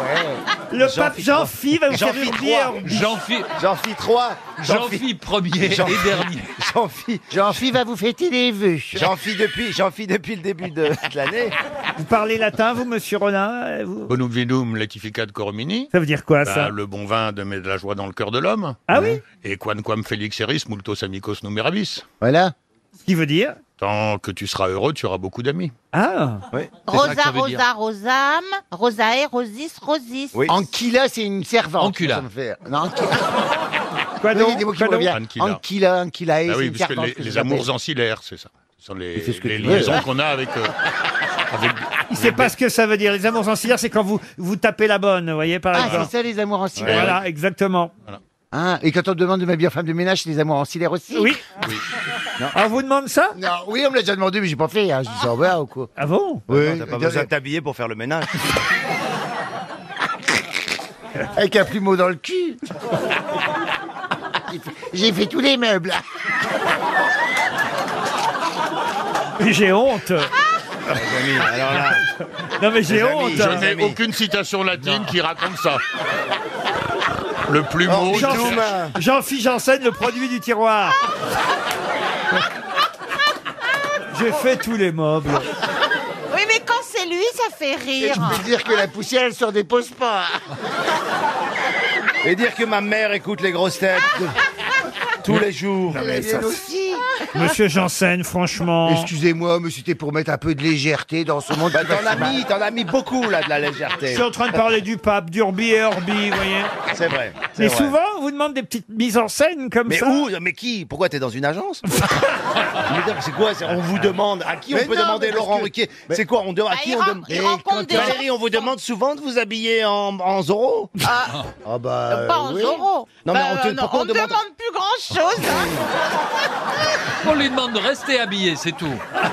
[SPEAKER 2] Le pape Jean-Phi va vous faire
[SPEAKER 23] Jean-Phi
[SPEAKER 2] Urbi
[SPEAKER 23] III.
[SPEAKER 2] et Orbi.
[SPEAKER 23] Jean-Phi
[SPEAKER 6] Jean-Phi 3.
[SPEAKER 23] Jean-Phi premier
[SPEAKER 11] Jean-
[SPEAKER 23] et dernier.
[SPEAKER 11] Jean-Phi.
[SPEAKER 6] Jean-Phi va vous fêter les vœux.
[SPEAKER 11] Jean-Phi depuis, Jean-Phi depuis le début de, de l'année.
[SPEAKER 2] Vous parlez latin, vous, monsieur Rollin euh, vous
[SPEAKER 22] Bonum vinum latificat cormini.
[SPEAKER 2] Ça veut dire quoi, ça
[SPEAKER 22] Bah, Le bon vin de, met de la joie dans le cœur de l'homme.
[SPEAKER 2] Ah oui
[SPEAKER 22] Et quanquam felix eris multos amicos numerabis.
[SPEAKER 6] Voilà.
[SPEAKER 2] Ce qui veut dire
[SPEAKER 22] Tant que tu seras heureux, tu auras beaucoup d'amis.
[SPEAKER 2] Ah
[SPEAKER 20] Rosa, Rosa, Rosam, Rosae, Rosis, Rosis.
[SPEAKER 6] Ankyla, c'est une servante.
[SPEAKER 22] Ancula.
[SPEAKER 6] Ça me fait- Non, Ankyla.
[SPEAKER 2] Quoi
[SPEAKER 6] Oui,
[SPEAKER 22] donc
[SPEAKER 6] des mots qui
[SPEAKER 22] Quoi
[SPEAKER 6] me
[SPEAKER 22] donc
[SPEAKER 6] reviennent.
[SPEAKER 22] Ankyla.
[SPEAKER 6] Ankyla, Ankyla, et
[SPEAKER 22] Bah
[SPEAKER 6] Ah c'est
[SPEAKER 22] oui,
[SPEAKER 6] une
[SPEAKER 22] puisque
[SPEAKER 6] servante
[SPEAKER 22] les,
[SPEAKER 6] que
[SPEAKER 22] les
[SPEAKER 6] j'appelle.
[SPEAKER 22] amours ancillaires, c'est ça. Ce sont les,
[SPEAKER 6] fais ce que
[SPEAKER 22] les
[SPEAKER 6] tu veux.
[SPEAKER 22] liaisons qu'on a avec. euh, avec-
[SPEAKER 2] Il sait pas ce que ça veut dire. Les amours ancillaires, c'est quand vous, vous tapez la bonne, vous voyez, par
[SPEAKER 6] Ah,
[SPEAKER 2] exemple.
[SPEAKER 6] c'est ça les amours ancillaires.
[SPEAKER 2] Voilà, exactement.
[SPEAKER 6] Hein, et quand on me demande de m'habiller en femme de ménage, c'est les amours ancillaires aussi.
[SPEAKER 2] Oui. Ah, on vous demande ça
[SPEAKER 6] Non, oui, on me l'a déjà demandé, mais j'ai pas fait. hein. Je dis ça, voilà, ou quoi.
[SPEAKER 2] Ah bon
[SPEAKER 6] Oui.
[SPEAKER 11] Bah T'as pas besoin de t'habiller pour faire le ménage.
[SPEAKER 6] Avec un plumeau dans le cul. J'ai fait tous les meubles.
[SPEAKER 2] Mais j'ai honte. Non, mais j'ai
[SPEAKER 22] Les amis,
[SPEAKER 2] honte.
[SPEAKER 22] Je n'ai aucune citation latine qui raconte ça. Le plumeau.
[SPEAKER 2] Jean- Jean-Phi Janssen, le produit du tiroir. J'ai fait tous les meubles.
[SPEAKER 20] Oui, mais quand c'est lui, ça fait rire.
[SPEAKER 6] dire que la poussière, elle se redépose pas.
[SPEAKER 11] Et dire que ma mère écoute les grosses têtes tous les jours.
[SPEAKER 6] Non, mais ça-
[SPEAKER 2] Monsieur Janssen, franchement.
[SPEAKER 6] Excusez-moi, mais c'était pour mettre un peu de légèreté dans ce monde.
[SPEAKER 11] Bah,
[SPEAKER 6] qui va
[SPEAKER 11] t'en as
[SPEAKER 6] si mal.
[SPEAKER 11] mis, t'en as mis beaucoup là de la
[SPEAKER 2] Je
[SPEAKER 11] légèreté.
[SPEAKER 2] suis en train de parler du pape, d'Urbi et Orbi, vous voyez.
[SPEAKER 11] C'est vrai. c'est
[SPEAKER 2] Mais
[SPEAKER 11] vrai.
[SPEAKER 2] souvent, on vous demande des petites mises en scène comme
[SPEAKER 11] Mais
[SPEAKER 2] ça.
[SPEAKER 11] où Mais qui Pourquoi t'es dans une agence Je veux dire, C'est quoi c'est- On vous demande à qui Mais on peut non, demander mais parce Laurent que- Ruquier mais- C'est quoi On demande à
[SPEAKER 20] Bah,
[SPEAKER 11] qui
[SPEAKER 20] il
[SPEAKER 11] on
[SPEAKER 20] ren-
[SPEAKER 11] demande Eh,
[SPEAKER 20] il Mais rencontre quand- des gens
[SPEAKER 11] Valérie, on vous demande souvent de vous habiller en, en Zorro
[SPEAKER 20] Ah,
[SPEAKER 11] Ah bah
[SPEAKER 20] pas en Zorro.
[SPEAKER 11] Non mais
[SPEAKER 20] Bah,
[SPEAKER 11] on te
[SPEAKER 20] euh, non,
[SPEAKER 11] pourquoi
[SPEAKER 20] on
[SPEAKER 11] on demande
[SPEAKER 20] demande plus grand-chose.
[SPEAKER 23] On lui demande de rester habillé, c'est tout.
[SPEAKER 20] hein.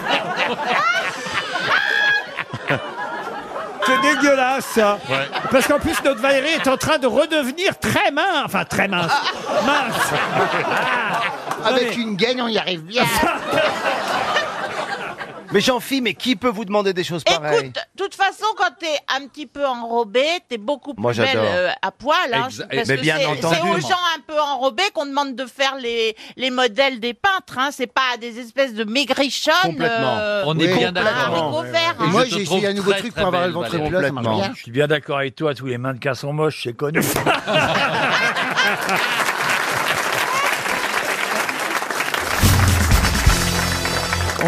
[SPEAKER 2] C'est dégueulasse, ça. Parce qu'en plus, notre Valérie est en train de redevenir très mince. Enfin, très mince. Mince. Ah, non,
[SPEAKER 6] Avec
[SPEAKER 2] mais-
[SPEAKER 6] une gaine, on y arrive bien.
[SPEAKER 15] Mais jean philippe mais qui peut vous demander des choses pareilles
[SPEAKER 20] Écoute, de toute façon, quand t'es un petit peu enrobé, t'es beaucoup plus
[SPEAKER 15] Moi,
[SPEAKER 20] belle
[SPEAKER 15] j'adore.
[SPEAKER 20] euh, à poil. hein,
[SPEAKER 15] Exa-
[SPEAKER 20] parce
[SPEAKER 15] mais
[SPEAKER 20] que
[SPEAKER 15] bien
[SPEAKER 20] c'est-
[SPEAKER 15] entendu.
[SPEAKER 20] C'est aux gens un peu enrobés qu'on demande de faire les, les modèles des peintres. Hein. C'est pas à des espèces de maigrichonnes.
[SPEAKER 6] Complètement.
[SPEAKER 20] euh,
[SPEAKER 6] On est
[SPEAKER 20] à
[SPEAKER 6] bien d'accord.
[SPEAKER 20] haricots
[SPEAKER 6] Ouais, ouais,
[SPEAKER 20] verts,
[SPEAKER 6] ouais.
[SPEAKER 20] hein.
[SPEAKER 6] Et moi, Je te j'ai essayé trouve un nouveau très, truc pour très avoir belle, le ventre Valérie.
[SPEAKER 23] Complètement.
[SPEAKER 6] Ça marche bien.
[SPEAKER 23] Je suis bien d'accord avec toi, tous les mannequins sont moches, c'est connu.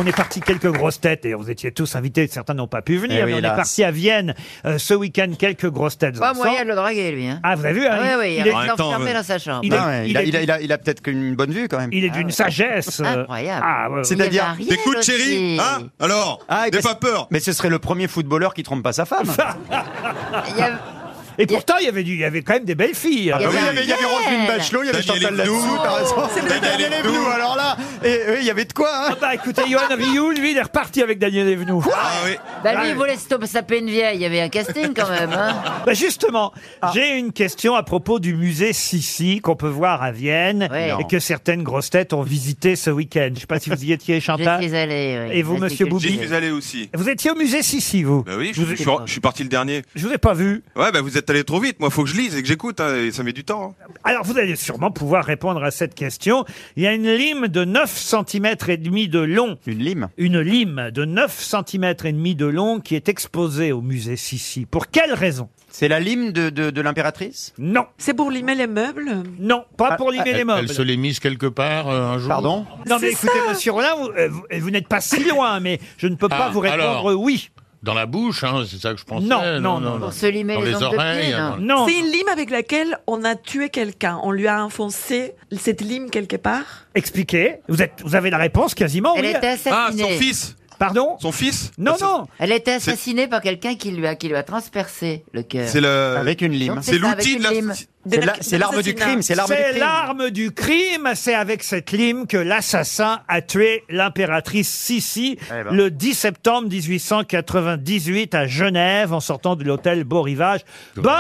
[SPEAKER 2] On est parti quelques grosses têtes et vous étiez tous invités. Certains n'ont pas pu venir.
[SPEAKER 1] Eh oui,
[SPEAKER 2] mais on
[SPEAKER 1] hélas.
[SPEAKER 2] est parti à Vienne euh, ce week-end. Quelques grosses têtes.
[SPEAKER 1] Pas
[SPEAKER 2] ensemble.
[SPEAKER 1] moyen de le draguer, lui. Hein.
[SPEAKER 2] Ah, vous avez vu, hein,
[SPEAKER 1] Ah, oui, oui,
[SPEAKER 2] il
[SPEAKER 1] il
[SPEAKER 2] est-
[SPEAKER 1] est
[SPEAKER 2] en même temps,
[SPEAKER 1] enfermé
[SPEAKER 2] euh,
[SPEAKER 1] dans sa chambre. Ah
[SPEAKER 2] il est- Non, il a- il a-
[SPEAKER 11] peut-être qu'une bonne vue quand même.
[SPEAKER 2] Il est d'une sagesse. euh,
[SPEAKER 11] Incroyable.
[SPEAKER 2] ah, ouais, ouais.
[SPEAKER 11] C'est-à-dire,
[SPEAKER 2] T'écoutes, chérie, hein
[SPEAKER 11] Alors, n'aie pas peur. Mais ce serait le premier footballeur qui trompe pas sa femme.
[SPEAKER 2] Et pourtant, il y avait du, il y avait quand même des belles filles.
[SPEAKER 11] Ah bah oui, il y avait, il y avait Roselyne Bachelot, il y avait Chantal Latsou, par
[SPEAKER 1] Oh,
[SPEAKER 11] exemple. Daniel Evenou, alors là, et, et il y avait de quoi hein.
[SPEAKER 2] Bah écoutez, Johan Rioux, lui, il est reparti avec Daniel Evenou.
[SPEAKER 11] Ah oui.
[SPEAKER 1] Bah lui, il voulait se taper- saper une vieille. Il y avait un casting quand même. Hein.
[SPEAKER 2] Bah justement,
[SPEAKER 11] Ah.
[SPEAKER 2] j'ai une question à propos du musée Sissi qu'on peut voir à Vienne
[SPEAKER 1] Ouais.
[SPEAKER 2] et que certaines grosses têtes ont visité ce week-end. Je ne sais pas si vous y étiez, Chantal.
[SPEAKER 1] J'y suis allée, oui.
[SPEAKER 2] Et vous,
[SPEAKER 1] J'y
[SPEAKER 2] Monsieur
[SPEAKER 1] suis-
[SPEAKER 2] Boubi
[SPEAKER 25] J'y suis allé aussi.
[SPEAKER 2] Vous étiez au musée Sissi, vous
[SPEAKER 25] Bah oui, je,
[SPEAKER 2] Vous
[SPEAKER 25] je
[SPEAKER 2] étiez-
[SPEAKER 25] suis, je suis parti le dernier.
[SPEAKER 2] Je vous ai pas vu.
[SPEAKER 25] Ouais, bah vous êtes allé trop vite. Moi, faut que je lise et que j'écoute. hein, et ça met du temps. hein.
[SPEAKER 2] Alors, vous allez sûrement pouvoir répondre à cette question. Il y a une lime de 9 cm et demi de long.
[SPEAKER 11] Une lime
[SPEAKER 2] Une lime de 9 cm et demi de long qui est exposée au musée Sissi. Pour quelle raison
[SPEAKER 11] C'est la lime de, de, de l'impératrice Ah,
[SPEAKER 2] Non.
[SPEAKER 35] C'est pour limer les meubles
[SPEAKER 2] Non, pas pour limer
[SPEAKER 22] elle,
[SPEAKER 2] les meubles.
[SPEAKER 22] Elle se l'est mise quelque part euh, un jour.
[SPEAKER 11] Pardon
[SPEAKER 2] Non, mais
[SPEAKER 35] C'est
[SPEAKER 2] écoutez,
[SPEAKER 35] ça.
[SPEAKER 2] monsieur Rollin, vous, euh, vous- vous n'êtes pas si loin, mais je ne peux pas
[SPEAKER 22] Ah,
[SPEAKER 2] vous répondre
[SPEAKER 22] alors.
[SPEAKER 2] oui.
[SPEAKER 22] Dans la bouche, hein, c'est ça que je pensais.
[SPEAKER 2] Non, non, non,
[SPEAKER 22] non.
[SPEAKER 2] pour se limer
[SPEAKER 22] dans
[SPEAKER 2] les hein.
[SPEAKER 22] les,
[SPEAKER 2] ongles de
[SPEAKER 22] oreilles. hein.
[SPEAKER 2] pied,
[SPEAKER 22] dans-
[SPEAKER 2] Non.
[SPEAKER 35] C'est une lime avec laquelle on a tué quelqu'un. On lui a enfoncé cette lime quelque part.
[SPEAKER 2] Expliquez. Vous, êtes, vous avez la réponse quasiment.
[SPEAKER 1] Elle
[SPEAKER 2] oui.
[SPEAKER 1] était assassinée. Ah, son fils.
[SPEAKER 2] Pardon
[SPEAKER 25] Son fils
[SPEAKER 2] Non, non.
[SPEAKER 1] Elle a été assassinée par quelqu'un qui lui a, qui lui a transpercé le cœur.
[SPEAKER 11] C'est le- Avec une lime.
[SPEAKER 1] Donc,
[SPEAKER 11] C'est
[SPEAKER 1] ça, avec
[SPEAKER 11] l'outil de
[SPEAKER 1] une
[SPEAKER 11] la-
[SPEAKER 1] lime.
[SPEAKER 11] C'est la- c'est l'arme du crime, c'est l'arme du
[SPEAKER 2] C'est
[SPEAKER 11] crime.
[SPEAKER 2] l'arme du crime, c'est avec cette lime que l'assassin a tué l'impératrice Sissi
[SPEAKER 11] Eh ben.
[SPEAKER 2] le 10 septembre 1898 à Genève en sortant de l'hôtel Beau Rivage. Bonne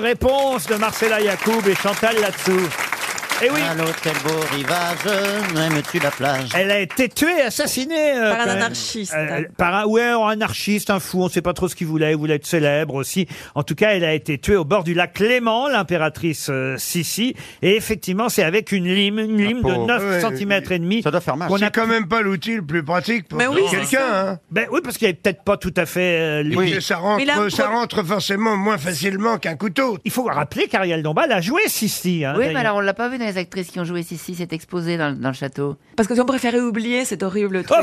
[SPEAKER 2] réponse de Marcella Yacoub et Chantal Latsou. Et oui.
[SPEAKER 36] À l'hôtel Beau Rivage, aimes-tu la plage
[SPEAKER 2] Elle a été tuée, assassinée
[SPEAKER 36] Par un
[SPEAKER 2] euh,
[SPEAKER 11] ben,
[SPEAKER 2] quand même.
[SPEAKER 36] anarchiste.
[SPEAKER 35] Euh,
[SPEAKER 2] Euh, par un ouais, un anarchiste, un fou. On ne sait pas trop ce qu'il voulait. Il voulait être célèbre aussi. En tout cas, elle a été tuée au bord du lac Clément, l'impératrice euh, Sissi. Et effectivement, c'est avec une lime, une lime de
[SPEAKER 11] Ah, pauvre.
[SPEAKER 2] 9
[SPEAKER 11] Ouais,
[SPEAKER 2] cm et demi. Ça doit faire mal.
[SPEAKER 11] C'est
[SPEAKER 2] quand même pas l'outil le plus pratique pour
[SPEAKER 11] Mais oui, tuer c'est quelqu'un, ça. hein.
[SPEAKER 2] Ben oui, parce qu'il n'est peut-être pas tout à fait. euh,
[SPEAKER 11] Et
[SPEAKER 2] libre.
[SPEAKER 11] que ça
[SPEAKER 35] rentre- Mais la- ça
[SPEAKER 2] rentre forcément moins facilement qu'un couteau. Il faut rappeler qu'Ariel Dombal a joué Sissi. hein,
[SPEAKER 1] Oui, mais
[SPEAKER 2] d'ailleurs.
[SPEAKER 1] alors on l'a pas vu dans les actrices qui ont joué Sissi, c'est exposé dans, le- dans le château.
[SPEAKER 35] Parce que on préférait oublier cet horrible truc.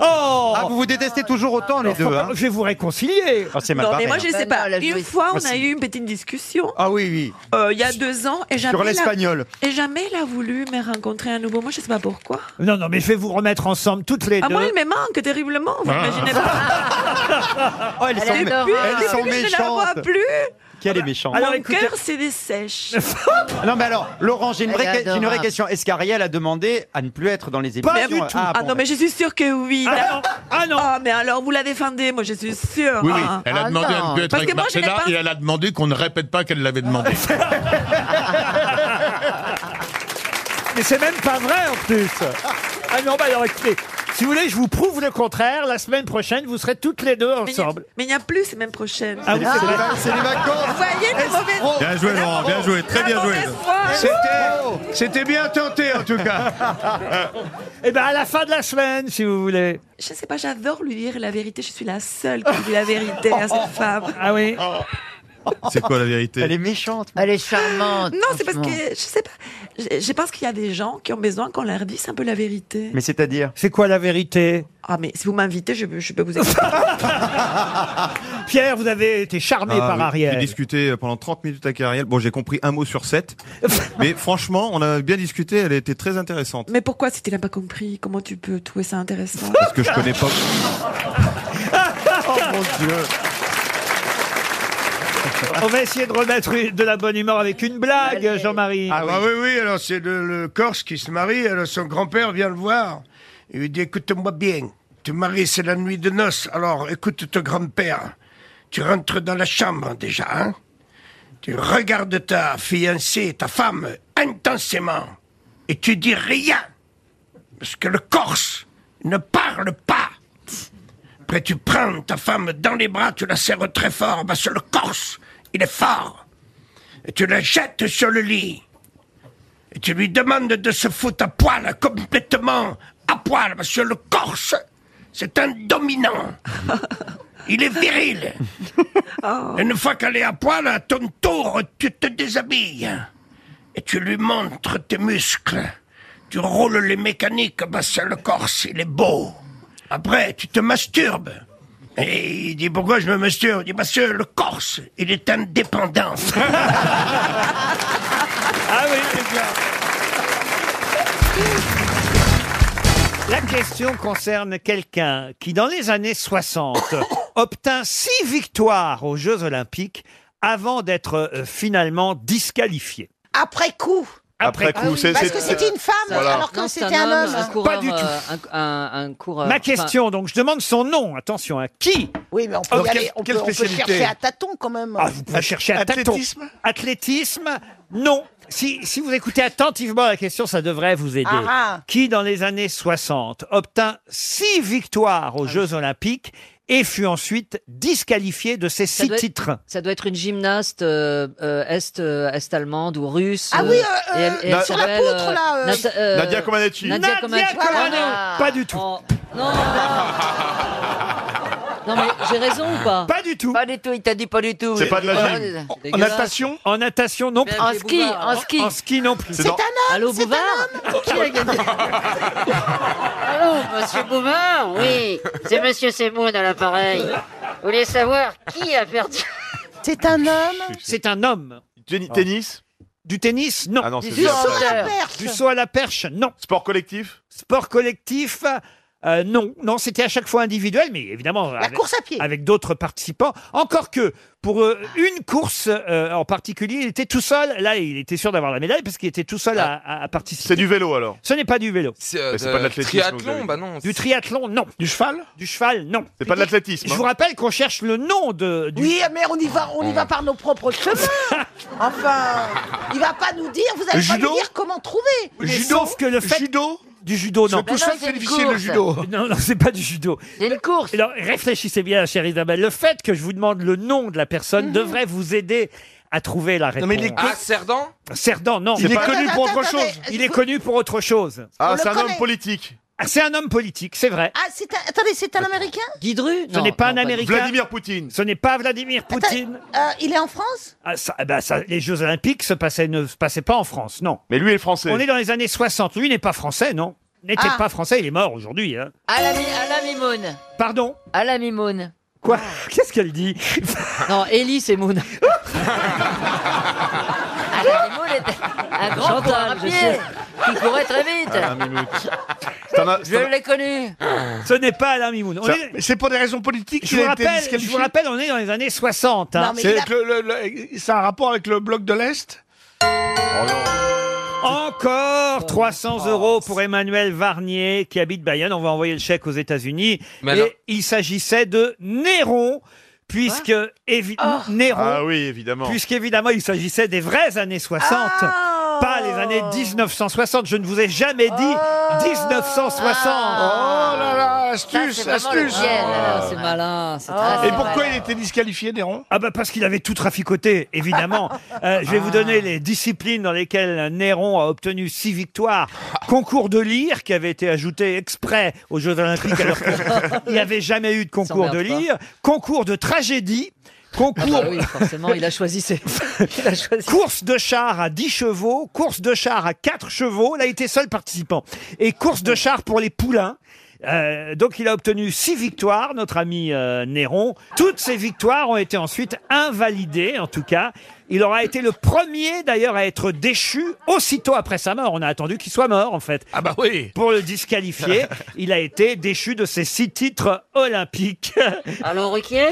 [SPEAKER 11] Ah, vous vous détestez toujours autant les deux. Hein.
[SPEAKER 2] Oh Je vais vous réconcilier.
[SPEAKER 11] c'est mal
[SPEAKER 35] non,
[SPEAKER 11] barré,
[SPEAKER 35] mais moi
[SPEAKER 11] hein.
[SPEAKER 35] je sais pas. Une fois, on a eu une petite discussion.
[SPEAKER 11] Ah oui, oui.
[SPEAKER 35] euh, Il y a deux ans, et
[SPEAKER 11] Sur
[SPEAKER 35] jamais il a-
[SPEAKER 11] l'espagnol.
[SPEAKER 35] Et jamais il a voulu me rencontrer à nouveau. Moi, je sais pas pourquoi.
[SPEAKER 2] Non, non, mais je vais vous remettre ensemble toutes les
[SPEAKER 35] Ah,
[SPEAKER 2] deux.
[SPEAKER 35] moi, il me manque terriblement. Vous imaginez pas
[SPEAKER 11] Ah. Oh, elles
[SPEAKER 35] Elle
[SPEAKER 11] sont
[SPEAKER 35] est
[SPEAKER 11] mé-
[SPEAKER 35] depuis-
[SPEAKER 11] elles sont
[SPEAKER 35] depuis que Je ne la vois
[SPEAKER 11] méchantes.
[SPEAKER 35] plus.
[SPEAKER 11] Quelle est méchante.
[SPEAKER 35] Mon cœur, c'est des sèches.
[SPEAKER 11] Non mais alors, Laurent, j'ai une vraie,
[SPEAKER 35] Elle est
[SPEAKER 11] que- j'ai une vraie
[SPEAKER 35] adorable.
[SPEAKER 11] question. Est-ce qu'Ariel a demandé à ne plus être dans les émissions
[SPEAKER 35] Mais oui. Ah, non, mais je suis sûre que oui.
[SPEAKER 11] Ah
[SPEAKER 35] non.
[SPEAKER 2] Ah non.
[SPEAKER 35] mais alors vous la défendez, moi je suis sûre.
[SPEAKER 22] Oui, oui.
[SPEAKER 35] Ah.
[SPEAKER 22] Elle a demandé à ne plus être
[SPEAKER 35] Parce que
[SPEAKER 22] avec
[SPEAKER 35] moi, je l'ai
[SPEAKER 22] Marcella
[SPEAKER 35] pas-
[SPEAKER 22] et elle a demandé qu'on ne répète pas qu'elle l'avait demandé.
[SPEAKER 2] Mais c'est même pas vrai en plus. Ah non, bah alors écoutez, si vous voulez, je vous prouve le contraire. La semaine prochaine, vous serez toutes les deux
[SPEAKER 35] Mais il y a-
[SPEAKER 2] ensemble.
[SPEAKER 35] Mais il n'y a plus, c'est même prochaine.
[SPEAKER 2] Ah oui, c'est les vac-
[SPEAKER 11] c'est les vacances.
[SPEAKER 35] Vous voyez le mauvais.
[SPEAKER 11] Bien joué, Laurent, bien joué, très bien joué.
[SPEAKER 2] C'était, c'était bien tenté en tout cas. Eh ben à la fin de la semaine, si vous voulez.
[SPEAKER 35] Je sais pas, j'adore lui dire la vérité. Je suis la seule qui dit la vérité à cette femme.
[SPEAKER 2] Ah oui.
[SPEAKER 11] C'est quoi la vérité Elle est méchante.
[SPEAKER 1] Elle est charmante.
[SPEAKER 35] Non, c'est parce que je sais pas. Je, je pense qu'il y a des gens qui ont besoin qu'on leur dise un peu la vérité.
[SPEAKER 11] Mais c'est-à-dire
[SPEAKER 2] C'est quoi la vérité
[SPEAKER 35] Ah, mais si vous m'invitez, je, peux- je peux vous expliquer.
[SPEAKER 2] Pierre, vous avez été charmé
[SPEAKER 25] Ah,
[SPEAKER 2] par
[SPEAKER 25] oui. J'ai
[SPEAKER 2] Ariel.
[SPEAKER 25] discuté euh, pendant 30 minutes avec Ariel. Bon, j'ai compris un mot sur 7. mais franchement, on a bien discuté. Elle a été très intéressante.
[SPEAKER 35] mais pourquoi, si tu n'as pas compris, comment tu peux trouver ça intéressant
[SPEAKER 25] Parce que je connais pas.
[SPEAKER 11] Oh mon dieu.
[SPEAKER 2] On va essayer de remettre une- de la bonne humeur avec une blague, Jean-Marie.
[SPEAKER 16] Ah, oui. oui, alors c'est le, le Corse qui se marie, alors son grand-père vient le voir. Il lui dit Écoute-moi bien, te maries, c'est la nuit de noces, alors écoute ton grand-père. Tu rentres dans la chambre déjà, hein Tu regardes ta fiancée, ta femme, intensément, et tu dis rien. Parce que le Corse ne parle pas. Après, tu prends ta femme dans les bras, tu la serres très fort, parce que le corse, il est fort. Et tu la jettes sur le lit. Et tu lui demandes de se foutre à poil, complètement à poil, parce que le corse, c'est un dominant. Il est viril. Et Une fois qu'elle est à poil, à ton tour, tu te déshabilles. Et tu lui montres tes muscles. Tu roules les mécaniques, parce que le corse, il est beau. Après, tu te masturbes. Et il dit pourquoi je me masturbe Il dit parce que le corse, il est indépendant.
[SPEAKER 2] Ah oui, c'est clair. La question concerne quelqu'un qui, dans les années 60, obtint six victoires aux Jeux Olympiques avant d'être euh, finalement disqualifié.
[SPEAKER 4] Après coup.
[SPEAKER 29] Après coup, c'est-
[SPEAKER 4] Parce
[SPEAKER 29] c'est-
[SPEAKER 4] que c'était une femme,
[SPEAKER 29] Voilà.
[SPEAKER 4] alors que
[SPEAKER 20] Non, c'est
[SPEAKER 4] c'était un homme.
[SPEAKER 20] un coureur,
[SPEAKER 2] Pas du tout.
[SPEAKER 20] euh, un, un- un coureur.
[SPEAKER 2] Ma question, donc, je demande son nom. Attention, à qui
[SPEAKER 4] Oui, mais on peut, y aller, on peut, on peut chercher à tâtons quand même.
[SPEAKER 2] Ah, vous pouvez chercher à tâtons.
[SPEAKER 4] Athlétisme
[SPEAKER 2] Athlétisme Non. Si, si vous écoutez attentivement la question, ça devrait vous aider.
[SPEAKER 4] Ah, ah.
[SPEAKER 2] Qui, dans les années 60, obtint six victoires
[SPEAKER 29] Ah
[SPEAKER 2] aux Jeux Olympiques et fut ensuite disqualifié de ces
[SPEAKER 20] Ça
[SPEAKER 2] six
[SPEAKER 20] doit être-
[SPEAKER 2] titres
[SPEAKER 20] Ça doit être une gymnaste euh, euh, est, euh, est-allemande ou russe.
[SPEAKER 4] Ah
[SPEAKER 20] euh,
[SPEAKER 4] oui, euh,
[SPEAKER 20] et elle- et elle
[SPEAKER 4] euh, sur la
[SPEAKER 20] s'appelle,
[SPEAKER 4] poutre,
[SPEAKER 20] euh,
[SPEAKER 4] là, euh,
[SPEAKER 20] Nata- euh,
[SPEAKER 29] Nadia Comaneci.
[SPEAKER 20] Nadia
[SPEAKER 4] Nadia
[SPEAKER 20] Comaneci.
[SPEAKER 4] Comaneci,
[SPEAKER 20] Voilà.
[SPEAKER 2] Pas du tout.
[SPEAKER 4] Oh.
[SPEAKER 20] Non, non, mais j'ai raison ou pas
[SPEAKER 2] Pas du tout.
[SPEAKER 1] Pas du tout, il t'a dit pas du tout.
[SPEAKER 29] C'est pas de la
[SPEAKER 1] Pas
[SPEAKER 29] gym.
[SPEAKER 1] du-
[SPEAKER 29] En- en natation
[SPEAKER 2] En natation, non.
[SPEAKER 1] En ski, en ski.
[SPEAKER 2] En ski, non plus.
[SPEAKER 29] C'est dans-
[SPEAKER 20] Allô, Bouvard Qui a gagné
[SPEAKER 1] Allô, monsieur Bouvard Oui, c'est monsieur Semoun à l'appareil. Vous voulez savoir qui a perdu
[SPEAKER 4] C'est un homme
[SPEAKER 2] C'est un homme. Ah.
[SPEAKER 29] Tennis
[SPEAKER 2] Du tennis, non.
[SPEAKER 29] Ah non, c'est
[SPEAKER 2] du
[SPEAKER 29] Du bien. saut à la
[SPEAKER 4] perche.
[SPEAKER 2] Du saut à la perche, non.
[SPEAKER 29] Sport collectif
[SPEAKER 2] Sport collectif, euh, non. Non, c'était à chaque fois individuel, mais évidemment. La
[SPEAKER 4] course à pied.
[SPEAKER 2] Avec d'autres participants. Encore que, pour euh, une course euh, en particulier, il était tout seul. Là, il était sûr d'avoir la médaille parce qu'il était tout seul à, à- à participer.
[SPEAKER 29] Ah. C'est du vélo alors
[SPEAKER 2] Ce n'est pas du vélo.
[SPEAKER 25] C'est euh,
[SPEAKER 29] Mais c'est pas de l'athlétisme, vous avez
[SPEAKER 25] Triathlon,
[SPEAKER 29] dit.
[SPEAKER 25] bah non.
[SPEAKER 2] Du triathlon, non.
[SPEAKER 29] Du cheval
[SPEAKER 2] Du cheval, non.
[SPEAKER 29] C'est pas de l'athlétisme,
[SPEAKER 2] Je
[SPEAKER 29] hein.
[SPEAKER 2] vous rappelle qu'on cherche le nom de, du
[SPEAKER 4] Oui, mais on y va, on y va par nos propres chemins. Enfin, il va pas nous dire, vous allez pas
[SPEAKER 2] Judo
[SPEAKER 4] nous dire comment trouver.
[SPEAKER 2] Mais Sauf que le fait du judo, non.
[SPEAKER 1] Parce que tout Non, seul, non, Eh ben, c'est c'est une difficile, le course. judo.
[SPEAKER 2] Non, non, c'est pas du judo.
[SPEAKER 1] C'est une course.
[SPEAKER 2] Alors, réfléchissez bien, chère Isabelle. Le fait que je vous demande le nom de la
[SPEAKER 1] Mhm.
[SPEAKER 2] personne devrait vous aider à trouver la réponse.
[SPEAKER 25] mais il est Ah, Cerdan
[SPEAKER 2] Cerdan, non.
[SPEAKER 25] Il est
[SPEAKER 2] pas-
[SPEAKER 25] connu pour autre Attends, attends, chose.
[SPEAKER 2] Il est connu pour autre chose.
[SPEAKER 4] Ah, On c'est le un homme connaît.
[SPEAKER 2] politique. c'est un homme politique, c'est vrai.
[SPEAKER 4] Ah, c'est un- attendez, c'est un Américain
[SPEAKER 20] Guidru
[SPEAKER 2] Ce n'est pas un Américain.
[SPEAKER 29] Vladimir Poutine.
[SPEAKER 2] Ce n'est pas Vladimir Poutine.
[SPEAKER 4] Euh, Il est en France
[SPEAKER 2] Ah, ça- bah, ça- les Jeux Olympiques se passaient, ne se passaient pas en France, non.
[SPEAKER 29] Mais lui est français.
[SPEAKER 2] On est dans les années 60. Lui n'est pas français, non N'était
[SPEAKER 1] Ah.
[SPEAKER 2] pas français, il est mort aujourd'hui. hein.
[SPEAKER 1] À la, mi- à la mimoune.
[SPEAKER 2] Pardon
[SPEAKER 1] À la mimoune.
[SPEAKER 2] Quoi Qu'est-ce qu'elle dit
[SPEAKER 20] Non, Ellie, c'est Moon.
[SPEAKER 1] À la mimoune était un grand
[SPEAKER 20] Chantal,
[SPEAKER 1] coureur à
[SPEAKER 20] je
[SPEAKER 1] pied
[SPEAKER 20] sais.
[SPEAKER 1] qui courait très vite.
[SPEAKER 11] Ah,
[SPEAKER 1] Je l'ai connu.
[SPEAKER 2] Ce n'est pas Alain Mimoun. On
[SPEAKER 22] Ça-
[SPEAKER 2] est-
[SPEAKER 22] mais C'est pour des raisons politiques
[SPEAKER 2] Je
[SPEAKER 22] qu'il
[SPEAKER 2] vous,
[SPEAKER 22] a été
[SPEAKER 2] rappelle, je
[SPEAKER 22] disqualifié.
[SPEAKER 2] vous rappelle, on est dans les années 60. hein.
[SPEAKER 22] Non, mais C'est il a- avec le- le- le- c'est un rapport avec le bloc de l'Est
[SPEAKER 2] Encore 300 euros pour Emmanuel Varnier qui habite Bayonne. On va envoyer le chèque aux États-Unis.
[SPEAKER 25] Mais alors-
[SPEAKER 2] Et il s'agissait de Néron, puisque évi-
[SPEAKER 22] Oh.
[SPEAKER 2] Néron,
[SPEAKER 29] Ah oui, évidemment.
[SPEAKER 2] puisqu'évidemment il s'agissait des vraies années 60. Pas les années 1960, je ne vous ai jamais dit 1960.
[SPEAKER 20] Ah.
[SPEAKER 16] Oh là là, astuce, astuce Oh
[SPEAKER 20] c'est malin. c'est
[SPEAKER 16] Ah,
[SPEAKER 20] très
[SPEAKER 16] Et
[SPEAKER 20] malin.
[SPEAKER 16] pourquoi il était disqualifié, Néron
[SPEAKER 2] Ah bah parce qu'il avait tout traficoté, évidemment. Euh, je vais
[SPEAKER 16] Ah.
[SPEAKER 2] vous donner les disciplines dans lesquelles Néron a obtenu six victoires.
[SPEAKER 16] Ah.
[SPEAKER 2] Concours de lire qui avait été ajouté exprès aux Jeux Olympiques alors qu'il n'y avait jamais eu de concours de
[SPEAKER 20] S'emmerde pas.
[SPEAKER 2] lire. Concours de tragédie. Concours...
[SPEAKER 20] Ah bah oui, forcément, il a choisi ses... il a choisi...
[SPEAKER 2] Course de char à 10 chevaux, course de char à 4 chevaux, là il était seul participant. Et course de char pour les poulains. Euh, donc il a obtenu 6 victoires, notre ami euh, Néron. Toutes ces victoires ont été ensuite invalidées, en tout cas. Il aura été le premier d'ailleurs à être déchu aussitôt après sa mort. On a attendu qu'il soit mort en fait.
[SPEAKER 16] Ah bah oui
[SPEAKER 2] Pour le disqualifier, il a été déchu de ses 6 titres olympiques.
[SPEAKER 1] Allons, Ruquier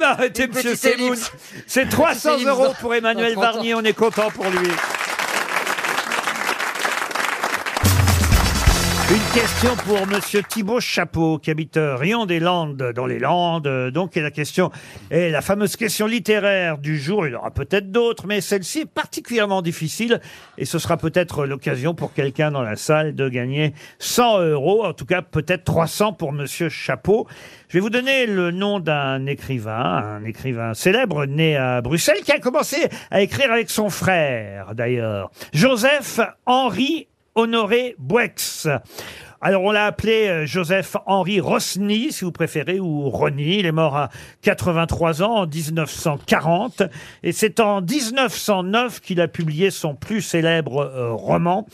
[SPEAKER 2] Non, arrêtez,
[SPEAKER 1] Une
[SPEAKER 2] monsieur
[SPEAKER 1] petite
[SPEAKER 2] Semoun.
[SPEAKER 1] ellipse.
[SPEAKER 2] C'est
[SPEAKER 1] Une
[SPEAKER 2] 300
[SPEAKER 1] petite ellipse
[SPEAKER 2] euros
[SPEAKER 1] dans-
[SPEAKER 2] pour Emmanuel
[SPEAKER 1] dans 30 ans.
[SPEAKER 2] Varnier, on est content pour lui. Une question pour Monsieur Thibault Chapeau, qui habite euh, Rion-des-Landes, dans les Landes. euh, Donc, et la question est la fameuse question littéraire du jour. Il y en aura peut-être d'autres, mais celle-ci est particulièrement difficile. Et ce sera peut-être l'occasion pour quelqu'un dans la salle de gagner 100 euros. En tout cas, peut-être 300 pour Monsieur Chapeau. Je vais vous donner le nom d'un écrivain, un écrivain célèbre né à Bruxelles, qui a commencé à écrire avec son frère, d'ailleurs. Joseph Henri Honoré Bouex. Alors on l'a appelé euh, Joseph-Henri Rosny, si vous préférez, ou Rony. Il est mort à 83 ans en 1940. Et c'est en 1909 qu'il a publié son plus célèbre euh, roman,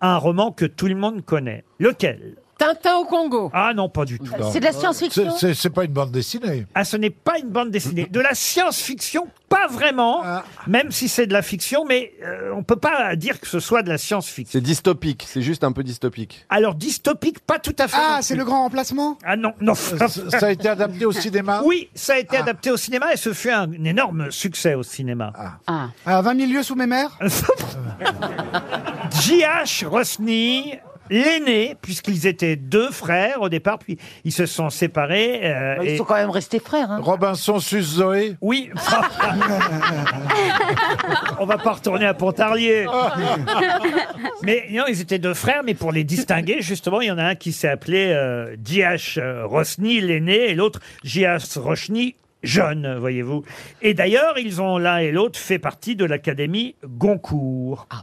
[SPEAKER 2] un roman que tout le monde connaît. Lequel Tintin au Congo. Ah non, pas du tout.
[SPEAKER 11] C'est de la science-fiction C'est- c'est-
[SPEAKER 2] pas une bande dessinée. Ah, ce n'est pas une bande dessinée. De la science-fiction, pas vraiment,
[SPEAKER 11] Ah.
[SPEAKER 2] même si c'est de la fiction, mais euh, on peut pas dire que ce soit de la science-fiction.
[SPEAKER 10] C'est dystopique, c'est juste un peu dystopique.
[SPEAKER 2] Alors dystopique, pas tout à fait.
[SPEAKER 11] Ah,
[SPEAKER 2] non
[SPEAKER 11] c'est
[SPEAKER 2] plus.
[SPEAKER 11] le grand remplacement
[SPEAKER 2] Ah non, non.
[SPEAKER 11] Euh, Ça- ça a été adapté au cinéma
[SPEAKER 2] Oui, ça a été adapté au cinéma et ce fut un énorme succès au cinéma.
[SPEAKER 11] Ah. À 20 000 lieux sous mes mers
[SPEAKER 2] J.H. Rosny, l'aîné, puisqu'ils étaient deux frères au départ, puis ils se sont séparés. euh,
[SPEAKER 11] Bah, ils
[SPEAKER 2] et-
[SPEAKER 11] sont quand même restés frères. hein. Robinson sus Zoé
[SPEAKER 2] Oui. On va pas retourner à Pontarlier. Mais non, ils étaient deux frères, mais pour les distinguer, justement, il y en a un qui s'est appelé euh, J.H. Rosny, l'aîné, et l'autre J.H. Rosny, jeune, voyez-vous. Et d'ailleurs, ils ont l'un et l'autre fait partie de l'Académie Goncourt.
[SPEAKER 11] Ah,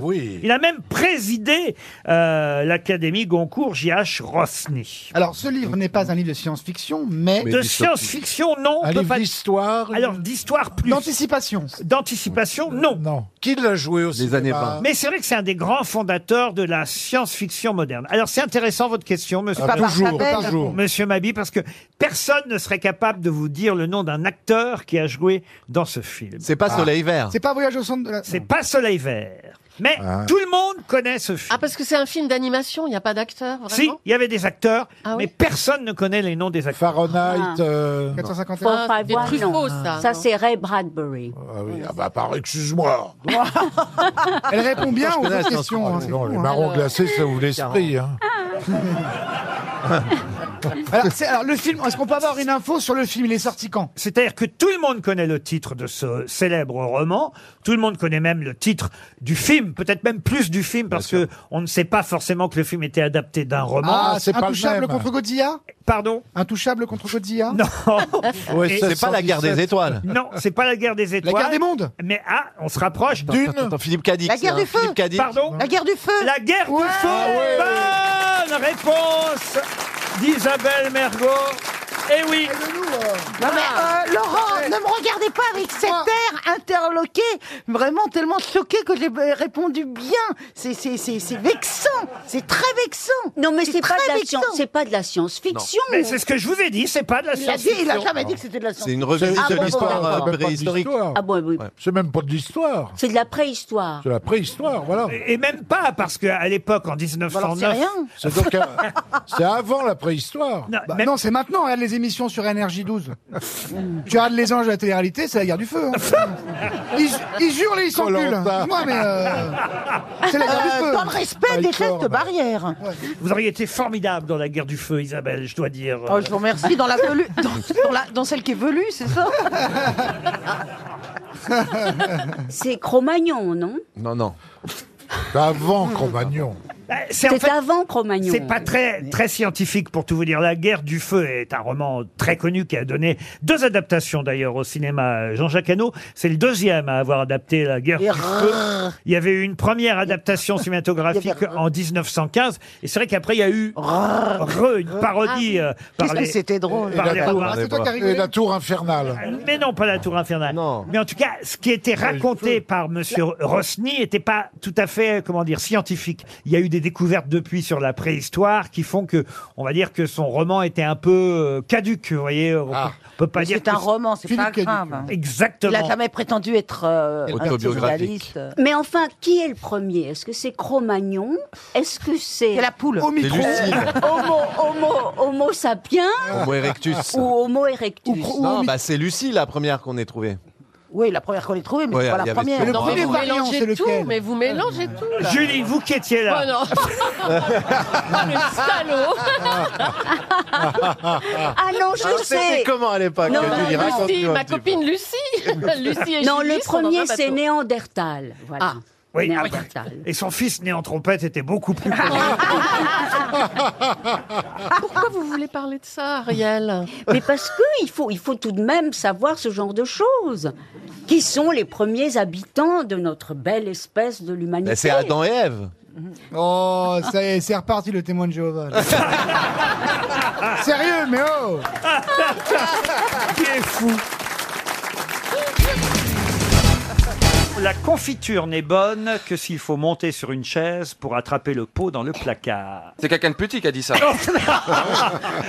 [SPEAKER 11] oui.
[SPEAKER 2] Il a même présidé euh, l'Académie Goncourt J.H. Rosny.
[SPEAKER 11] Alors, ce livre n'est pas un livre de science-fiction, mais...
[SPEAKER 2] de science-fiction, non.
[SPEAKER 11] Un
[SPEAKER 2] peut
[SPEAKER 11] livre
[SPEAKER 2] pas-
[SPEAKER 11] d'histoire
[SPEAKER 2] Alors, d'histoire plus.
[SPEAKER 11] D'anticipation
[SPEAKER 2] D'anticipation, non.
[SPEAKER 11] Non.
[SPEAKER 2] Qui l'a joué aussi
[SPEAKER 10] Les années 20.
[SPEAKER 2] Mais c'est vrai que c'est un des grands fondateurs de la science-fiction moderne. Alors c'est intéressant votre question, monsieur.
[SPEAKER 10] Ah, Pas par toujours, Chappelle. toujours.
[SPEAKER 2] Monsieur Mabi, parce que personne ne serait capable de vous dire le nom d'un acteur qui a joué dans ce film. Ah.
[SPEAKER 10] C'est pas Soleil Vert.
[SPEAKER 11] C'est pas Voyage au centre de la...
[SPEAKER 2] C'est pas Soleil Vert. Mais
[SPEAKER 10] Ah.
[SPEAKER 2] tout le monde connaît ce film.
[SPEAKER 37] Ah, parce que c'est un film d'animation, il n'y a pas d'acteur, vraiment
[SPEAKER 2] Si, il y avait des acteurs,
[SPEAKER 37] Ah
[SPEAKER 2] mais
[SPEAKER 37] oui
[SPEAKER 2] personne ne connaît les noms des acteurs.
[SPEAKER 37] Fahrenheit, Ah.
[SPEAKER 2] euh...
[SPEAKER 11] 451.
[SPEAKER 37] Ah, des Truffaut, ça.
[SPEAKER 7] Ça, c'est Ray Bradbury.
[SPEAKER 22] Ah oui, ah bah par excuse-moi.
[SPEAKER 11] Elle répond bien
[SPEAKER 22] Je
[SPEAKER 11] aux
[SPEAKER 22] connais la
[SPEAKER 11] autres questions.
[SPEAKER 22] science-
[SPEAKER 11] hein,
[SPEAKER 22] Ah,
[SPEAKER 11] c'est
[SPEAKER 22] non,
[SPEAKER 11] fou,
[SPEAKER 22] les
[SPEAKER 11] hein.
[SPEAKER 22] marrons Alors- glacés, ça ouvre l'esprit, hein.
[SPEAKER 16] Ah.
[SPEAKER 11] alors, c'est- alors, le film, est-ce qu'on peut avoir une info sur le film Il est sorti quand
[SPEAKER 2] C'est-à-dire que tout le monde connaît le titre de ce célèbre roman, tout le monde connaît même le titre du film, peut-être même plus du film, parce que on ne sait pas forcément que le film était adapté
[SPEAKER 11] Ah,
[SPEAKER 2] d'un roman.
[SPEAKER 11] Intouchable contre Godzilla
[SPEAKER 2] Pardon
[SPEAKER 11] Intouchable contre Godzilla
[SPEAKER 2] Non
[SPEAKER 11] Ouais,
[SPEAKER 2] Et-
[SPEAKER 11] c'est pas la guerre des étoiles.
[SPEAKER 2] Non, c'est pas la guerre des étoiles.
[SPEAKER 11] guerre des mondes
[SPEAKER 2] Mais ah, on se rapproche.
[SPEAKER 11] Attends, Dune. attends, attends,
[SPEAKER 10] Philippe Cadic,
[SPEAKER 11] La guerre c'est un- du feu. Philippe Cadic.
[SPEAKER 2] Pardon
[SPEAKER 11] La guerre
[SPEAKER 2] du feu La guerre du feu
[SPEAKER 11] Ah
[SPEAKER 2] Bonne réponse d'Isabelle Mergot. Eh oui
[SPEAKER 20] Non
[SPEAKER 7] Ah.
[SPEAKER 20] mais euh, Laurent, ne me regardez pas avec cet air interloqué, vraiment tellement choqué que j'ai euh, répondu bien. C'est c'est c'est c'est vexant, c'est très vexant.
[SPEAKER 7] Non, mais c'est pas,
[SPEAKER 20] très
[SPEAKER 7] de la
[SPEAKER 20] vexant.
[SPEAKER 7] science- c'est pas de la science-fiction.
[SPEAKER 2] Mais c'est ce que je vous ai dit, c'est pas de la
[SPEAKER 20] Il a dit-
[SPEAKER 2] science-fiction.
[SPEAKER 20] il a jamais dit que c'était de la science.
[SPEAKER 10] une revisite
[SPEAKER 7] Ah,
[SPEAKER 10] de
[SPEAKER 7] bon,
[SPEAKER 10] l'histoire
[SPEAKER 7] d'accord.
[SPEAKER 10] euh, préhistorique.
[SPEAKER 7] Ah bon, oui.
[SPEAKER 22] C'est même pas de l'histoire.
[SPEAKER 7] C'est de la préhistoire.
[SPEAKER 22] C'est la préhistoire, voilà.
[SPEAKER 2] Et même pas, parce qu'à l'époque, en 1909...
[SPEAKER 22] C'est donc euh, c'est avant la préhistoire.
[SPEAKER 2] Non,
[SPEAKER 11] Bah non, c'est maintenant. Regarde les émissions sur NRJ12. tu regardes les anges de la télé-réalité, c'est la guerre du feu. hein. ils, ils jurent les ils s'enculent.
[SPEAKER 2] Koh-Lanta.
[SPEAKER 11] Moi, mais euh, c'est la guerre du
[SPEAKER 20] Euh,
[SPEAKER 11] feu.
[SPEAKER 20] dans le respect des gestes barrières.
[SPEAKER 2] Vous auriez été formidable dans la guerre du feu, Isabelle, je dois dire.
[SPEAKER 20] Oh, je vous remercie dans la velue, dans, dans la- dans celle qui est velue, c'est ça
[SPEAKER 7] C'est Cro-Magnon, non
[SPEAKER 10] Non, non.
[SPEAKER 22] Avant Cro-Magnon.
[SPEAKER 2] Euh,
[SPEAKER 7] C'est avant Cro-Magnon.
[SPEAKER 2] C'est pas très, très scientifique pour tout vous dire. La guerre du feu est un roman très connu qui a donné deux adaptations d'ailleurs au cinéma. Jean-Jacques Hano, c'est le deuxième à avoir adapté la guerre du feu. Il y avait eu une première adaptation cinématographique en 1915 et c'est vrai qu'après il y a eu Re, une parodie
[SPEAKER 20] Ah
[SPEAKER 2] euh, par les-
[SPEAKER 22] Et
[SPEAKER 2] par
[SPEAKER 22] la
[SPEAKER 2] les
[SPEAKER 22] tour-
[SPEAKER 2] Romains.
[SPEAKER 22] Et la tour infernale.
[SPEAKER 2] Mais non, pas la tour infernale. Mais en tout cas, ce qui était raconté par Monsieur Rosny n'était pas tout à fait, euh, comment dire, scientifique. Il y a eu des découvertes depuis sur la préhistoire qui font que, on va dire que son roman était un peu euh, caduque. Vous voyez, on peut- on peut pas
[SPEAKER 20] Mais
[SPEAKER 2] dire.
[SPEAKER 20] c'est un
[SPEAKER 2] que-
[SPEAKER 20] roman, c'est pas Philippe grave. Caduc.
[SPEAKER 2] Exactement.
[SPEAKER 20] Il a jamais prétendu être euh, un
[SPEAKER 7] Autobiographique.
[SPEAKER 20] journaliste.
[SPEAKER 7] Mais enfin, qui est le premier Est-ce que c'est Cro-Magnon Est-ce que c'est...
[SPEAKER 20] C'est la poule.
[SPEAKER 7] Homo,
[SPEAKER 20] Omitron. C'est Lucille.
[SPEAKER 7] homo, homo sapiens
[SPEAKER 10] Homo erectus.
[SPEAKER 7] Ou Homo erectus
[SPEAKER 38] bah-
[SPEAKER 10] Non, bah c'est Lucie la première qu'on ait trouvée.
[SPEAKER 39] Oui, la première qu'on ait trouvée, mais
[SPEAKER 38] Ouais,
[SPEAKER 39] c'est pas
[SPEAKER 38] il y
[SPEAKER 39] la
[SPEAKER 38] avait
[SPEAKER 39] première.
[SPEAKER 38] sûrement- Non, mais
[SPEAKER 16] vous mélangez tout, mais vous mélangez tout. là.
[SPEAKER 2] Julie, vous qui étiez là.
[SPEAKER 16] Oh non Oh, le salaud
[SPEAKER 7] Ah non, je
[SPEAKER 10] Alors,
[SPEAKER 7] sais.
[SPEAKER 10] c'était comment à l'époque,
[SPEAKER 7] Non,
[SPEAKER 10] Julie
[SPEAKER 7] non,
[SPEAKER 10] Raconte-nous
[SPEAKER 16] Lucie,
[SPEAKER 10] un
[SPEAKER 16] ma
[SPEAKER 10] petit peu.
[SPEAKER 16] copine Lucie Lucie et
[SPEAKER 7] Non,
[SPEAKER 16] Julie
[SPEAKER 7] le
[SPEAKER 16] sont dans un
[SPEAKER 7] premier,
[SPEAKER 16] bateau.
[SPEAKER 7] c'est Néandertal. Voilà.
[SPEAKER 2] Oui,
[SPEAKER 7] Néandertal.
[SPEAKER 2] Et son fils né en trompette était beaucoup plus.
[SPEAKER 16] Pourquoi vous voulez parler de ça, Ariel
[SPEAKER 7] Mais parce que il faut, il faut tout de même savoir ce genre de choses. Qui sont les premiers habitants de notre belle espèce de
[SPEAKER 38] Ben,
[SPEAKER 7] l'humanité
[SPEAKER 10] Ben, C'est Adam et Ève.
[SPEAKER 11] Oh, ça y est, c'est reparti le témoin de Jéhovah. là. Sérieux, mais oh
[SPEAKER 2] Qui est fou La confiture n'est bonne que s'il faut monter sur une chaise pour attraper le pot dans le placard. Oh,
[SPEAKER 25] C'est quelqu'un de petit qui a dit ça.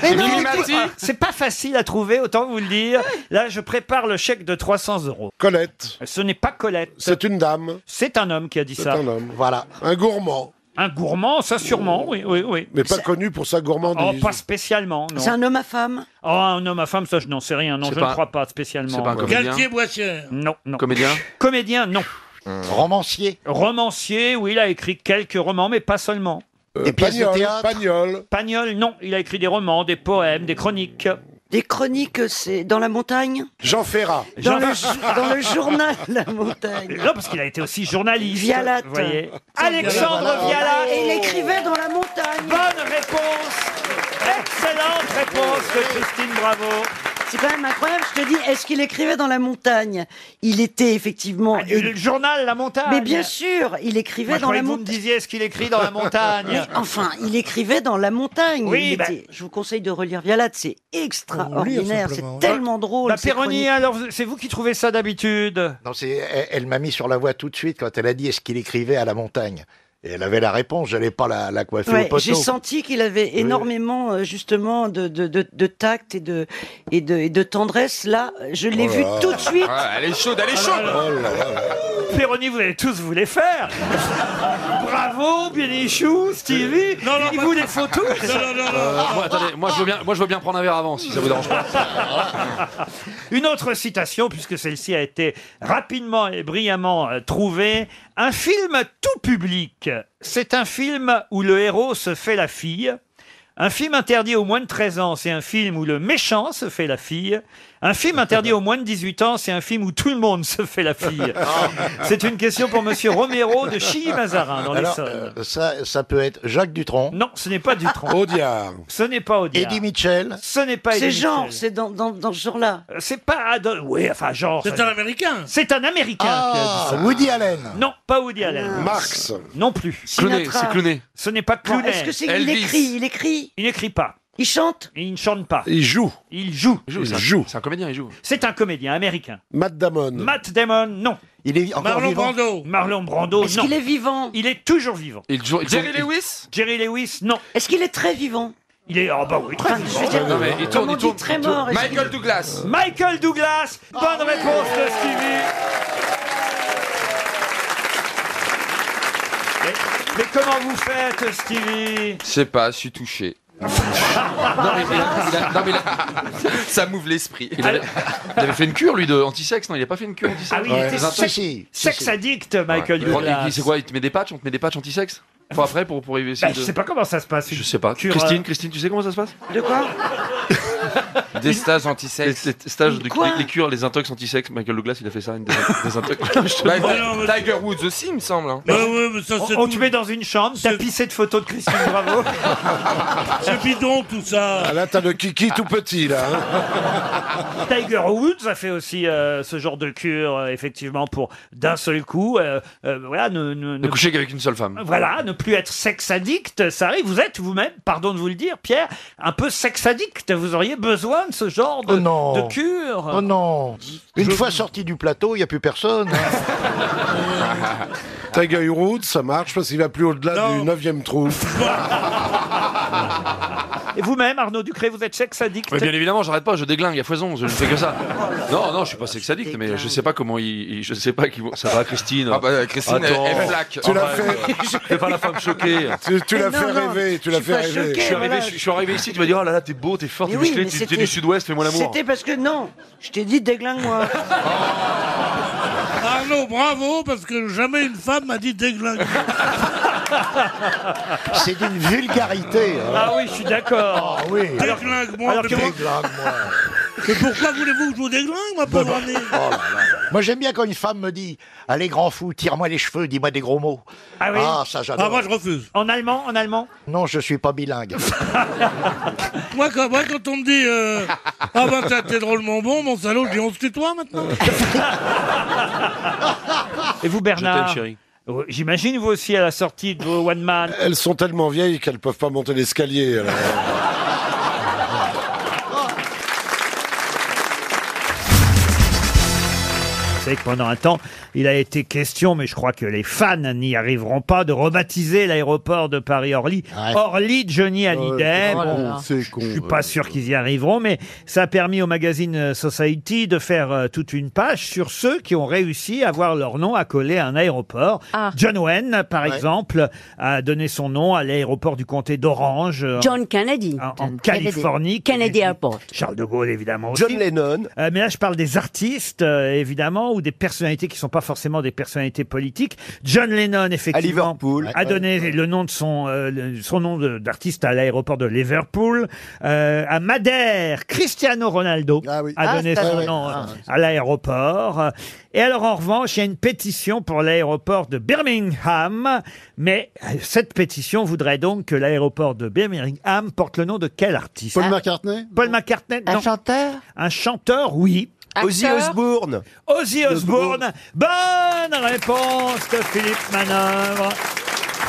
[SPEAKER 2] C'est
[SPEAKER 25] non, Mimi Mati.
[SPEAKER 2] C'est pas facile à trouver, autant vous le dire. Là, je prépare le chèque de 300 euros. Colette. Ce n'est pas Colette. C'est une dame. C'est un homme qui a dit ça.
[SPEAKER 35] un homme.
[SPEAKER 2] Voilà.
[SPEAKER 35] Un gourmand.
[SPEAKER 2] Un gourmand, ça sûrement, oui, oui, oui.
[SPEAKER 35] Mais pas
[SPEAKER 2] C'est-
[SPEAKER 35] connu pour sa
[SPEAKER 2] Oh,
[SPEAKER 35] gourmandise.
[SPEAKER 2] pas spécialement, non.
[SPEAKER 35] homme à femme
[SPEAKER 2] Oh, un homme à femme, ça je n'en sais rien. Non,
[SPEAKER 35] C'est
[SPEAKER 2] je
[SPEAKER 35] pas
[SPEAKER 2] ne
[SPEAKER 35] un-
[SPEAKER 2] crois pas spécialement.
[SPEAKER 35] c'est pas un comédien
[SPEAKER 2] Boissière. Non, non.
[SPEAKER 25] Comédien
[SPEAKER 2] Comédien, non. Euh. Romancier. Romancier, oui, il a écrit quelques romans, mais pas seulement.
[SPEAKER 35] Des pièces de Pagnol, théâtre
[SPEAKER 2] Euh, Pagnol. Pagnol, non. Il a écrit des romans, des poèmes, des chroniques.
[SPEAKER 20] Des chroniques, c'est dans la montagne
[SPEAKER 2] Jean Ferrat.
[SPEAKER 20] dans le, ju- dans le journal La Montagne.
[SPEAKER 2] Non, parce qu'il a été aussi journaliste.
[SPEAKER 20] Vialat.
[SPEAKER 2] vous voyez. Alexandre Vialat.
[SPEAKER 20] Et il écrivait dans la montagne.
[SPEAKER 2] Bonne réponse
[SPEAKER 16] Ah.
[SPEAKER 2] Excellente réponse de Christine Bravo.
[SPEAKER 20] C'est quand même incroyable, je te dis, est-ce qu'il écrivait dans la montagne Il était effectivement...
[SPEAKER 2] Ah,
[SPEAKER 20] euh,
[SPEAKER 2] Le journal La Montagne
[SPEAKER 20] Mais bien sûr, il écrivait
[SPEAKER 2] Moi, je
[SPEAKER 20] dans la
[SPEAKER 2] croyais que vous me
[SPEAKER 20] montagne.
[SPEAKER 2] disiez ce qu'il écrit dans la montagne.
[SPEAKER 20] Mais enfin, il écrivait dans la montagne.
[SPEAKER 2] Oui,
[SPEAKER 20] Il
[SPEAKER 2] bah-
[SPEAKER 20] était- Je vous conseille de relire Vialat, c'est extraordinaire, c'est
[SPEAKER 2] simplement, ouais.
[SPEAKER 20] tellement drôle.
[SPEAKER 2] Bah,
[SPEAKER 20] ces
[SPEAKER 2] Péroni,
[SPEAKER 20] chroniques.
[SPEAKER 2] alors, c'est vous qui trouvez ça d'habitude
[SPEAKER 22] Non, c'est, elle, elle m'a mis sur la voie tout de suite quand elle a dit est-ce qu'il écrivait à la montagne Et elle avait la réponse, j'allais pas la, la
[SPEAKER 25] Bah,
[SPEAKER 22] coiffer
[SPEAKER 20] Ouais,
[SPEAKER 22] au poteau.
[SPEAKER 20] J'ai senti qu'il avait énormément euh, justement de, de, de, de tact et de, et, de, et de tendresse. Là, je l'ai
[SPEAKER 25] Oh
[SPEAKER 20] vu
[SPEAKER 25] là.
[SPEAKER 20] tout de suite.
[SPEAKER 25] Ouais, elle est chaude, elle est chaude. Oh
[SPEAKER 2] Péroni, vous allez tous vous les faire. Bravo, Bénichou, Stevie. Non, non, vous les faut tous.
[SPEAKER 12] Euh, moi, attendez, moi je, veux bien, moi je veux bien prendre un verre avant si ça vous dérange pas.
[SPEAKER 2] Une autre citation, puisque celle-ci a été rapidement et brillamment euh, trouvée. Un film tout public. C'est un film où le héros se fait la fille. Un film interdit aux moins de 13 ans, c'est un film où le méchant se fait la fille. Un film interdit aux moins de 18 ans, c'est un film où tout le monde se fait la fille. C'est une question pour Monsieur Romero de Chilly-Mazarin dans
[SPEAKER 22] Alors,
[SPEAKER 2] l'Essonne.
[SPEAKER 22] euh, ça, ça peut être Jacques Dutronc.
[SPEAKER 2] Non, ce n'est pas Dutronc.
[SPEAKER 22] Audiard.
[SPEAKER 2] Ce n'est pas Audiard.
[SPEAKER 22] Eddie Mitchell.
[SPEAKER 2] Ce n'est pas
[SPEAKER 20] C'est
[SPEAKER 2] Eddie
[SPEAKER 20] genre,
[SPEAKER 2] Mitchell.
[SPEAKER 20] c'est dans, dans, dans ce genre-là.
[SPEAKER 2] Euh, C'est pas Adol... Oui, enfin genre.
[SPEAKER 20] C'est
[SPEAKER 2] ça-
[SPEAKER 20] un
[SPEAKER 2] Américain. C'est un Américain qui a
[SPEAKER 22] Ah,
[SPEAKER 2] dit ça.
[SPEAKER 22] Woody Allen.
[SPEAKER 2] Non, pas Woody Allen.
[SPEAKER 22] Marx.
[SPEAKER 2] Non plus.
[SPEAKER 20] Clooney, Sinatra. c'est Clooney.
[SPEAKER 2] Ce n'est pas
[SPEAKER 20] Ah. Bon,
[SPEAKER 2] Clooney.
[SPEAKER 20] Est-ce que c'est il écrit Il écrit
[SPEAKER 2] Il n'écrit pas.
[SPEAKER 20] Il chante
[SPEAKER 2] Il ne chante pas.
[SPEAKER 35] Il joue.
[SPEAKER 2] Il joue.
[SPEAKER 35] Il c'est un- joue.
[SPEAKER 2] C'est un comédien, il joue. C'est un comédien américain.
[SPEAKER 35] Matt Damon.
[SPEAKER 2] Matt Damon, non.
[SPEAKER 35] Il est encore Marlon vivant Brando.
[SPEAKER 2] Marlon Brando,
[SPEAKER 20] Est-ce
[SPEAKER 2] non.
[SPEAKER 20] qu'il est vivant
[SPEAKER 2] Il est toujours vivant.
[SPEAKER 12] Il joue- il joue-
[SPEAKER 2] Jerry
[SPEAKER 12] il-
[SPEAKER 2] Lewis Jerry Lewis, non.
[SPEAKER 20] Est-ce qu'il est très vivant
[SPEAKER 2] Il est. Oh bah oui, très
[SPEAKER 20] Enfin, je
[SPEAKER 2] vivant.
[SPEAKER 20] veux dire,
[SPEAKER 12] Non, mais il tourne,
[SPEAKER 20] comme on
[SPEAKER 12] il tourne,
[SPEAKER 20] dit très
[SPEAKER 12] il tourne.
[SPEAKER 20] mort. Ah est-ce
[SPEAKER 12] Michael
[SPEAKER 20] qu'il-
[SPEAKER 12] Douglas.
[SPEAKER 2] Michael Douglas, bonne réponse de Stevie. Mais, mais comment vous faites, Stevie
[SPEAKER 25] Je sais pas, je suis touché.
[SPEAKER 12] Non, mais il a- il a- non, mais il a-
[SPEAKER 25] Ça m'ouvre l'esprit.
[SPEAKER 12] il avait, il avait fait une cure lui de antisexe, non Il a pas fait une cure antisexe
[SPEAKER 2] Ah oui, il était sex, sex addict, Michael
[SPEAKER 12] Il prend- il-
[SPEAKER 2] Douglas.
[SPEAKER 12] il- C'est quoi Il te met des patchs On te met des patchs antisexe Enfin après pour, pour essayer
[SPEAKER 2] Bah,
[SPEAKER 12] de...
[SPEAKER 2] Je sais pas comment ça se passe.
[SPEAKER 12] Je sais pas.
[SPEAKER 2] Cure,
[SPEAKER 12] Christine,
[SPEAKER 2] euh,
[SPEAKER 12] Christine, tu sais comment ça se passe
[SPEAKER 20] De quoi
[SPEAKER 25] Des stages antisexes.
[SPEAKER 12] Les stages, de,
[SPEAKER 20] Quoi
[SPEAKER 12] les, les cures, les intox antisexes. Michael Douglas, il a fait ça, une des, des intox. Je te
[SPEAKER 25] Bah,
[SPEAKER 12] demande.
[SPEAKER 25] Ti- Tiger Woods aussi, il me semble. hein.
[SPEAKER 2] Bah on, on te met dans une chambre, t'as pissé de photos de Christine Bravo.
[SPEAKER 35] C'est bidon tout ça.
[SPEAKER 12] Ah,
[SPEAKER 35] là, t'as le kiki tout petit là.
[SPEAKER 12] hein.
[SPEAKER 2] Tiger Woods a fait aussi euh, ce genre de cure, euh, effectivement, pour d'un seul coup, euh, euh, voilà, ne, ne-
[SPEAKER 12] Ne
[SPEAKER 2] ne-
[SPEAKER 12] coucher qu'avec une seule femme.
[SPEAKER 2] voilà, ne plus être sex addict, ça arrive. Vous êtes vous-même, pardon de vous le dire, Pierre, un peu sex addict. Vous auriez besoin de ce genre de,
[SPEAKER 22] Oh non.
[SPEAKER 2] Ah, de cure.
[SPEAKER 22] hein. Oh non Une fois sorti du plateau, il n'y a plus personne.
[SPEAKER 12] Tiger Woods, ça marche parce qu'il va plus au-delà du 9 trou.
[SPEAKER 2] Et vous-même, Arnaud Ducré, vous êtes sexe addict
[SPEAKER 28] Mais bien évidemment, j'arrête pas, je déglingue à foison, je ne fais que ça. Non, non, je suis pas sex addict, mais je sais pas comment il, il- je sais pas qui, ça va, Christine.
[SPEAKER 7] Ah bah, Christine, elle-
[SPEAKER 28] Attends.
[SPEAKER 7] elle flaque.
[SPEAKER 28] Tu l'as
[SPEAKER 7] Ah
[SPEAKER 28] fait. Fais pas la femme choquée.
[SPEAKER 12] Tu- tu l'as Mais fait non, non, rêver, tu l'as je suis fait pas rêver. choquée,
[SPEAKER 28] je, suis arrivé,
[SPEAKER 12] voilà.
[SPEAKER 28] je, je suis arrivé ici, tu vas dire, oh là là, t'es beau, t'es fort,
[SPEAKER 14] Mais
[SPEAKER 28] t'es
[SPEAKER 14] oui,
[SPEAKER 28] musclé,
[SPEAKER 14] mais
[SPEAKER 28] tu-
[SPEAKER 14] c'était-
[SPEAKER 28] t'es du sud-ouest, fais-moi l'amour.
[SPEAKER 14] C'était parce que non, je t'ai dit déglingue-moi.
[SPEAKER 8] Arnaud, Ah bravo, parce que jamais une femme m'a dit déglingue.
[SPEAKER 15] C'est d'une vulgarité. hein.
[SPEAKER 2] Ah oui, je suis d'accord.
[SPEAKER 15] Ah oui.
[SPEAKER 8] Déglingue, moi,
[SPEAKER 15] Alors
[SPEAKER 8] mais
[SPEAKER 15] que
[SPEAKER 8] moi-
[SPEAKER 15] déglingue, moi.
[SPEAKER 8] Mais pourquoi voulez-vous que je vous déglingue, ma pauvre année
[SPEAKER 15] Oh là là. Moi j'aime bien quand une femme me dit Allez grand fou, tire-moi les cheveux, dis-moi des gros mots.
[SPEAKER 2] Ah oui
[SPEAKER 15] ça j'adore.
[SPEAKER 8] Ah, moi, je refuse.
[SPEAKER 2] En allemand, en allemand
[SPEAKER 15] Non, je suis pas bilingue.
[SPEAKER 8] Moi, quand, moi, quand on me dit euh, Ah bah t'es- t'es drôlement bon, mon salaud, je dis On se tutoie maintenant
[SPEAKER 2] Et vous, Bernard
[SPEAKER 12] Je t'aime,
[SPEAKER 2] Oh, J'imagine, vous aussi, à la sortie de vos One Man.
[SPEAKER 12] Elles sont tellement vieilles qu'elles peuvent pas monter l'escalier. alors.
[SPEAKER 2] Vous savez que pendant un temps, il a été question, mais je crois que les fans n'y arriveront pas, de rebaptiser l'aéroport de Paris-Orly. Orly de Johnny Hallyday.
[SPEAKER 5] Oh là
[SPEAKER 2] Bon,
[SPEAKER 5] là.
[SPEAKER 2] je suis pas sûr qu'ils y arriveront, mais ça a permis au magazine euh, Society de faire euh, toute une page sur ceux qui ont réussi à voir leur nom accolé à un aéroport. John Wayne, par exemple, a donné son nom à l'aéroport du comté d'Orange. euh,
[SPEAKER 9] John Kennedy.
[SPEAKER 2] en Californie.
[SPEAKER 9] Kennedy Airport.
[SPEAKER 2] Charles de Gaulle, évidemment. John Lennon. mais là, je parle des artistes, euh, évidemment, ou des personnalités qui ne sont pas forcément des personnalités politiques. John Lennon, effectivement, a donné le nom de son, euh, le- son nom de- d'artiste à l'aéroport de Liverpool. Euh, à Madère, Cristiano Ronaldo a
[SPEAKER 5] Ah,
[SPEAKER 2] donné
[SPEAKER 5] c'est-
[SPEAKER 2] son
[SPEAKER 5] ouais, ouais.
[SPEAKER 2] nom euh,
[SPEAKER 5] Ah,
[SPEAKER 2] à l'aéroport. Et alors, en revanche, il y a une pétition pour l'aéroport de Birmingham. Mais euh, cette pétition voudrait donc que l'aéroport de Birmingham porte le nom de quel artiste
[SPEAKER 5] Paul McCartney
[SPEAKER 2] Paul McCartney, Un chanteur Un chanteur, oui.
[SPEAKER 5] Acteur Ozzy Osbourne.
[SPEAKER 2] Ozzy Osbourne. Bonne réponse de Philippe Manœuvre.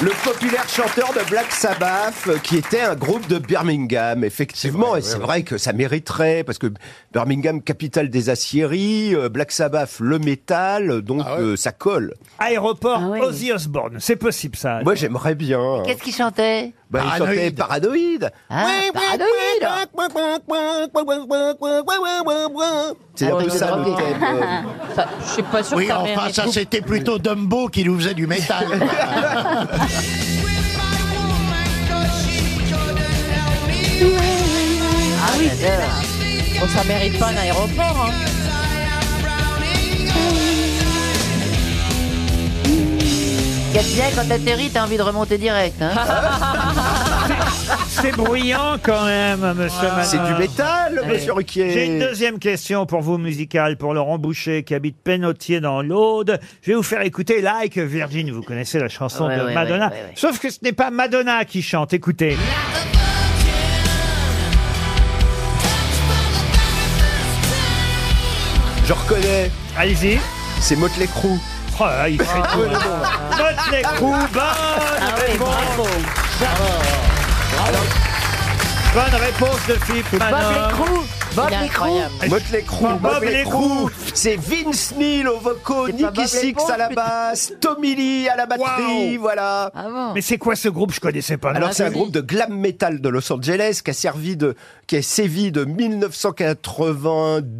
[SPEAKER 13] Le populaire chanteur de Black Sabbath, euh, qui était un groupe de Birmingham, effectivement, et c'est vrai que ça mériterait, parce que Birmingham, capitale des aciéries, euh, Black Sabbath, le métal, euh, donc
[SPEAKER 22] Ah
[SPEAKER 13] euh, ça colle.
[SPEAKER 2] Aéroport Ozzy Osbourne, c'est possible ça.
[SPEAKER 13] Moi j'aimerais
[SPEAKER 10] Ah.
[SPEAKER 13] bien.
[SPEAKER 1] Qu'est-ce qu'il chantait
[SPEAKER 13] Bah, il chantait Paranoïde. C'est un peu ça le thème. euh,
[SPEAKER 15] Ah, Je suis pas
[SPEAKER 13] sûr
[SPEAKER 15] Oui,
[SPEAKER 13] que ta mère
[SPEAKER 15] enfin,
[SPEAKER 13] écoute.
[SPEAKER 15] ça c'était plutôt Dumbo qui nous faisait du métal.
[SPEAKER 13] Ah oui, c'est ça. Bon, ça mérite pas un aéroport. Hein.
[SPEAKER 1] Qu'est-ce bien quand t'atterris, t'as envie de remonter direct. hein
[SPEAKER 2] C'est bruyant quand même, monsieur
[SPEAKER 13] Voilà. Ah. C'est
[SPEAKER 2] Manœuvre.
[SPEAKER 13] du métal,
[SPEAKER 2] Ouais.
[SPEAKER 13] monsieur Ruquier.
[SPEAKER 2] J'ai une deuxième question pour vous, musicale, pour Laurent Boucher, qui habite Pénautier dans l'Aude. Je vais vous faire écouter Like Virgin. Vous connaissez la chanson
[SPEAKER 1] Ouais,
[SPEAKER 2] de
[SPEAKER 1] ouais,
[SPEAKER 2] Madonna.
[SPEAKER 1] ouais, ouais, ouais.
[SPEAKER 2] Sauf que ce n'est pas Madonna qui chante. Écoutez.
[SPEAKER 13] Je reconnais.
[SPEAKER 2] Allez-y.
[SPEAKER 13] C'est Motley Crue. Ah,
[SPEAKER 2] Oh là là, il fait tout, hein. Motley Crue,
[SPEAKER 1] Ah,
[SPEAKER 2] bonne réponse. Bonne réponse de Philippe Manœuvre.
[SPEAKER 13] Motley Crue,
[SPEAKER 2] Bob
[SPEAKER 13] Motley
[SPEAKER 2] les
[SPEAKER 13] Crue. C'est Vince Neil au vocaux, Nicky Six à la basse, Tommy Lee à la batterie, voilà.
[SPEAKER 15] Ah
[SPEAKER 2] Mais c'est quoi ce groupe Je connaissais pas.
[SPEAKER 13] Alors c'est un
[SPEAKER 2] Vas-y.
[SPEAKER 13] groupe de glam metal de Los Angeles qui a servi de qui a sévi de 1984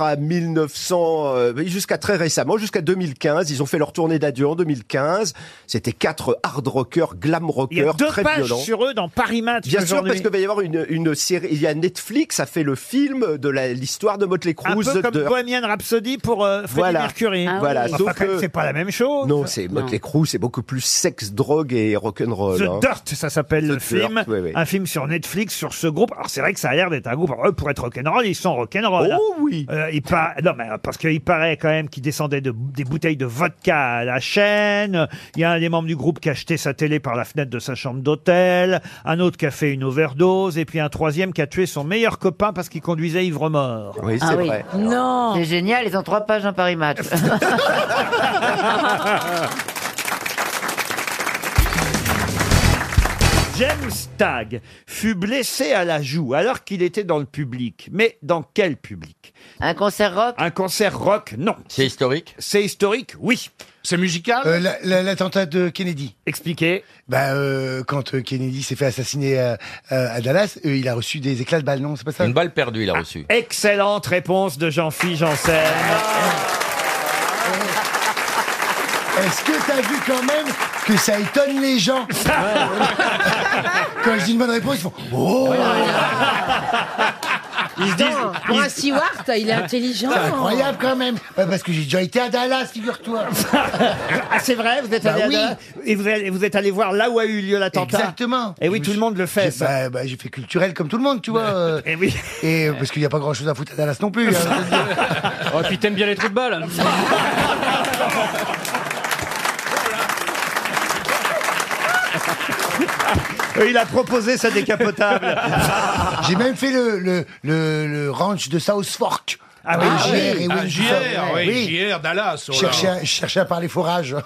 [SPEAKER 13] à 1900 euh, jusqu'à très récemment jusqu'à 2015 ils ont fait leur tournée d'adieu en 2015 c'était quatre hard rockers glam rockers
[SPEAKER 2] Il y a deux
[SPEAKER 13] très
[SPEAKER 2] pages
[SPEAKER 13] violents
[SPEAKER 2] sur eux dans Paris Match.
[SPEAKER 13] Bien sûr, parce
[SPEAKER 2] aujourd'hui.
[SPEAKER 13] qu'il va y avoir une, une série. Il y a Netflix a fait le film de la- l'histoire de Motley Crue.
[SPEAKER 2] Un peu
[SPEAKER 13] The
[SPEAKER 2] comme
[SPEAKER 13] Dirt.
[SPEAKER 2] Bohemian Rhapsody pour euh, Freddie
[SPEAKER 13] Voilà.
[SPEAKER 2] Mercury.
[SPEAKER 13] Voilà.
[SPEAKER 2] Enfin,
[SPEAKER 13] Sauf
[SPEAKER 2] quand même,
[SPEAKER 13] que-
[SPEAKER 2] c'est pas la même chose.
[SPEAKER 13] Non, c'est Motley Crue, c'est beaucoup plus sexe, drogue et rock'n'roll.
[SPEAKER 2] The
[SPEAKER 13] hein.
[SPEAKER 2] Dirt, ça s'appelle le
[SPEAKER 13] Dirt,
[SPEAKER 2] film.
[SPEAKER 13] oui, oui.
[SPEAKER 2] Un film sur Netflix sur ce groupe. Alors c'est vrai que ça a l'air d'être un groupe. Alors, eux, pour être rock'n'roll, ils sont rock'n'roll.
[SPEAKER 13] Oh oui.
[SPEAKER 2] Euh, il par- Non, mais parce qu'il paraît quand même qu'ils descendaient de... des bouteilles de vodka à la chaîne. Il y a un des membres du groupe qui a acheté sa télé par la fenêtre de sa chambre d'hôtel. Un autre qui a fait une overdose. Et puis un troisième qui a tué son meilleur copain parce qu'il conduisait ivre-mort.
[SPEAKER 13] Oui,
[SPEAKER 1] Ah oui.
[SPEAKER 13] Non.
[SPEAKER 1] C'est génial, ils ont trois pages dans Paris Match.
[SPEAKER 2] James Tagg fut blessé à la joue alors qu'il était dans le public. Mais dans quel public Un concert rock Un concert rock, non. C'est historique C'est historique, oui. C'est musical
[SPEAKER 6] Euh, la- la- L'attentat de Kennedy.
[SPEAKER 2] Expliquez.
[SPEAKER 6] Bah, euh, quand euh, Kennedy s'est fait assassiner euh, euh, à Dallas, euh, il a reçu des éclats de balles, non C'est pas ça
[SPEAKER 11] Une balle perdue, il a reçu.
[SPEAKER 2] Excellente réponse de Jean-Philippe Janssen.
[SPEAKER 6] Est-ce que t'as vu quand même que ça étonne les gens Quand je dis une bonne réponse, ils font Oh
[SPEAKER 20] Ils disent. Pour un Stewart, il est intelligent.
[SPEAKER 6] C'est incroyable quand même Ouais, Parce que j'ai déjà été à Dallas, figure-toi
[SPEAKER 2] Ah, c'est vrai, vous êtes
[SPEAKER 6] Bah
[SPEAKER 2] allé à
[SPEAKER 6] oui.
[SPEAKER 2] Dallas et vous êtes, vous êtes allé voir là où a eu lieu l'attentat.
[SPEAKER 6] Exactement.
[SPEAKER 2] Et oui, tout le monde le fait. ça.
[SPEAKER 6] Bah, bah, j'ai fait culturel comme tout le monde, tu vois. euh,
[SPEAKER 2] Et oui.
[SPEAKER 6] Et euh, parce qu'il n'y a pas grand chose à foutre à Dallas non plus. hein, je veux dire.
[SPEAKER 11] Oh, et puis t'aimes bien les trous de balle.
[SPEAKER 2] Ah, Oui, Il a proposé sa décapotable.
[SPEAKER 6] J'ai même fait le, le, le, le ranch de South Fork.
[SPEAKER 2] Ah
[SPEAKER 6] oui,
[SPEAKER 2] oui.
[SPEAKER 6] JR, et
[SPEAKER 2] Ah,
[SPEAKER 6] Wayne
[SPEAKER 2] JR,
[SPEAKER 6] Dufresne.
[SPEAKER 2] oui,
[SPEAKER 6] JR, Dallas.
[SPEAKER 2] oh là.
[SPEAKER 6] Chercher à, chercher à parler forage.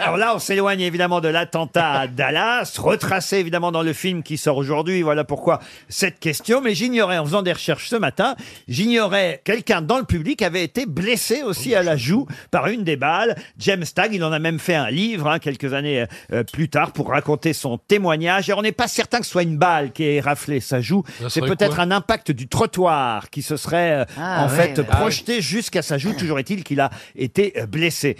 [SPEAKER 2] Alors là, on s'éloigne évidemment de l'attentat à Dallas, retracé évidemment dans le film qui sort aujourd'hui. Voilà pourquoi cette question. Mais j'ignorais, en faisant des recherches ce matin, j'ignorais quelqu'un dans le public avait été blessé aussi à la joue par une des balles. James Tagg, il en a même fait un livre hein, quelques années euh, plus tard pour raconter son témoignage. Et on n'est pas certain que ce soit une balle qui ait raflé sa joue.
[SPEAKER 11] Ça
[SPEAKER 2] C'est
[SPEAKER 11] serait
[SPEAKER 2] peut-être
[SPEAKER 11] quoi
[SPEAKER 2] un impact du trottoir qui se serait euh,
[SPEAKER 11] Ah,
[SPEAKER 2] en
[SPEAKER 11] ouais,
[SPEAKER 2] fait
[SPEAKER 11] ouais. Ah, oui.
[SPEAKER 2] projeté jeté jusqu'à sa joue. Toujours est-il qu'il a été euh, blessé.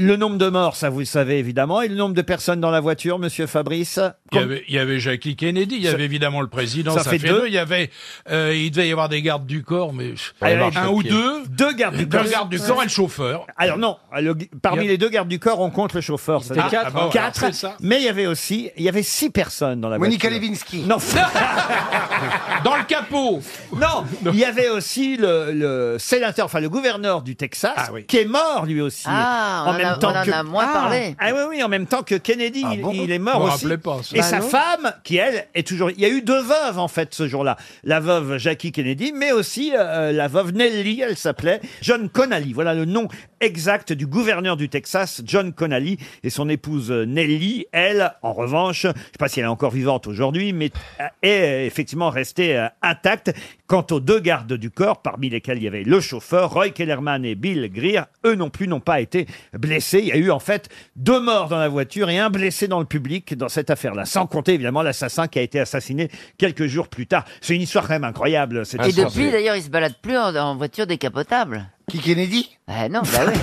[SPEAKER 2] Le nombre de morts, ça vous le savez évidemment, et le nombre de personnes dans la voiture, Monsieur Fabrice.
[SPEAKER 8] Il y, avait, il y avait Jackie Kennedy, il y avait évidemment le président,
[SPEAKER 2] ça
[SPEAKER 8] ça,
[SPEAKER 2] fait
[SPEAKER 8] fait,
[SPEAKER 2] deux.
[SPEAKER 8] deux. Il y avait, euh, il devait y avoir des gardes du corps, mais
[SPEAKER 2] Allez,
[SPEAKER 8] un
[SPEAKER 2] marche
[SPEAKER 8] ou
[SPEAKER 2] pied.
[SPEAKER 8] deux.
[SPEAKER 2] Deux gardes du corps.
[SPEAKER 8] Deux gardes du corps et le chauffeur.
[SPEAKER 2] Alors non, le- parmi
[SPEAKER 8] Il y a-
[SPEAKER 2] les deux gardes du corps, on compte le chauffeur. Ça
[SPEAKER 8] était
[SPEAKER 2] fait
[SPEAKER 8] quatre, ah bah voilà,
[SPEAKER 2] Quatre.
[SPEAKER 8] c'est ça.
[SPEAKER 2] Mais il y avait aussi, il y avait six personnes dans la
[SPEAKER 6] Monica
[SPEAKER 2] voiture.
[SPEAKER 6] Lewinsky.
[SPEAKER 2] Non.
[SPEAKER 8] Dans le capot.
[SPEAKER 2] Non, il y avait aussi le, le sénateur, enfin le gouverneur du Texas,
[SPEAKER 8] Ah
[SPEAKER 2] qui est mort lui aussi.
[SPEAKER 1] Ah, on en a- on en a moins
[SPEAKER 2] Ah.
[SPEAKER 1] parlé.
[SPEAKER 2] Ah oui, oui, en même temps que Kennedy, il- il est mort
[SPEAKER 8] Ah Je me
[SPEAKER 2] aussi.
[SPEAKER 8] rappelais pas, ça.
[SPEAKER 2] Et
[SPEAKER 8] Bah
[SPEAKER 2] sa
[SPEAKER 8] non.
[SPEAKER 2] femme, qui elle, est toujours. Il y a eu deux veuves en fait ce jour-là. La veuve Jackie Kennedy, mais aussi euh, la veuve Nellie, elle s'appelait John Connally. Voilà le nom exact du gouverneur du Texas, John Connally, et son épouse euh, Nellie, elle, en revanche, je ne sais pas si elle est encore vivante aujourd'hui, mais euh, est euh, effectivement restée euh, intacte. Quant aux deux gardes du corps, parmi lesquels il y avait le chauffeur, Roy Kellerman et Bill Greer, eux non plus n'ont pas été blessés. Il y a eu en fait deux morts dans la voiture et un blessé dans le public dans cette affaire-là. Sans compter évidemment l'assassin qui a été assassiné quelques jours plus tard. C'est une histoire quand même incroyable. cette
[SPEAKER 1] Ah, Et
[SPEAKER 2] histoire.
[SPEAKER 1] depuis, d'ailleurs, il se balade plus en, en voiture décapotable.
[SPEAKER 6] Qui Kennedy
[SPEAKER 1] Ah non, bah oui.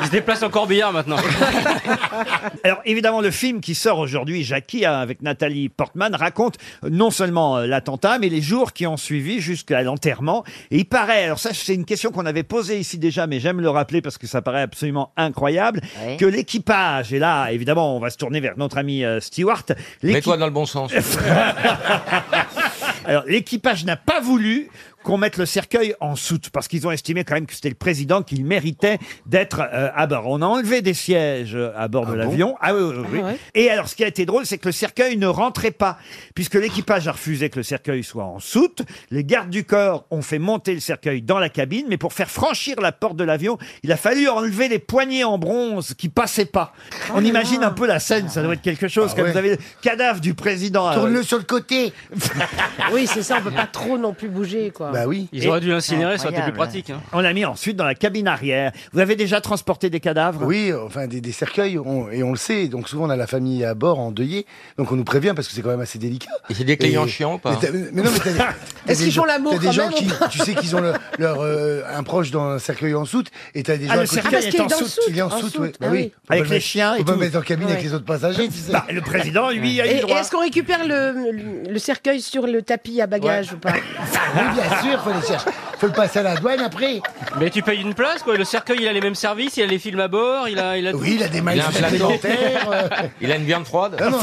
[SPEAKER 11] Il se déplace en corbillard maintenant.
[SPEAKER 2] Alors évidemment, le film qui sort aujourd'hui, Jackie, hein, avec Nathalie Portman, raconte euh, non seulement euh, l'attentat, mais les jours qui ont suivi jusqu'à l'enterrement. Et il paraît, alors ça c'est une question qu'on avait posée ici déjà, mais j'aime le rappeler parce que ça paraît absolument incroyable,
[SPEAKER 11] Ouais.
[SPEAKER 2] que l'équipage, et là évidemment on va se tourner vers notre ami euh, Stewart, l'équi-
[SPEAKER 11] Mets-toi dans le bon sens.
[SPEAKER 2] alors, l'équipage n'a pas voulu qu'on mette le cercueil en soute, parce qu'ils ont estimé quand même que c'était le président qu'il méritait d'être euh, à bord. On a enlevé des sièges euh, à bord de l'avion. ah oui, oui, oui, oui.
[SPEAKER 11] Ah ouais.
[SPEAKER 2] Et alors, ce qui a été drôle, c'est que le cercueil ne rentrait pas, puisque l'équipage a refusé que le cercueil soit en soute. Les gardes du corps ont fait monter le cercueil dans la cabine, mais pour faire franchir la porte de l'avion, il a fallu enlever les poignées en bronze qui passaient pas.
[SPEAKER 6] Oh
[SPEAKER 2] On imagine un peu la scène, ça doit être quelque
[SPEAKER 11] Ah
[SPEAKER 2] chose, quand
[SPEAKER 6] ouais.
[SPEAKER 2] vous avez le cadavre du président. euh, à-
[SPEAKER 6] Tourne-le sur le côté.
[SPEAKER 20] Oui, c'est ça, on peut pas trop non plus bouger, quoi.
[SPEAKER 6] Bah
[SPEAKER 11] Ils auraient dû l'incinérer, ça aurait été plus pratique. hein.
[SPEAKER 2] On l'a mis ensuite dans la cabine arrière. Vous avez déjà transporté des cadavres
[SPEAKER 6] Oui, enfin des, des cercueils, on- et on le sait. Donc souvent on a la famille à bord endeuillée, donc on nous prévient parce que c'est quand même assez délicat.
[SPEAKER 11] Et c'est des clients chiants ou pas
[SPEAKER 6] Mais, t'as- mais non, mais t'as des- t'as
[SPEAKER 20] Est-ce
[SPEAKER 6] des
[SPEAKER 20] qu'ils font
[SPEAKER 6] gens-
[SPEAKER 20] l'amour
[SPEAKER 6] T'as des
[SPEAKER 20] quand
[SPEAKER 6] gens
[SPEAKER 20] même
[SPEAKER 6] qui,
[SPEAKER 20] ou pas
[SPEAKER 6] tu sais qu'ils ont le- leur euh, un proche dans un cercueil en soute, et t'as des gens
[SPEAKER 2] Ah, le
[SPEAKER 6] à côté-
[SPEAKER 2] cercueil Ah, parce est qu'il est en dans le soute. soute.
[SPEAKER 6] Il est en
[SPEAKER 2] En
[SPEAKER 6] soute,
[SPEAKER 2] soute,
[SPEAKER 6] ouais.
[SPEAKER 2] ah
[SPEAKER 6] Bah
[SPEAKER 2] oui.
[SPEAKER 6] oui.
[SPEAKER 2] Avec les
[SPEAKER 6] Faut pas le
[SPEAKER 2] chiens et
[SPEAKER 6] mettre- faut
[SPEAKER 2] tout.
[SPEAKER 6] pas mettre en cabine
[SPEAKER 2] Ouais.
[SPEAKER 6] avec les autres passagers. tu sais.
[SPEAKER 2] Bah, le président, lui, a eu
[SPEAKER 20] Et,
[SPEAKER 2] le
[SPEAKER 20] et
[SPEAKER 2] droit.
[SPEAKER 20] est-ce qu'on récupère le, le cercueil sur le tapis à bagages ou pas
[SPEAKER 6] Oui, bien sûr, faut les chercher. Faut le passer à la douane après.
[SPEAKER 11] Mais tu payes une place, quoi. Le cercueil, il a les mêmes services, il a les films à bord, il a, il a
[SPEAKER 6] Oui, il a des mailles
[SPEAKER 11] plateau.
[SPEAKER 2] Ah
[SPEAKER 6] supplémentaires. euh.
[SPEAKER 11] Il a une viande froide.
[SPEAKER 6] Non, non.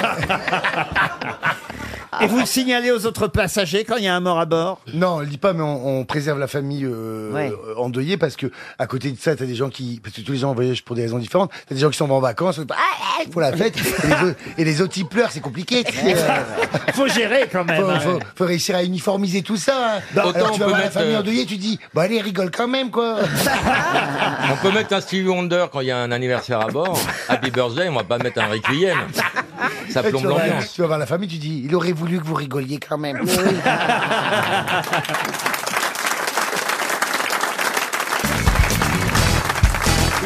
[SPEAKER 2] Et vous le signalez aux autres passagers quand il y a un mort à bord
[SPEAKER 6] Non, on le dit pas, mais on, on préserve la famille euh,
[SPEAKER 2] Ouais.
[SPEAKER 6] euh, endeuillée parce que à côté de ça, t'as des gens qui, parce que tous les gens voyagent pour des raisons différentes, t'as des gens qui sont en vacances ah, ah, pour la fête, et les, autres- et les autres ils pleurent, c'est compliqué.
[SPEAKER 2] faut gérer quand même,
[SPEAKER 6] Faut,
[SPEAKER 2] hein.
[SPEAKER 6] faut- faut réussir à uniformiser tout ça. hein.
[SPEAKER 25] Autant
[SPEAKER 6] Alors,
[SPEAKER 25] Bah, on
[SPEAKER 6] tu vas
[SPEAKER 25] peut
[SPEAKER 6] voir la
[SPEAKER 25] mettre,
[SPEAKER 6] famille
[SPEAKER 25] euh,
[SPEAKER 6] endeuillée, tu dis, bah allez, rigole quand même quoi.
[SPEAKER 25] On peut mettre un Stevie Wonder quand il y a un anniversaire à bord. Happy birthday, on va pas mettre un Requiem. Ça
[SPEAKER 6] Et tu
[SPEAKER 25] plombe
[SPEAKER 6] vas voir-
[SPEAKER 25] l'ambiance.
[SPEAKER 6] Tu vas voir la famille, tu dis, il aurait voulu que vous rigoliez quand même.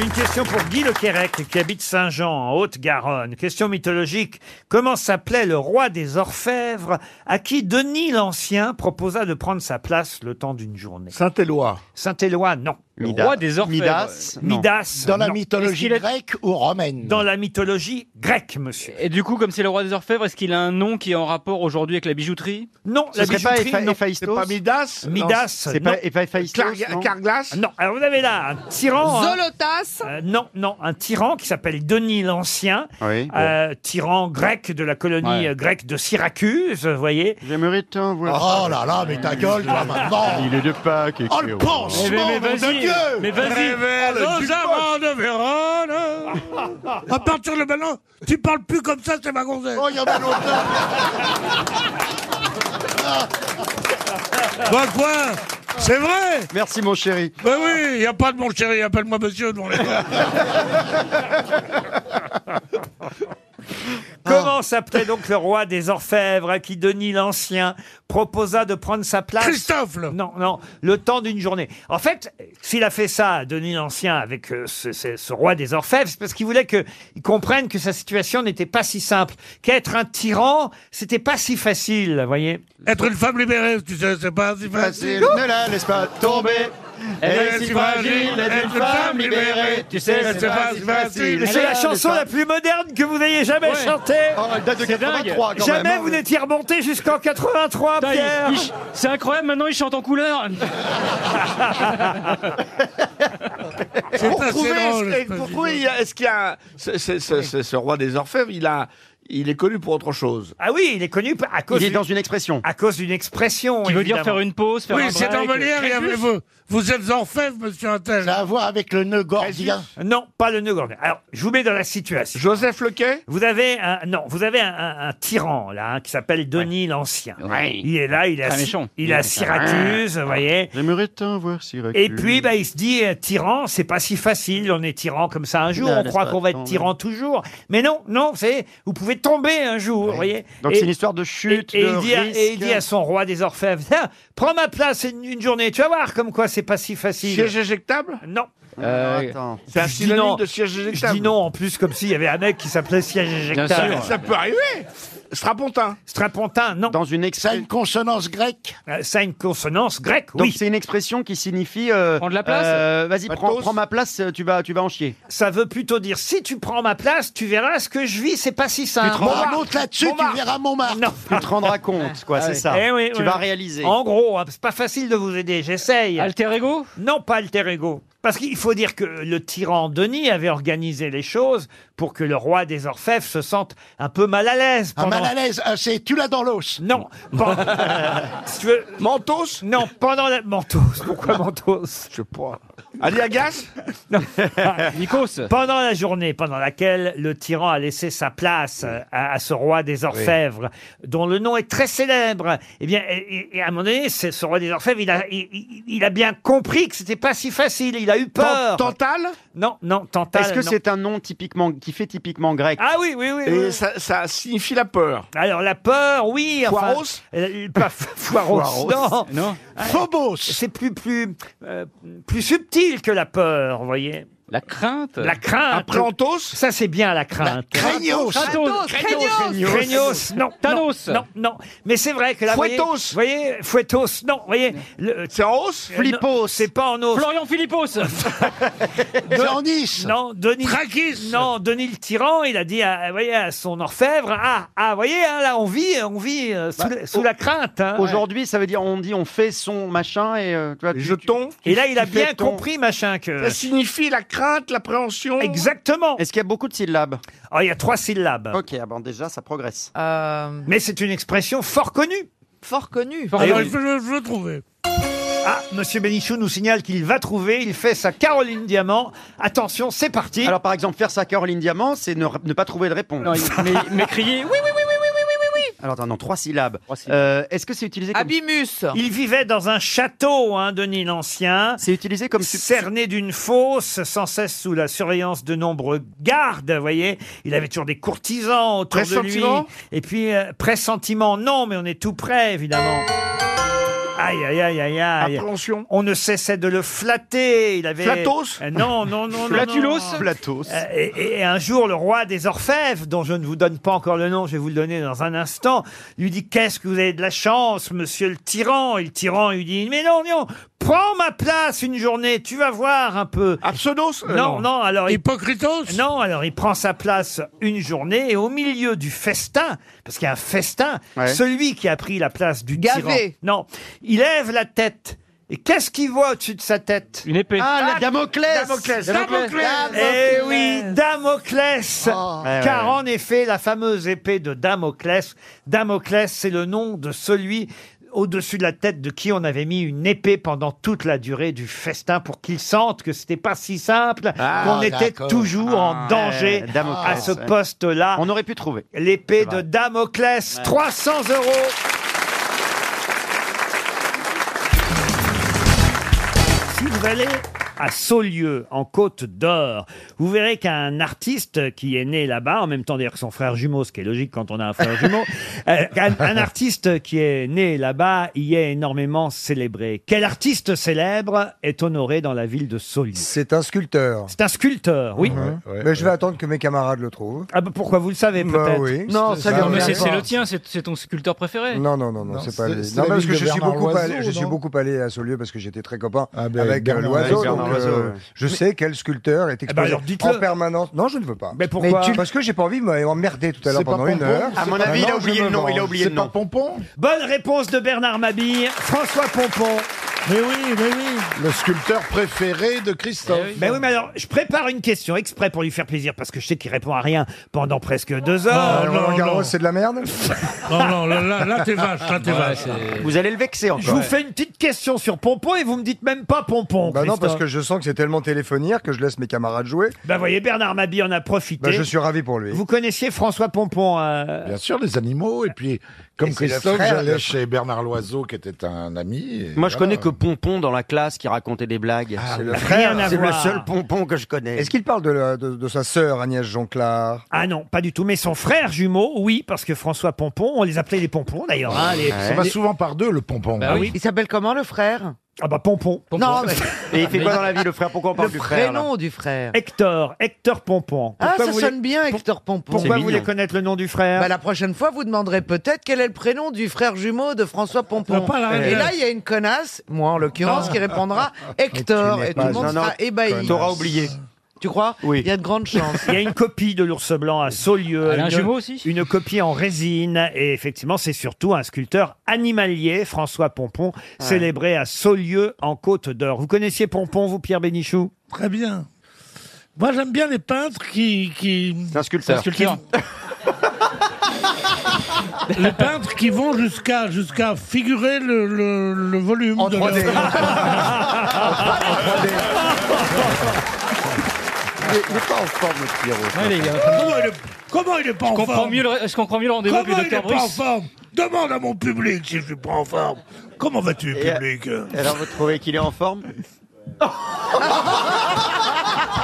[SPEAKER 2] Une question pour Guy Le Quérec, qui habite Saint-Jean, en Haute-Garonne. Question mythologique. Comment s'appelait le roi des orfèvres à qui Denis l'Ancien proposa de prendre sa place le temps d'une journée Saint-Éloi. Saint-Éloi, non.
[SPEAKER 11] Le Midas. roi des orfèvres. Midas.
[SPEAKER 2] Non. Midas.
[SPEAKER 11] Dans la
[SPEAKER 2] non.
[SPEAKER 11] mythologie Est-ce qu'il est- grecque
[SPEAKER 2] ou romaine Dans la mythologie grecque, monsieur.
[SPEAKER 11] Et du coup, comme c'est le roi des orfèvres, est-ce qu'il a un nom qui est en rapport aujourd'hui avec la bijouterie
[SPEAKER 2] Non,
[SPEAKER 11] Ce
[SPEAKER 2] la
[SPEAKER 11] serait pas
[SPEAKER 2] bijouterie,
[SPEAKER 11] Épha-
[SPEAKER 2] non.
[SPEAKER 11] Héphaïstos C'est pas Midas
[SPEAKER 2] Midas.
[SPEAKER 11] Non, c'est pas Héphaïstos, non
[SPEAKER 2] Carglass Non. Alors vous avez là un tyran. hein.
[SPEAKER 40] Zolotas
[SPEAKER 2] Euh, non, non, un tyran qui s'appelle Denis l'Ancien, euh, tyran grec de la colonie
[SPEAKER 11] Ouais.
[SPEAKER 2] euh, grecque de Syracuse, vous voyez. J'aimerais t'en
[SPEAKER 11] voir. Oh là là, mais ta gueule, toi, maintenant.
[SPEAKER 2] Il est de Pâques.
[SPEAKER 11] Oh, le pansement,
[SPEAKER 2] mais, mais,
[SPEAKER 8] nom
[SPEAKER 2] vas-y,
[SPEAKER 8] de Dieu
[SPEAKER 11] mais vas-y.
[SPEAKER 8] Révèle
[SPEAKER 11] Oh,
[SPEAKER 8] aux
[SPEAKER 11] le
[SPEAKER 8] amants de Vérone À partir de maintenant, tu parles plus comme ça, c'est ma gonzesse Oh, il y en a Bah quoi C'est vrai
[SPEAKER 11] Merci, mon chéri.
[SPEAKER 8] Bah oui, il n'y a pas de mon chéri, appelle-moi monsieur devant les
[SPEAKER 2] Comment s'appelait donc le roi des orfèvres à qui Denis l'Ancien proposa de prendre sa place Christophe Non, non, le temps d'une journée. En fait, s'il a fait ça, Denis l'Ancien, avec euh, ce, ce- ce roi des orfèvres, c'est parce qu'il voulait qu'ils comprennent que sa situation n'était pas si simple, qu'être un tyran, c'était pas si facile, vous voyez
[SPEAKER 8] Être une femme libérée, tu sais, c'est pas si facile.
[SPEAKER 2] Ne la laisse pas tomber C'est la chanson la plus moderne que vous ayez jamais
[SPEAKER 11] Ouais.
[SPEAKER 2] chantée.
[SPEAKER 11] Oh, elle date de C'est 83 dingue. quand
[SPEAKER 2] jamais
[SPEAKER 11] même, hein,
[SPEAKER 2] vous
[SPEAKER 11] mais-
[SPEAKER 2] n'étiez remonté jusqu'en 83,
[SPEAKER 11] Putain, il-
[SPEAKER 2] Pierre.
[SPEAKER 11] il ch- C'est incroyable, maintenant il chante en couleur.
[SPEAKER 41] Pour
[SPEAKER 11] assez
[SPEAKER 41] trouver,
[SPEAKER 11] drôle,
[SPEAKER 41] est-ce-
[SPEAKER 11] espèce
[SPEAKER 41] pour
[SPEAKER 11] de
[SPEAKER 41] trouver, il y a- est-ce qu'il y a un- ce, ce- ce- ce- ce roi des orfèvres, il a, il est connu pour autre chose.
[SPEAKER 2] Ah oui, il est connu à cause.
[SPEAKER 41] Il est
[SPEAKER 2] d'une-
[SPEAKER 41] dans
[SPEAKER 2] une expression. À cause d'une expression.
[SPEAKER 41] Qui veut dire faire
[SPEAKER 2] une pause,
[SPEAKER 8] Oui, c'est dans Molière, il y avait vous. Vous êtes orfèvre, monsieur Attel. Ça a à voir avec le nœud gordien.
[SPEAKER 2] Non, pas le nœud gordien. Alors, je vous mets dans la situation. Joseph Lequet Vous avez un non, vous avez un, un- un tyran là hein, qui s'appelle Denis l'Ancien. Il est là, il est à,
[SPEAKER 11] Très
[SPEAKER 2] Sy-
[SPEAKER 11] méchant. Ah.
[SPEAKER 2] il est à Syracuse, vous voyez.
[SPEAKER 11] J'aimerais tant voir Syracuse.
[SPEAKER 2] Et puis, bah, il se dit, euh, tyran, c'est pas si facile, on est tyran comme ça un jour,
[SPEAKER 11] Non,
[SPEAKER 2] on croit
[SPEAKER 11] laisse
[SPEAKER 2] qu'on va
[SPEAKER 11] pas
[SPEAKER 2] être tyran toujours. Mais non, non, c'est, vous pouvez tomber un jour, vous voyez.
[SPEAKER 11] Donc
[SPEAKER 2] Et-
[SPEAKER 11] c'est une histoire de chute,
[SPEAKER 2] Et, et
[SPEAKER 11] de
[SPEAKER 2] il dit à, et il
[SPEAKER 11] risque.
[SPEAKER 2] dit à son roi des orfèvres, Tiens, prends ma place une, une journée, tu vas voir comme quoi c'est pas si facile.
[SPEAKER 41] Siège éjectable
[SPEAKER 2] Non.
[SPEAKER 41] Euh, Attends. c'est un
[SPEAKER 2] Je dis
[SPEAKER 41] synonyme
[SPEAKER 2] non.
[SPEAKER 41] de siège
[SPEAKER 2] Je
[SPEAKER 41] éjectable.
[SPEAKER 2] dis non, en plus, comme s'il y avait un mec qui s'appelait siège éjectable.
[SPEAKER 41] Ça peut arriver. Strapontin.
[SPEAKER 2] Strapontin, non.
[SPEAKER 11] Dans une
[SPEAKER 2] Ça a une consonance grecque
[SPEAKER 41] Euh,
[SPEAKER 2] Ça a une consonance grecque,
[SPEAKER 11] Donc
[SPEAKER 2] oui.
[SPEAKER 11] c'est une expression qui signifie
[SPEAKER 2] euh,
[SPEAKER 11] prendre la
[SPEAKER 2] place
[SPEAKER 41] Euh,
[SPEAKER 11] Euh, Vas-y, prends, prends ma place, euh, tu vas, tu vas en chier.
[SPEAKER 2] Ça veut plutôt dire si tu prends ma place, tu verras ce que je vis, c'est pas si simple.
[SPEAKER 11] te rendras- Bon,
[SPEAKER 2] là-dessus, tu verras Montmartre. Non.
[SPEAKER 11] Tu te rendras compte, quoi,
[SPEAKER 2] Ah
[SPEAKER 11] c'est
[SPEAKER 2] oui.
[SPEAKER 11] ça.
[SPEAKER 2] Eh oui,
[SPEAKER 11] tu
[SPEAKER 2] oui,
[SPEAKER 11] vas
[SPEAKER 2] oui.
[SPEAKER 11] réaliser.
[SPEAKER 2] En gros, hein, c'est pas facile de vous aider, j'essaye. Alter ego Non, pas alter ego. Parce qu'il faut dire que le tyran Denis avait organisé les choses pour que le roi des orfèvres se sente un peu mal à l'aise.
[SPEAKER 11] Un mal à
[SPEAKER 2] l'aise, ah, c'est tu l'as dans l'os. Non. Pen- si tu veux... Mentos Non, pendant la... Mentos, pourquoi Mentos Je sais pas. Aliagas Nikos Pendant la journée pendant laquelle le tyran a laissé sa place euh, à, à ce roi des orfèvres, dont le nom est très célèbre, eh bien, et, et- et à un moment donné, ce ce roi des orfèvres, il a, il, il- il a bien compris que c'était pas si facile, il a eu peur. Tantal Non, non, Tantal.
[SPEAKER 11] Est-ce que
[SPEAKER 2] non.
[SPEAKER 11] c'est un nom typiquement qui fait typiquement grec
[SPEAKER 2] Ah oui, oui, oui.
[SPEAKER 11] Et
[SPEAKER 2] ça, signifie la peur. Alors la peur, oui. enfin,
[SPEAKER 11] Foiros
[SPEAKER 2] euh, Pas foiros,
[SPEAKER 11] Foiros.
[SPEAKER 2] non. Phobos. C'est plus, plus, euh, plus subtil que la peur, vous voyez. La crainte. La crainte.
[SPEAKER 11] Après
[SPEAKER 2] Antos Ça, c'est bien la crainte. hein.
[SPEAKER 11] Craignos. Kratos. Kratos. Craignos.
[SPEAKER 2] Craignos, non.
[SPEAKER 11] Thanos.
[SPEAKER 2] Non, non. non. Mais c'est vrai que la
[SPEAKER 11] Fouettos.
[SPEAKER 2] Vous voyez, Fouettos, non. vous voyez, c'est en hausse Flippos. C'est pas en hausse. Florian Philippos. Denis Non, Denis. Non, Denis le tyran, il a dit à, vous voyez, à son orfèvre Ah, ah, vous voyez, hein, là, on vit, on vit euh,
[SPEAKER 13] Bah,
[SPEAKER 2] sous, la- sous la crainte. hein.
[SPEAKER 11] Aujourd'hui, ça veut dire on dit on fait son machin et euh, tu vois, tu, jeton.
[SPEAKER 13] oh,
[SPEAKER 2] Et là, il a bien compris, machin, que.
[SPEAKER 41] Ça signifie la crainte.
[SPEAKER 42] crainte, l'appréhension.
[SPEAKER 2] Exactement.
[SPEAKER 13] Est-ce qu'il y a beaucoup de syllabes
[SPEAKER 2] Ah, il y a trois syllabes.
[SPEAKER 13] Ok, ah bon, déjà, ça progresse.
[SPEAKER 2] Mais c'est une expression fort connue.
[SPEAKER 15] Fort connu.
[SPEAKER 13] Eh
[SPEAKER 2] Alors,
[SPEAKER 8] je, je le trouvais.
[SPEAKER 2] Eh Ah, Monsieur Bénichou nous signale qu'il va trouver. Il fait sa Caroline Diamant. Attention, c'est parti.
[SPEAKER 13] Alors, par exemple, faire sa Caroline Diamant, c'est ne, ne pas trouver de réponse.
[SPEAKER 11] mais, crier oui, oui, oui, oui, oui, oui, oui, oui, oui.
[SPEAKER 13] Alors, attends, non, trois syllabes. Euh, Est-ce que c'est utilisé comme...
[SPEAKER 15] Abimus.
[SPEAKER 2] Il vivait dans un château, hein, Denis l'Ancien.
[SPEAKER 13] C'est utilisé comme... sub-
[SPEAKER 2] Cerné d'une fosse, sans cesse sous la surveillance de nombreux gardes, vous voyez. Il avait toujours des courtisans autour de lui.
[SPEAKER 42] Pressentiment
[SPEAKER 2] Et puis, euh, pressentiment, non, mais on est tout près, évidemment. Aïe, aïe, aïe, aïe, aïe.
[SPEAKER 42] Appréhension.
[SPEAKER 2] On ne cessait de le flatter. Il avait.
[SPEAKER 42] Flatos
[SPEAKER 2] Euh, Non, non, non. non,
[SPEAKER 11] Flatulos
[SPEAKER 2] non.
[SPEAKER 13] Platos.
[SPEAKER 2] Euh, Et, et un jour, le roi des orfèvres, dont je ne vous donne pas encore le nom, je vais vous le donner dans un instant, lui dit Qu'est-ce que vous avez de la chance, monsieur le tyran Et le tyran lui dit Mais non, non, prends ma place une journée, tu vas voir un peu.
[SPEAKER 42] Absonos Euh,
[SPEAKER 2] Non, non, alors il,
[SPEAKER 8] Hypocritos
[SPEAKER 2] non, alors il prend sa place une journée et au milieu du festin, parce qu'il y a un festin,
[SPEAKER 13] Ouais.
[SPEAKER 2] celui qui a pris la place du
[SPEAKER 15] Gavé.
[SPEAKER 2] tyran, non, il lève la tête. Et qu'est-ce qu'il voit au-dessus de sa tête
[SPEAKER 11] Une épée.
[SPEAKER 13] Ah, la Damoclès
[SPEAKER 42] Damoclès.
[SPEAKER 13] Damoclès.
[SPEAKER 2] Eh oui, Damoclès
[SPEAKER 13] Ouais, ouais,
[SPEAKER 2] Car
[SPEAKER 13] ouais.
[SPEAKER 2] en effet, la fameuse épée de Damoclès, Damoclès, c'est le nom de celui au-dessus de la tête de qui on avait mis une épée pendant toute la durée du festin pour qu'il sente que c'était pas si simple,
[SPEAKER 13] Ah,
[SPEAKER 2] qu'on était
[SPEAKER 13] d'accord. Ah,
[SPEAKER 2] toujours en danger
[SPEAKER 13] ouais, Damoclès,
[SPEAKER 2] à ce
[SPEAKER 13] ouais.
[SPEAKER 2] poste-là.
[SPEAKER 13] On aurait pu trouver.
[SPEAKER 2] L'épée de
[SPEAKER 13] vrai.
[SPEAKER 2] Damoclès, 300 euros Si vous allez à Saulieu, en Côte d'Or, vous verrez qu'un artiste qui est né là-bas, en même temps d'ailleurs que son frère jumeau, ce qui est logique quand on a un frère jumeau, euh, un, un artiste qui est né là-bas y est énormément célébré. Quel artiste célèbre est honoré dans la ville de Saulieu
[SPEAKER 4] C'est un sculpteur.
[SPEAKER 2] C'est un sculpteur, oui.
[SPEAKER 4] Hein Mais je vais attendre que mes camarades le trouvent.
[SPEAKER 2] Ah bah pourquoi vous le savez
[SPEAKER 4] Bah
[SPEAKER 2] peut-être
[SPEAKER 4] oui.
[SPEAKER 13] Non, ça
[SPEAKER 4] Bah
[SPEAKER 11] Non, mais
[SPEAKER 4] oui.
[SPEAKER 11] c'est c'est le tien, c'est c'est ton sculpteur préféré.
[SPEAKER 4] Non, non, non, non, c'est pas lui.
[SPEAKER 22] c'est
[SPEAKER 4] Non,
[SPEAKER 22] la
[SPEAKER 4] parce
[SPEAKER 22] ville de
[SPEAKER 4] que je suis,
[SPEAKER 22] Bernard
[SPEAKER 4] beaucoup
[SPEAKER 22] Loiseau,
[SPEAKER 4] allé, je suis
[SPEAKER 22] non
[SPEAKER 4] beaucoup allé à Saulieu parce que j'étais très copain
[SPEAKER 22] Ah ben,
[SPEAKER 4] avec euh,
[SPEAKER 22] Bernard
[SPEAKER 4] Loiseau.
[SPEAKER 22] Loiseau,
[SPEAKER 4] donc,
[SPEAKER 22] Bernard
[SPEAKER 4] euh,
[SPEAKER 13] Loiseau, ouais.
[SPEAKER 4] Je sais quel sculpteur est
[SPEAKER 2] bah
[SPEAKER 4] exposé
[SPEAKER 2] alors, dites-le.
[SPEAKER 4] en permanence. Non, je ne veux pas.
[SPEAKER 2] Mais pourquoi
[SPEAKER 4] Parce que j'ai pas envie de m'emmerder tout à l'heure
[SPEAKER 22] C'est pas
[SPEAKER 4] pendant une
[SPEAKER 22] Pompon,
[SPEAKER 4] heure.
[SPEAKER 22] c'est
[SPEAKER 13] À mon
[SPEAKER 4] Maintenant,
[SPEAKER 13] avis, il a
[SPEAKER 4] je
[SPEAKER 13] oublié
[SPEAKER 4] me
[SPEAKER 13] le nom. Il
[SPEAKER 4] venge.
[SPEAKER 13] a oublié le
[SPEAKER 22] C'est pas
[SPEAKER 13] nom.
[SPEAKER 22] Pompon
[SPEAKER 2] Bonne réponse de Bernard Mabille, François Pompon.
[SPEAKER 8] Mais oui, mais oui.
[SPEAKER 22] Le sculpteur préféré de Christophe.
[SPEAKER 2] Ben oui, mais alors, je prépare une question exprès pour lui faire plaisir, parce que je sais qu'il répond à rien pendant presque deux heures.
[SPEAKER 4] Ah,
[SPEAKER 8] non,
[SPEAKER 4] Roland Garros,
[SPEAKER 8] non.
[SPEAKER 4] c'est de la merde
[SPEAKER 8] Non, non, là, là, là, t'es vache, là, t'es vache.
[SPEAKER 13] Vous allez le vexer
[SPEAKER 2] Je
[SPEAKER 13] encore.
[SPEAKER 2] vous fais une petite question sur Pompon et vous me dites même pas Pompon.
[SPEAKER 4] Bah non, parce
[SPEAKER 2] Christophe.
[SPEAKER 4] que je sens que c'est tellement téléphonique que je laisse mes camarades jouer.
[SPEAKER 2] Bah voyez, Bernard Mabille en a profité.
[SPEAKER 4] Bah, je suis ravi pour lui.
[SPEAKER 2] Vous connaissiez François Pompon euh,
[SPEAKER 22] Bien sûr, les animaux. Et puis, comme
[SPEAKER 4] Et c'est le
[SPEAKER 22] Christophe,
[SPEAKER 4] frère
[SPEAKER 22] j'allais
[SPEAKER 4] de-
[SPEAKER 22] chez Bernard Loiseau, qui était un ami. et
[SPEAKER 13] Moi,
[SPEAKER 22] voilà.
[SPEAKER 13] je connais que Pompon dans la classe qui racontait des blagues.
[SPEAKER 4] C'est le
[SPEAKER 2] Rien à
[SPEAKER 13] c'est le
[SPEAKER 2] voir.
[SPEAKER 13] seul Pompon que je connais.
[SPEAKER 4] Est-ce qu'il parle de, la- de- de sa sœur Agnès Jonclar
[SPEAKER 2] Ah non, pas du tout. Mais son frère jumeau, oui, parce que François Pompon, on les appelait les Pompons d'ailleurs. hein, les-
[SPEAKER 22] Ça va souvent par deux, le pompon.
[SPEAKER 11] Bah oui.
[SPEAKER 15] Il s'appelle comment le frère
[SPEAKER 2] Ah bah Pompon.
[SPEAKER 11] Pompon.
[SPEAKER 15] Non, mais
[SPEAKER 13] Et il fait quoi dans la vie, le frère Pourquoi on
[SPEAKER 15] le
[SPEAKER 13] parle du frère là
[SPEAKER 15] prénom du frère.
[SPEAKER 2] Hector, Hector Pompon.
[SPEAKER 15] Ah,
[SPEAKER 2] Pourquoi
[SPEAKER 15] ça
[SPEAKER 2] vous voulez-
[SPEAKER 15] sonne bien, Hector Pompon.
[SPEAKER 2] Pourquoi vous
[SPEAKER 13] mignon.
[SPEAKER 2] voulez connaître le nom du frère
[SPEAKER 15] Bah, la prochaine fois, vous demanderez peut-être quel est le prénom du frère jumeau de François Pompon.
[SPEAKER 8] Non, Ah, pas la
[SPEAKER 15] et
[SPEAKER 8] reine.
[SPEAKER 15] là, il y a une connasse, moi en l'occurrence, qui répondra Hector.
[SPEAKER 4] Tu n'es
[SPEAKER 15] Et tout le
[SPEAKER 4] pas
[SPEAKER 15] monde
[SPEAKER 13] un
[SPEAKER 15] sera
[SPEAKER 13] autre
[SPEAKER 15] ébahi.
[SPEAKER 13] T'auras oublié.
[SPEAKER 15] Tu crois
[SPEAKER 13] Oui.
[SPEAKER 15] Il y a de grandes chances.
[SPEAKER 2] Il y a une copie de l'ours blanc à Saulieu.
[SPEAKER 11] Elle a un
[SPEAKER 2] Une-
[SPEAKER 11] jumeau aussi
[SPEAKER 2] Une copie en résine. Et effectivement, c'est surtout un sculpteur animalier, François Pompon, célébré à Saulieu, en Côte d'Or. Vous connaissiez Pompon, vous, Pierre Bénichou
[SPEAKER 8] Très bien. Moi, j'aime bien les peintres qui, qui,
[SPEAKER 13] C'est un
[SPEAKER 11] C'est un
[SPEAKER 13] sculpteur.
[SPEAKER 11] sculpteur.
[SPEAKER 8] les peintres qui vont jusqu'à jusqu'à figurer le, le, le volume
[SPEAKER 4] En
[SPEAKER 8] de
[SPEAKER 4] 3D.
[SPEAKER 8] leur-
[SPEAKER 13] Il est pas en forme, le Pierrot.
[SPEAKER 11] Ouais, il est-
[SPEAKER 8] Comment il est, comment il est pas
[SPEAKER 11] euh, je
[SPEAKER 8] en
[SPEAKER 11] comprends
[SPEAKER 8] forme
[SPEAKER 11] mieux le, je comprends mieux le rendez-vous
[SPEAKER 8] Comment
[SPEAKER 11] avec le
[SPEAKER 8] il est
[SPEAKER 11] docteur
[SPEAKER 8] pas en
[SPEAKER 11] Bruce.
[SPEAKER 8] forme Demande à mon public si je suis pas en forme. Comment vas-tu,
[SPEAKER 13] Et-
[SPEAKER 8] public
[SPEAKER 13] Et Alors, vous trouvez qu'il est en forme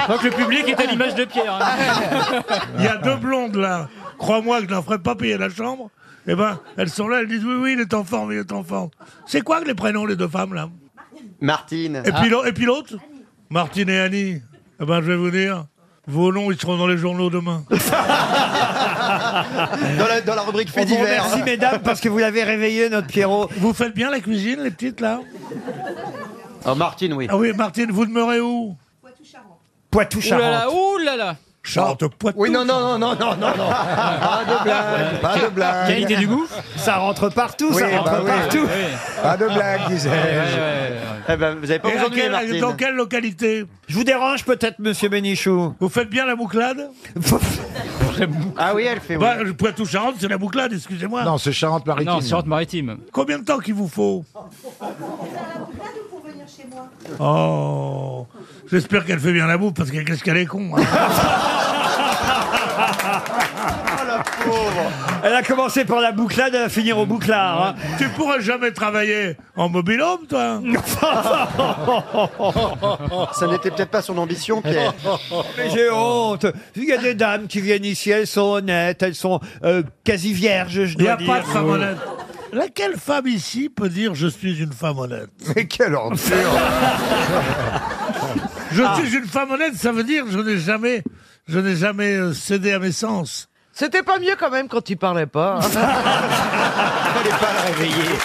[SPEAKER 11] Donc le public est à l'image de Pierre. hein.
[SPEAKER 8] Il y a deux blondes là. Crois-moi que je ne leur ferai pas payer la chambre. Eh ben, elles sont là, elles disent oui, oui, il est en forme, il est en forme. C'est quoi les prénoms, les deux femmes là
[SPEAKER 13] Martine. Ah.
[SPEAKER 8] Et puis l'au- et puis l'autre Martine et Annie. Eh ben, je vais vous dire, vos noms, ils seront dans les journaux demain.
[SPEAKER 13] Dans la, dans la rubrique fait
[SPEAKER 2] On vous
[SPEAKER 13] divers.
[SPEAKER 2] remercie, mesdames, parce que vous l'avez réveillé, notre Pierrot.
[SPEAKER 8] Vous faites bien la cuisine, les petites là
[SPEAKER 13] Oh, Martine, oui.
[SPEAKER 2] Ah
[SPEAKER 8] Ah oui, Martine, vous demeurez où
[SPEAKER 11] Ouh
[SPEAKER 2] Poitou-Charentes.
[SPEAKER 11] là là, ouh là là.
[SPEAKER 8] Chante Poitou.
[SPEAKER 13] Oui, non, non, non, non, non, non, non. Pas de blague, pas de blague.
[SPEAKER 2] Quelle idée du goût Ça rentre partout, ça
[SPEAKER 13] Oui,
[SPEAKER 2] rentre
[SPEAKER 13] bah oui.
[SPEAKER 2] partout.
[SPEAKER 13] Pas de blague, disais-je.
[SPEAKER 2] Eh ben, vous avez
[SPEAKER 8] Et à quelle- dans quelle localité
[SPEAKER 2] Je vous dérange peut-être, monsieur Bénichou
[SPEAKER 8] Vous faites bien la bouclade
[SPEAKER 4] Ah oui, elle fait.
[SPEAKER 8] oui. Bah, le Poitou-Charentes, c'est la bouclade, excusez-moi.
[SPEAKER 43] Non, c'est Charente-Maritime. Non,
[SPEAKER 8] Charente-Maritime. Combien de temps qu'il vous faut Oh J'espère qu'elle fait bien la bouffe parce que qu'est-ce qu'elle est con. hein.
[SPEAKER 2] Oh, Elle a commencé par la bouclade, elle va finir au bouclard. hein.
[SPEAKER 8] tu pourras jamais travailler en mobilhome, toi
[SPEAKER 4] Ça n'était peut-être pas son ambition, Pierre.
[SPEAKER 2] Oh, Mais j'ai honte. Il y a des dames qui viennent ici, elles sont honnêtes, elles sont euh, quasi vierges, je
[SPEAKER 8] Il n'y
[SPEAKER 2] dois
[SPEAKER 8] a
[SPEAKER 2] dire.
[SPEAKER 8] pas de femme honnête. Laquelle femme ici peut dire je suis une femme honnête
[SPEAKER 13] Mais quelle ordure
[SPEAKER 8] Je suis une femme honnête, ça veut dire je n'ai jamais, je n'ai jamais euh, cédé à mes sens. hein.
[SPEAKER 22] C'était pas mieux quand même quand il parlait pas.
[SPEAKER 13] Fallait pas le réveiller.